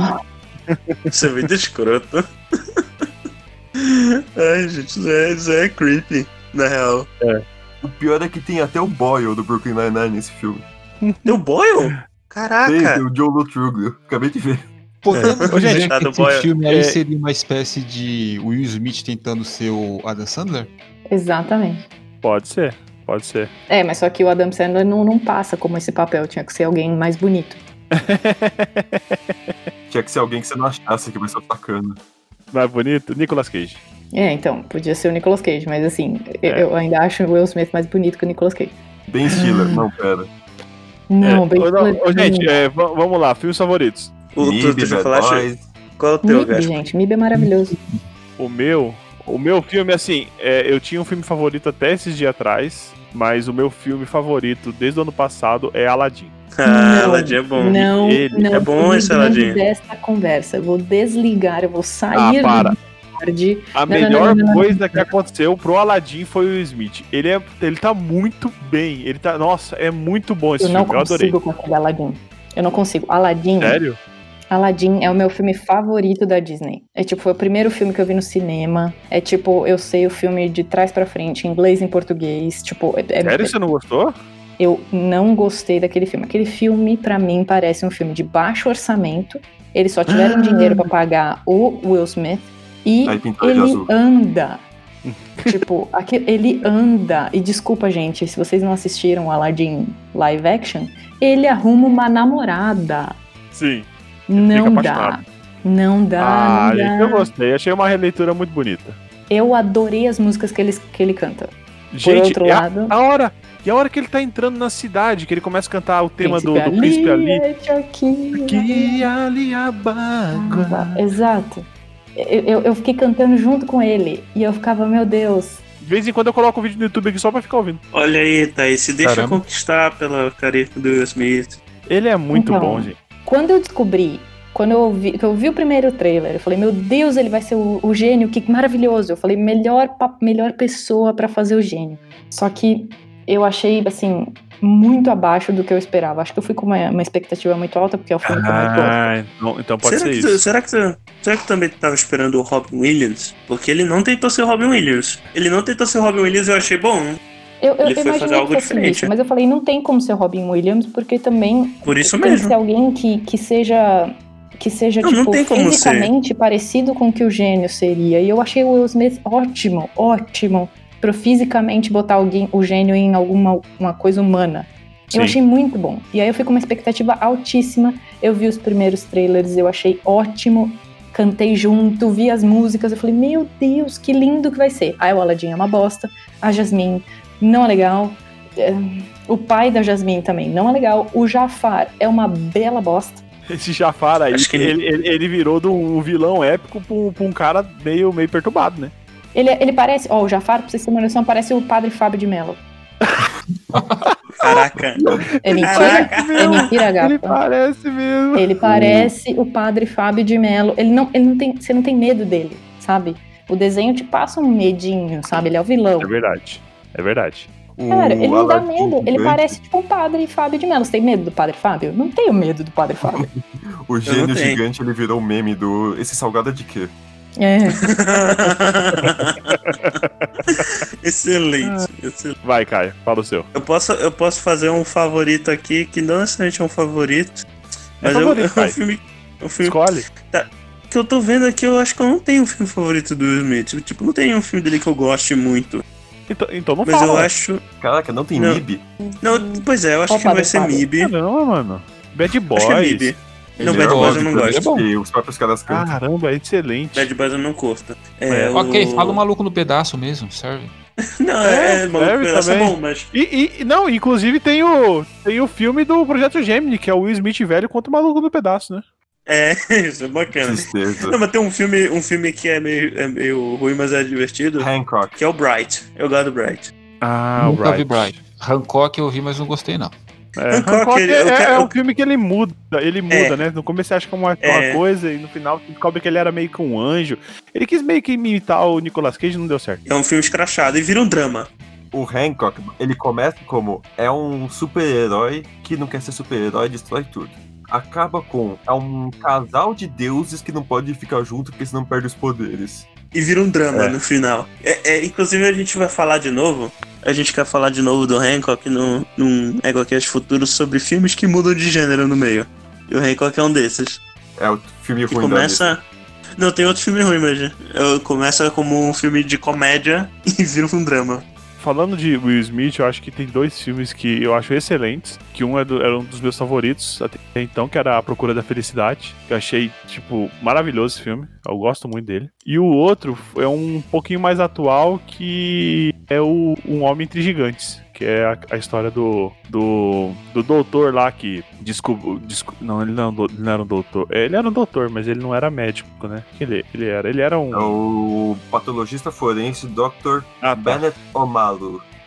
A: Isso é muito escroto. Ai, gente, isso é, isso é creepy, na real.
B: O pior é que tem até o Boyle do Brooklyn Nine-Nine nesse filme.
A: Deu Boyle?
B: Tem, tem
A: Caraca!
B: o Joe Lutrugio. Acabei de ver.
K: Podemos
A: Ô, gente,
K: dizer
A: tá
K: que
A: do
K: esse
A: boy-
K: filme
H: é-
K: aí seria uma espécie de Will Smith tentando ser o Adam Sandler?
D: Exatamente.
H: Pode ser, pode ser.
D: É, mas só que o Adam Sandler não, não passa como esse papel, tinha que ser alguém mais bonito.
B: Tinha que ser alguém que você não achasse que vai ser sacana.
H: Mais bonito? Nicolas Cage.
D: É, então, podia ser o Nicolas Cage, mas assim, eu-
H: É.
D: eu ainda acho o Will Smith mais bonito que o Nicolas Cage.
B: Ben Stiller. Não, pera.
D: Não,
H: é.
D: bem
H: Ô, não,
D: Nicolas
H: ô, gente,
D: Cage.
H: é, va- vamos lá, filmes favoritos.
A: O, tu, tu
B: Mib,
A: já
B: Bad
A: falaste?
B: Boys.
A: Qual é o teu,
D: Mib,
A: Gaspar?
D: gente, Mib é maravilhoso.
H: O meu, o meu filme, assim, é, eu tinha um filme favorito até esses dias atrás, mas o meu filme favorito desde o ano passado é Aladdin.
A: Ah,
D: Não,
A: Aladdin é bom.
D: Não,
H: ele-
D: não,
A: é bom
D: me
A: esse
D: livre
A: Aladdin.
D: dessa conversa, eu vou desligar, eu vou sair
H: Ah, para.
D: da tarde.
H: A
D: não,
H: melhor
D: não, não, não,
H: coisa que aconteceu pro Aladdin foi o Smith. Ele, é, ele tá muito bem. Ele tá. Nossa, é muito bom esse
D: Eu não
H: filme. Eu adorei.
D: consigo com aquele Aladdin. Eu não consigo. Aladdin,
H: Sério?
D: Aladdin é o meu filme favorito da Disney. É tipo, foi o primeiro filme que eu vi no cinema. É tipo, eu sei o filme de trás pra frente, em inglês e em português. Tipo, é, é-
H: Sério, você não gostou?
D: eu não gostei daquele filme. Aquele filme, pra mim, parece um filme de baixo orçamento. Eles só tiveram dinheiro pra pagar o Will Smith e
B: Aí pintou ele de
D: ele
B: azul.
D: anda. tipo, aqui, ele anda. E desculpa, gente, se vocês não assistiram Aladdin live action, ele arruma uma namorada.
H: Sim.
D: Não dá.
H: apaixonado.
D: Não dá.
H: Ah,
D: não dá.
H: gente, eu gostei. Achei uma releitura muito bonita.
D: Eu adorei as músicas que ele, que ele canta.
H: Gente,
D: Por outro
H: é a-
D: lado,
H: a, hora. E a hora que ele tá entrando na cidade, que ele começa a cantar o tema do, do príncipe ali.
D: é Joaquim,
H: Que ali a bagua.
D: Exato. Eu, eu- eu fiquei cantando junto com ele. E eu ficava, meu Deus.
H: De vez em quando eu coloco o vídeo no YouTube aqui só pra ficar ouvindo.
A: Olha aí, Thaís, se deixa
C: Caramba.
A: conquistar pela careta do Will Smith.
H: Ele é muito
D: Então.
H: bom, gente.
D: Quando eu descobri, quando eu ouvi, que eu vi o primeiro trailer, eu falei, meu Deus, ele vai ser o, o gênio, que maravilhoso. Eu falei, melhor, pa- melhor pessoa pra fazer o gênio. Só que eu achei, assim, muito abaixo do que eu esperava. Acho que eu fui com uma, uma expectativa muito alta, porque é o filme que eu mais gosto.
H: Ah, então, então pode
A: será,
H: ser
A: que
H: isso.
A: tu, será que tu- será que tu também tava esperando o Robin Williams? Porque ele não tentou ser o Robin Williams. Ele não tentou ser o Robin Williams e eu achei bom.
D: Eu, eu
A: Ele foi
D: imaginei
A: fazer algo
D: que fosse
A: diferente,
D: isso,
A: né?
D: mas eu falei, não tem como ser o Robin Williams, porque também
A: Por isso
D: tem que
A: mesmo.
D: ser alguém que, que seja. Que seja,
A: Não, não
D: tipo,
A: tem como ser.
D: fisicamente parecido com o que o gênio seria. E eu achei o Will Smith ótimo, ótimo. Pra fisicamente botar alguém, o gênio em alguma uma coisa humana. Eu
H: Sim.
D: achei muito bom. E aí eu fui com uma expectativa altíssima. Eu vi os primeiros trailers, eu achei ótimo. Cantei junto, vi as músicas. Eu falei, meu Deus, que lindo que vai ser. Aí o Aladdin é uma bosta. A Jasmine não é legal. É, O pai da Jasmine também não é legal. O Jafar é uma bela bosta.
H: Esse Jafar aí,
A: Acho que ele-
H: ele, ele, ele virou de um vilão épico pra um, pra um cara meio, meio perturbado, né?
D: Ele, é, ele parece, ó, o Jafar, pra vocês terem uma noção, parece o padre Fábio de Mello.
A: Caraca.
D: É mentira,
A: Caraca.
D: é mentira,
H: Ele
D: gata.
H: parece mesmo.
D: Ele parece o padre Fábio de Mello. Ele não, ele não tem, você não tem medo dele, sabe? O desenho te passa um medinho, sabe? Ele é o vilão.
H: É verdade. É verdade.
B: O
D: Cara, ele não dá
B: Aladdin
D: medo. Ele
B: gigante,
D: parece tipo o padre Fábio de Mello. Você tem medo do padre Fábio? Não tenho medo do padre Fábio.
B: O
A: Eu não
B: gênio
A: tenho.
B: gigante, ele virou o meme do. Esse salgado é de quê?
D: É.
A: excelente, excelente.
H: Vai, Caio, fala o seu.
A: Eu posso, eu posso fazer um favorito aqui, que não necessariamente é um favorito. Mas é
H: favorito,
A: eu, é um
H: vai.
A: filme. é um filme
H: Escolhe.
A: que eu tô vendo aqui, eu acho que eu não tenho um filme favorito do Will Smith. Tipo, não tem um filme dele que eu goste muito.
H: Então, então não
A: Mas
H: fala.
A: eu
H: né?
A: acho.
B: Caraca, não tem
A: Não.
B: MIB?
A: Não, pois é, eu acho
D: Qual
A: que vai
D: Padre
A: ser
D: Fábio?
A: Mib.
H: Caramba, mano. Bad
A: Acho que é
H: Boys.
A: Mib. Não,
B: Ele
A: Bad
B: é
A: Boys eu
B: ótimo,
A: não
B: pra mim é
A: gosto.
C: bom.
B: E os próprios caras cantam.
H: Caramba, excelente.
A: Bad Boys eu não curto. É,
C: Ok, fala o
A: uma
C: maluco no pedaço mesmo, serve.
A: Não, é,
H: É,
A: é maluco,
H: deve
A: essa é
H: também.
A: bom, mas.
H: E, e- não, inclusive tem o, tem o filme do Projeto Gemini, que é o Will Smith velho contra o maluco no pedaço, né?
A: É, isso é bacana.
B: Tristeza.
A: Não, mas tem um filme, um filme que é meio, é meio ruim, mas é divertido,
B: Hancock.
A: que é o Bright. Eu gosto do Bright.
H: Ah,
C: Nunca vi Bright. Hancock eu vi, mas não gostei, não.
H: É,
A: Hancock,
H: Hancock
A: ele-
H: é,
A: eu quero-
H: é
A: eu-
H: um filme que ele muda, ele muda, né? No começo você acha que é uma,
A: É.
H: uma coisa e no final você descobre que ele era meio que um anjo. Ele quis meio que imitar o Nicolas Cage e não deu certo.
A: É um filme escrachado e vira um drama.
B: O Hancock, ele começa como é um super-herói que não quer ser super-herói e destrói tudo. Acaba com é um casal de deuses que não pode ficar junto porque senão perde os poderes.
A: E vira um drama
B: É.
A: no final. É, é, inclusive a gente vai falar de novo. A gente quer falar de novo do Hancock num, num EgoCast futuro sobre filmes que mudam de gênero no meio. E o Hancock é um desses.
B: É o filme
A: Que
B: ruim da
A: começa. Não, tem outro filme ruim, mas eh, começa como um filme de comédia e vira um drama.
H: Falando de Will Smith, eu acho que tem dois filmes que eu acho excelentes. Que um é do- era um dos meus favoritos até então, que era A Procura da Felicidade. Que eu achei, tipo, maravilhoso esse filme. Eu gosto muito dele. E o outro é um pouquinho mais atual, que é o Um Homem Entre Gigantes. Que é a, a história do, do, do doutor lá que descobriu. desco- não, ele não, é um do- ele não era um doutor. É, Ele era um doutor, mas ele não era médico, né? Que Ele, ele era. Ele era um.
B: É o patologista forense Dr.
H: Ah, tá.
B: Bennett O'Malley.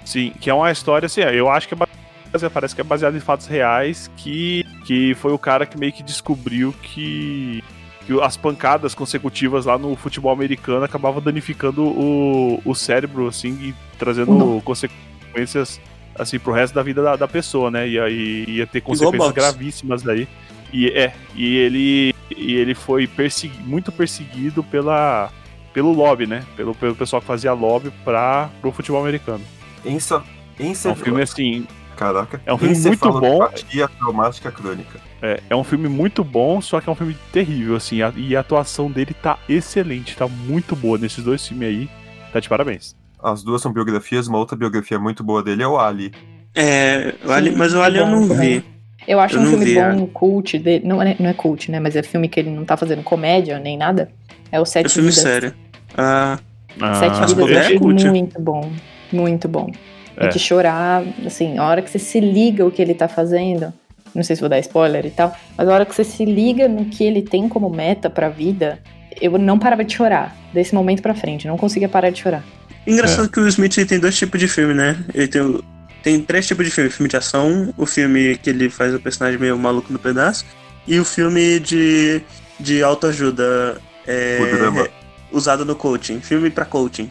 H: Sim, que é uma história assim, eu acho que é baseada, parece que é baseada em fatos reais que, que foi o cara que meio que descobriu que, que as pancadas consecutivas lá no futebol americano acabavam danificando o, o cérebro, assim, e trazendo consequências assim pro resto da vida da, da pessoa, né? E aí ia ter consequências
A: boxe.
H: gravíssimas daí. E é, e ele e ele foi persegui- muito perseguido pela pelo lobby, né? Pelo, pelo pessoal que fazia lobby para pro futebol americano.
B: Ensa...
H: É um
B: Encefalo...
H: filme assim.
B: Caraca.
H: é um filme muito
B: Encefalopatia traumática crônica.
H: É, é um filme muito bom, só que é um filme terrível, assim. a- e a atuação dele tá excelente, tá muito boa nesses dois filmes aí. Tá de parabéns.
B: As duas são biografias, uma outra biografia muito boa dele é o Ali.
A: É, o Ali-
D: Sim,
A: mas o Ali eu
D: bom
A: não
D: também.
A: vi. É
D: Eu acho
A: Eu
D: um
A: não
D: filme
A: vi,
D: bom, cult dele. Não é, não é cult, né? Mas é filme que ele não tá fazendo comédia nem nada. É o
A: É
D: Sete
A: filme
D: Vidas.
A: sério. Ah,
D: Sete
A: mas
D: Vidas eu
A: comédia é
D: acho
A: cult, né?
D: muito bom. Muito bom. É.
H: É.
D: de chorar, assim, a hora que você se liga o que ele tá fazendo. Não sei se vou dar spoiler e tal, mas a hora que você se liga no que ele tem como meta pra vida, eu não parava de chorar. Desse momento pra frente, não conseguia parar de chorar.
B: É.
A: engraçado que o Smith ele tem dois tipos de filme, né? Ele tem, o- tem três tipos de filme: filme de ação, o filme que ele faz o personagem meio maluco no pedaço, e o filme de, de autoajuda. é,
B: O drama.
A: usado no coaching, filme pra coaching.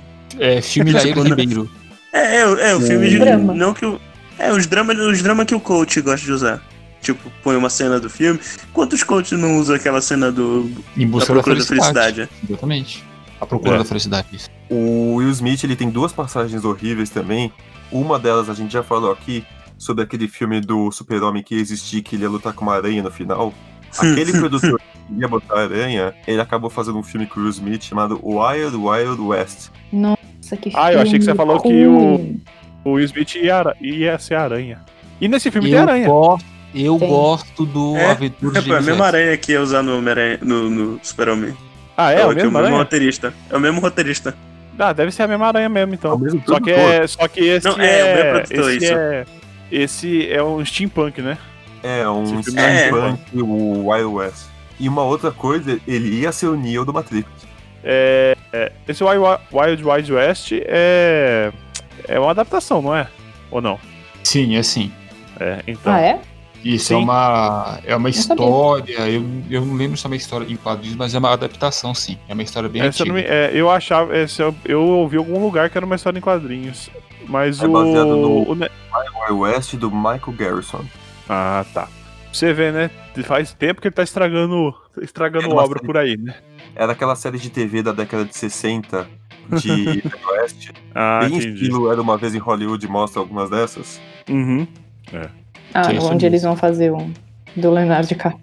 C: É filme
A: Tipo,
C: Jair
A: né?
C: Ribeiro.
A: É, é, o- é o filme de.
D: Drama.
A: Não que o. É, os dramas os drama que o coach gosta de usar. Tipo, põe uma cena do filme. Quantos coaches não usam aquela cena do
C: Em
A: da
C: busca da
A: Procura da
C: felicidade.
A: Felicidade?
C: Exatamente. A procura
H: É.
C: da felicidade. isso.
B: O Will Smith ele tem duas passagens horríveis também. Uma delas a gente já falou aqui sobre aquele filme do Super-Homem que ia existir, que ele ia lutar com uma aranha no final. Aquele produtor que ia botar aranha, ele acabou fazendo um filme com o Will Smith chamado Wild Wild West.
D: Nossa, que
H: Ah, eu achei que você
D: filme
H: falou que o-
D: um ruim.
H: O Will Smith ia, ara- ia ser aranha. E nesse filme tem
C: Eu,
H: aranha.
C: gosto, eu
D: Tem.
C: gosto do
A: É,
C: Aventura
A: É,
C: de
A: pô, é a
C: James
A: mesma
C: West.
A: aranha que ia usar no, Homem-Aranha- no, no Super-Homem.
H: Ah, é?
A: o
H: o
A: que
H: mesmo aranha?
A: roteirista. É o mesmo roteirista.
H: Ah, deve ser a mesma aranha mesmo, então.
B: mesmo
H: Só que, é, só que esse
A: Não, é,
H: é,
A: o meu produtor,
H: esse
A: isso.
H: é... Esse é um steampunk, né?
B: É, um
H: Esse filme
A: é-
B: steampunk, o Wild West. E uma outra coisa, ele ia ser o Neo do Matrix.
H: É, é, esse Wild Wild, Wild West é, é uma adaptação, não é? Ou não?
C: Sim, é sim.
H: É, então.
D: Ah, é?
C: Isso
H: Sim.
C: é uma, é uma
D: Eu sabia.
C: história. Eu, eu não lembro se é uma história em quadrinhos, mas é uma adaptação, sim. É uma história bem
H: É, se eu,
C: antiga.
H: não me- é, eu achava. é, se eu, eu ouvi em algum lugar que era uma história em quadrinhos. Mas
B: É
H: o.
B: baseado no-
H: o ne-
B: Wild West do Michael Garrison.
H: Ah, tá. Você vê, né? Faz tempo que ele tá estragando, estragando
B: É uma
H: obra
B: série.
H: por aí, né?
B: Era aquela série de TV da década de 60 de Wild West.
H: Ah,
B: Bem
H: entendi.
B: estilo Era Uma Vez em Hollywood mostra algumas dessas.
H: Uhum.
D: Ah,
C: Sim, isso
D: onde
C: mesmo.
D: eles vão fazer um do Leonardo DiCaprio.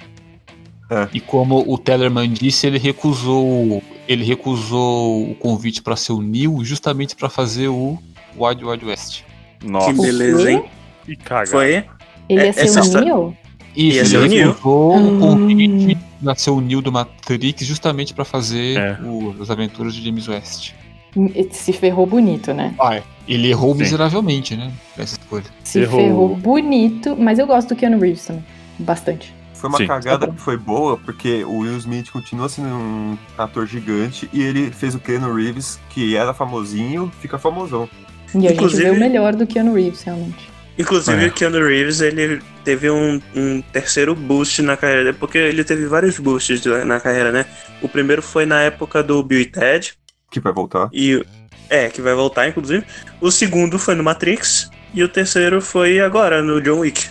C: E como o Tellerman disse, ele recusou, ele recusou o convite para ser o Neil justamente para fazer o Wild Wild West.
H: Nossa.
A: Que beleza, hein?
H: Que caga.
A: Foi?
D: Ele
A: É,
D: ia ser
A: essa
D: o
A: histó-
D: Neo?
C: Isso,
A: Ia ser o
C: ele
A: Neo.
C: recusou
D: Hum.
C: o convite para ser o Neil do Matrix justamente para fazer
H: É.
C: o- as aventuras de James West.
D: Ele Se ferrou bonito, né?
C: Vai. Ele errou miseravelmente, né? Essa escolha.
D: Se
H: Errou.
D: ferrou bonito, mas eu gosto do Keanu Reeves também. Bastante.
B: Foi uma
H: Sim.
B: cagada
D: Tá
B: que foi boa, porque o Will Smith continua sendo um ator gigante e ele fez o Keanu Reeves, que era famosinho, fica famosão.
D: E a
A: Inclusive-
D: gente vê o melhor do Keanu Reeves, realmente.
A: Inclusive, o Keanu Reeves, ele teve um, um terceiro boost na carreira dele, porque ele teve vários boosts na- na carreira, né? O primeiro foi na época do Bill e Ted,
B: Que vai voltar.
A: e... É, que vai voltar, inclusive. O segundo foi no Matrix, e o terceiro foi agora, no John Wick.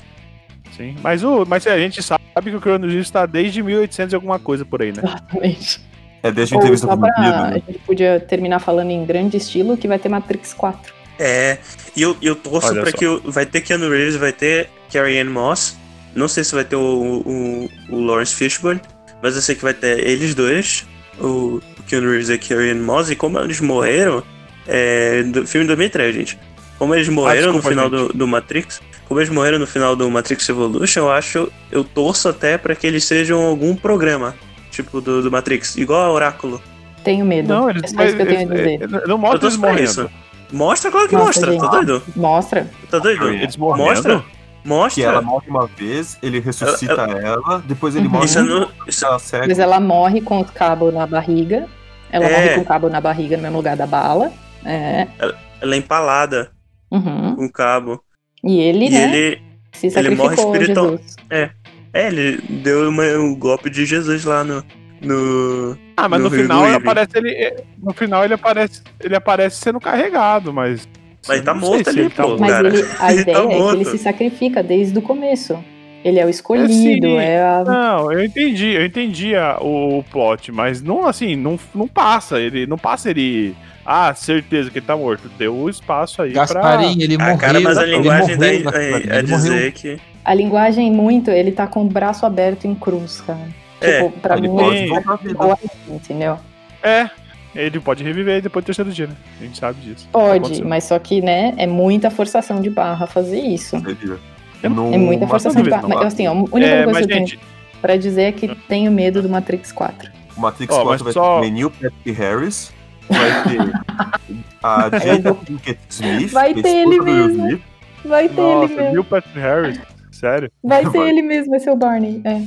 H: Sim. Mas, o, mas a gente sabe que o Keanu Reeves tá desde 1800 e alguma coisa por aí, né?
D: Exatamente.
B: É desde a
D: Ou
B: entrevista
D: só
B: com o
D: pra...
B: Pedro.
D: A
B: Né?
D: gente podia terminar falando em grande estilo que vai ter Matrix 4.
A: É, e eu, eu torço
H: Olha
A: pra
H: só.
A: que o- vai ter Keanu Reeves, vai ter Carrie Ann Moss. Não sei se vai ter o, o, o Lawrence Fishburne, mas eu sei que vai ter eles dois, o Keanu Reeves e a Carrie Ann Moss. E como eles morreram, é, do filme de 2003, gente. Como eles morreram no
H: Ah, desculpa,
A: final do, do Matrix, como eles morreram no final do Matrix Evolution, eu acho, eu torço até pra que eles sejam algum programa, tipo do, do Matrix, igual a Oráculo.
D: Tenho medo.
H: Não, eles,
D: é só isso que eu tenho a dizer.
H: eles- não mostra eles
A: torço pra
H: morrendo.
A: isso. Mostra, claro que
D: Nossa,
A: mostra,
D: gente.
A: tá doido?
D: Mostra.
A: Tá doido?
H: Eles morrendo?
A: Mostra? Mostra?
B: Que ela morre uma vez, ele ressuscita ela, depois ele
D: Uhum.
B: morre
A: Isso é no- isso-
B: ela cega.
D: Mas ela morre com o cabo na barriga. Ela
A: É.
D: morre com o cabo na barriga no mesmo lugar da bala. É.
A: ela é empalada
D: Uhum.
A: com o cabo.
D: E ele,
A: E
D: né,
A: ele.
D: se
A: ele morre
D: sacrificou,
A: espiritual-
D: Jesus.
A: É, ele deu uma- um golpe de Jesus lá no. no...
H: Ah, mas
A: No
H: no,
A: Rio
H: final
A: do
H: ele
A: Ivy.
H: aparece ele. No final ele aparece. Ele aparece sendo carregado, mas.
A: Mas tá
H: não sei
A: morto
H: se
A: ali,
H: ele
A: pô.
H: morto.
D: Mas
A: Cara,
D: ele, a
A: ele tá
D: ideia é que ele
A: morto.
D: se sacrifica desde o começo. Ele é o
H: sim.
D: escolhido, é a
H: Não, eu entendi, eu entendi a- o, o plot, mas não assim, não, não passa, ele não passa ele. Ah, certeza que ele tá morto. Deu o espaço aí
C: Gasparim, ele
A: Ah,
C: morreu.
A: cara, mas a
C: ele
A: linguagem dá
C: morreu,
A: a-
C: Gasparim,
A: a,
C: ele morreu.
A: dizer que.
D: A linguagem muito, ele tá com o braço aberto em cruz, cara.
A: É,
D: tipo, pra
B: Ele
D: mim
B: pode
H: Sim.
B: voltar à vida.
D: é assim, entendeu?
H: pra. É, ele pode reviver depois do terceiro dia, né? A gente sabe disso.
D: Pode,
H: Aconteceu.
D: mas só que, né, é muita forçação de barra fazer isso.
B: Seria.
H: É
D: É muita
B: Numa-
D: forçação de
H: dúvida,
D: barra.
H: não
D: Mas,
H: há
D: assim, a única
H: É,
D: coisa
H: mas,
D: que eu
H: gente,
D: tenho pra dizer é que tenho medo do Matrix 4.
B: O Matrix
H: Ó,
B: 4
H: mas
B: vai
H: só-
B: ter o Neil Patrick Harris, vai ter a Jada Pinkett Smith,
D: Vai
B: que é
D: ter
B: esposa
D: ele
B: do Will
D: mesmo.
B: Smith.
D: Vai ter ele
H: nossa,
D: mesmo.
H: Neil Patrick Harris, sério?
D: Vai ser
B: Vai.
D: ele mesmo, vai ser o Barney. É.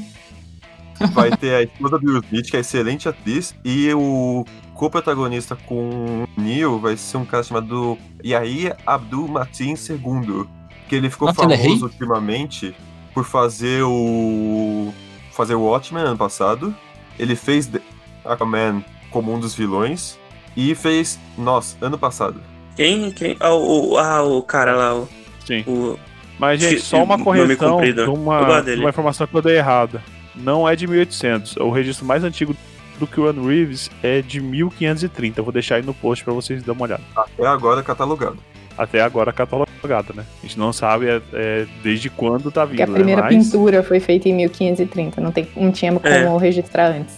B: vai ter a esposa do Will Smith, que é excelente atriz, e o co-protagonista com o Neil vai ser um cara chamado Yair Abdul Matin II, que ele ficou
C: Nossa, ele é
B: famoso
C: rei?
B: ultimamente por fazer o fazer o Watchmen ano passado. Ele fez The Aquaman como um dos vilões e fez nós ano passado.
A: Quem? quem ah, o, ah, o cara lá, o.
H: Sim.
A: o-
H: Mas, gente,
A: Esque-
H: só uma
A: nome
H: correção
A: comprido.
H: de
A: Eu
H: uma,
A: gosto dele.
H: de uma informação que eu dei errada. Não é de 1800. O registro mais antigo do Keanu Reeves é de 1530. Eu vou deixar aí no post pra vocês darem uma olhada.
B: Até É agora tá catalogado.
H: até agora catalogada, né? A gente não sabe é, é, desde quando tá vindo,
D: Porque é a primeira
H: né? Mas,
D: pintura foi feita em 1530. Não, tem, não tinha como
A: É.
D: registrar antes.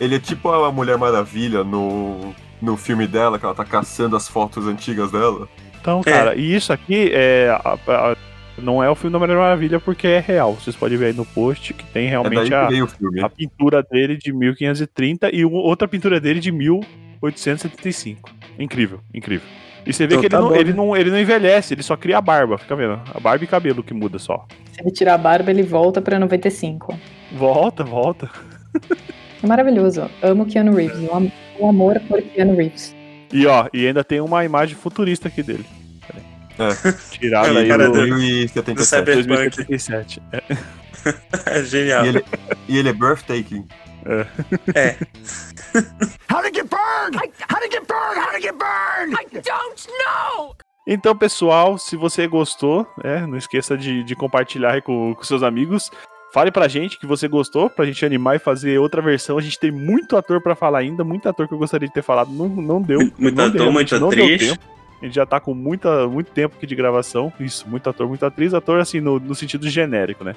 B: Ele é tipo a Mulher Maravilha no, no filme dela, que ela tá caçando as fotos antigas dela.
H: Então,
A: É.
H: cara, e isso aqui é, a- a- não é o filme da Mulher Maravilha porque é real. Vocês podem ver aí no post que tem
B: É daí
H: realmente
B: que
H: a,
B: veio o filme.
H: a pintura dele de 1530 e o- outra pintura dele de 1875. Incrível, incrível. E você vê
A: Então
H: que ele,
A: tá
H: não,
A: bom,
H: ele,
A: né?
H: não, ele não envelhece, ele só cria a barba, fica vendo? A barba e cabelo que muda só.
D: Se ele tirar a barba, ele volta pra 95.
H: Volta, volta.
D: É maravilhoso. Amo Keanu Reeves. O am- O amor por Keanu Reeves.
H: E ó, e ainda tem uma imagem futurista aqui dele. Peraí.
A: É.
H: Tirada
A: Olha a
H: aí
A: cara
H: do-
A: dele.
B: 2077.
A: Cyber- Cyberpunk.
H: 2077. É.
A: É genial.
B: E ele, e ele é breathtaking.
A: É.
H: Então, pessoal, se você gostou, né, não esqueça de, de compartilhar aí com, com seus amigos. Fale pra gente que você gostou, pra gente animar e fazer outra versão. A gente tem muito ator pra falar ainda, muito ator que eu gostaria de ter falado, não, não deu.
A: Muito
H: não
A: ator,
H: deu,
A: muita
H: não deu
A: atriz.
H: tempo. A gente já tá com muita, muito tempo aqui de gravação. Isso, muito ator, muita atriz. Ator, assim, no, no sentido genérico, né?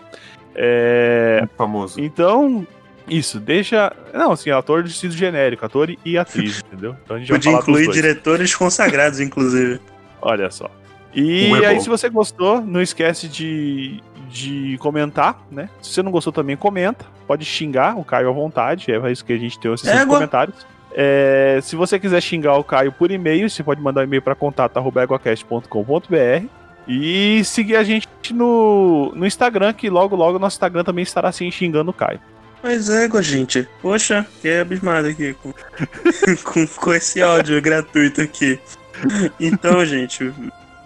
H: É,
B: É. Famoso.
H: Então, isso, deixa. Não, assim, ator de sentido genérico, ator e atriz, entendeu? Então a gente vai
A: Podia
H: falar dos
A: incluir
H: dois.
A: diretores consagrados, inclusive.
H: Olha só. E
B: Um é
H: aí,
B: bom.
H: se você gostou, não esquece de, de comentar, né? Se você não gostou também, comenta. Pode xingar o Caio à vontade. É pra isso que a gente tem o assistente de
A: Égua.
H: comentários. É, se você quiser xingar o Caio por e-mail, você pode mandar um e-mail para contato.eguacast.com.br e seguir a gente no, no Instagram, que logo logo nosso Instagram também estará assim xingando o Caio.
A: Mas é, gente. Poxa, fiquei abismado aqui com, com, com esse áudio gratuito aqui. Então, gente,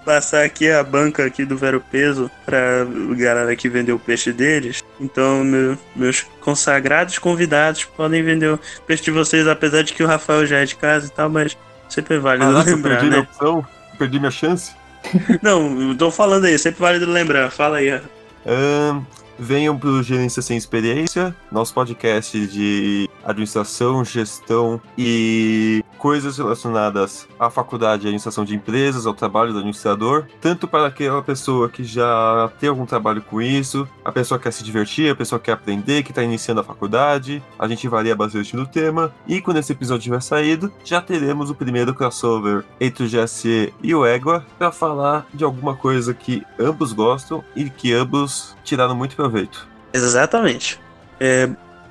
A: passar aqui a banca aqui do Vero Peso pra galera que vendeu o peixe deles. Então, meu- meus consagrados convidados podem vender o peixe de vocês, apesar de que o Rafael já é de casa e tal, mas sempre é válido
B: Caraca, eu
A: lembrar,
B: Ah, perdi minha
A: né?
B: opção, perdi minha chance.
A: Não, eu tô falando aí, é sempre válido lembrar. Fala aí, Rafa.
B: Ahn, venham para o Gerência Sem Experiência, nosso podcast de administração, gestão e coisas relacionadas à faculdade e à administração de empresas, ao trabalho do administrador, tanto para aquela pessoa que já tem algum trabalho com isso, a pessoa que quer se divertir, a pessoa que quer aprender, que está iniciando a faculdade. A gente varia bastante no tema. E quando esse episódio tiver saído, já teremos o primeiro crossover entre o GSE e o Égua para falar de alguma coisa que ambos gostam e que ambos tiraram muito proveito.
A: Exatamente. É,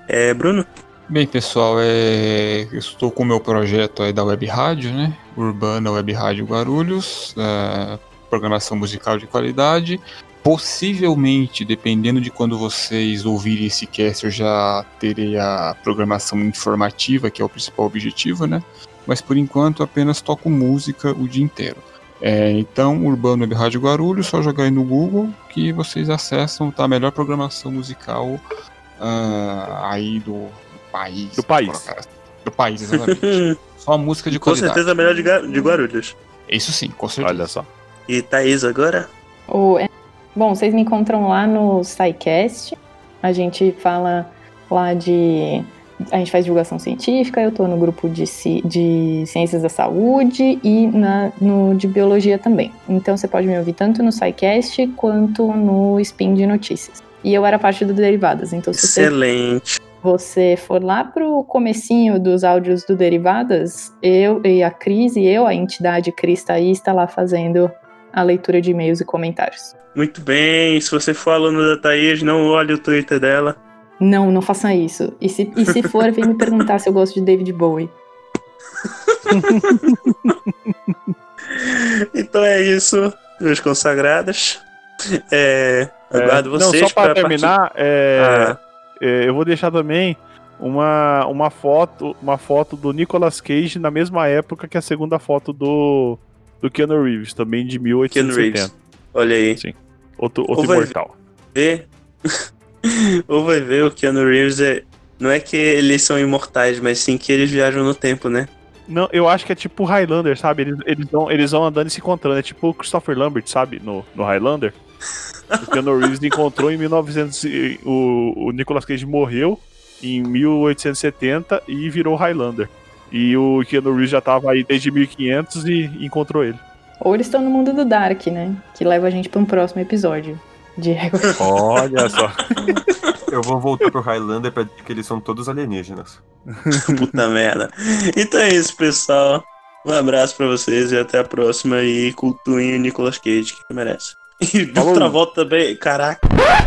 A: é Bruno?
C: Bem, pessoal, é, eu estou com o meu projeto aí da Web Rádio, né? Urbana Web Rádio Guarulhos, é, programação musical de qualidade. Possivelmente, dependendo de quando vocês ouvirem esse cast, eu já terei a programação informativa, que é o principal objetivo, né? Mas por enquanto apenas toco música o dia inteiro. É, então, Urbano Web Rádio Guarulhos, só jogar aí no Google que vocês acessam, tá? A melhor programação musical ah, aí do país.
H: Do país.
C: Colocar- Do país, exatamente. Só música de
A: Hum, Com
C: qualidade.
A: certeza a melhor de, Ga- de Guarulhos.
C: Isso sim, com certeza.
H: Olha só.
A: E Thaís agora?
D: O- é- Bom, vocês me encontram lá no SciCast. A gente fala lá de. A gente faz divulgação científica, eu tô no grupo de, ci- de Ciências da Saúde e na- no de Biologia também. Então você pode me ouvir tanto no SciCast quanto no Spin de Notícias. E eu era parte do Derivadas, então se você
A: Excelente.
D: você for lá pro comecinho dos áudios do Derivadas, eu e a Cris e eu, a entidade Cris Thaís, está lá fazendo a leitura de e-mails e comentários.
A: Muito bem. Se você for aluno da Thaís, não olhe o Twitter dela.
D: Não, não façam isso. E se, e se for, vem me perguntar se eu gosto de David Bowie.
A: Então é isso, meus consagrados. É,
H: É,
A: aguardo vocês
H: não, só pra
A: pra partir-
H: terminar, é,
A: Ah,
H: é, eu vou deixar também uma, uma, foto, uma foto do Nicolas Cage na mesma época que a segunda foto do, do Keanu Reeves, também de
A: Ken Reeves.
H: 1870.
A: Olha aí.
H: Outro,
A: Ou
H: outro
A: vai-
H: imortal.
A: Vê. Ou vai ver o Keanu Reeves é. Não é que eles são imortais, mas sim que eles viajam no tempo, né?
H: Não, eu acho que é tipo Highlander, sabe? Eles, eles, vão, eles vão andando e se encontrando. É tipo o Christopher Lambert, sabe? No, no Highlander. O Keanu Reeves encontrou em 1900. e- O, o Nicolas Cage morreu em 1870 e virou Highlander. E o Keanu Reeves já tava aí desde 1500 e encontrou ele.
D: Ou eles estão no mundo do Dark, né? Que leva a gente para um próximo episódio. Diego.
H: Olha só.
B: Eu vou voltar pro Highlander pra dizer que eles são todos alienígenas.
A: Puta merda. Então é isso, pessoal. Um abraço pra vocês e até a próxima. E cultuem o Nicolas Cage, que merece. E do
H: Falou.
A: Travolta também. Caraca.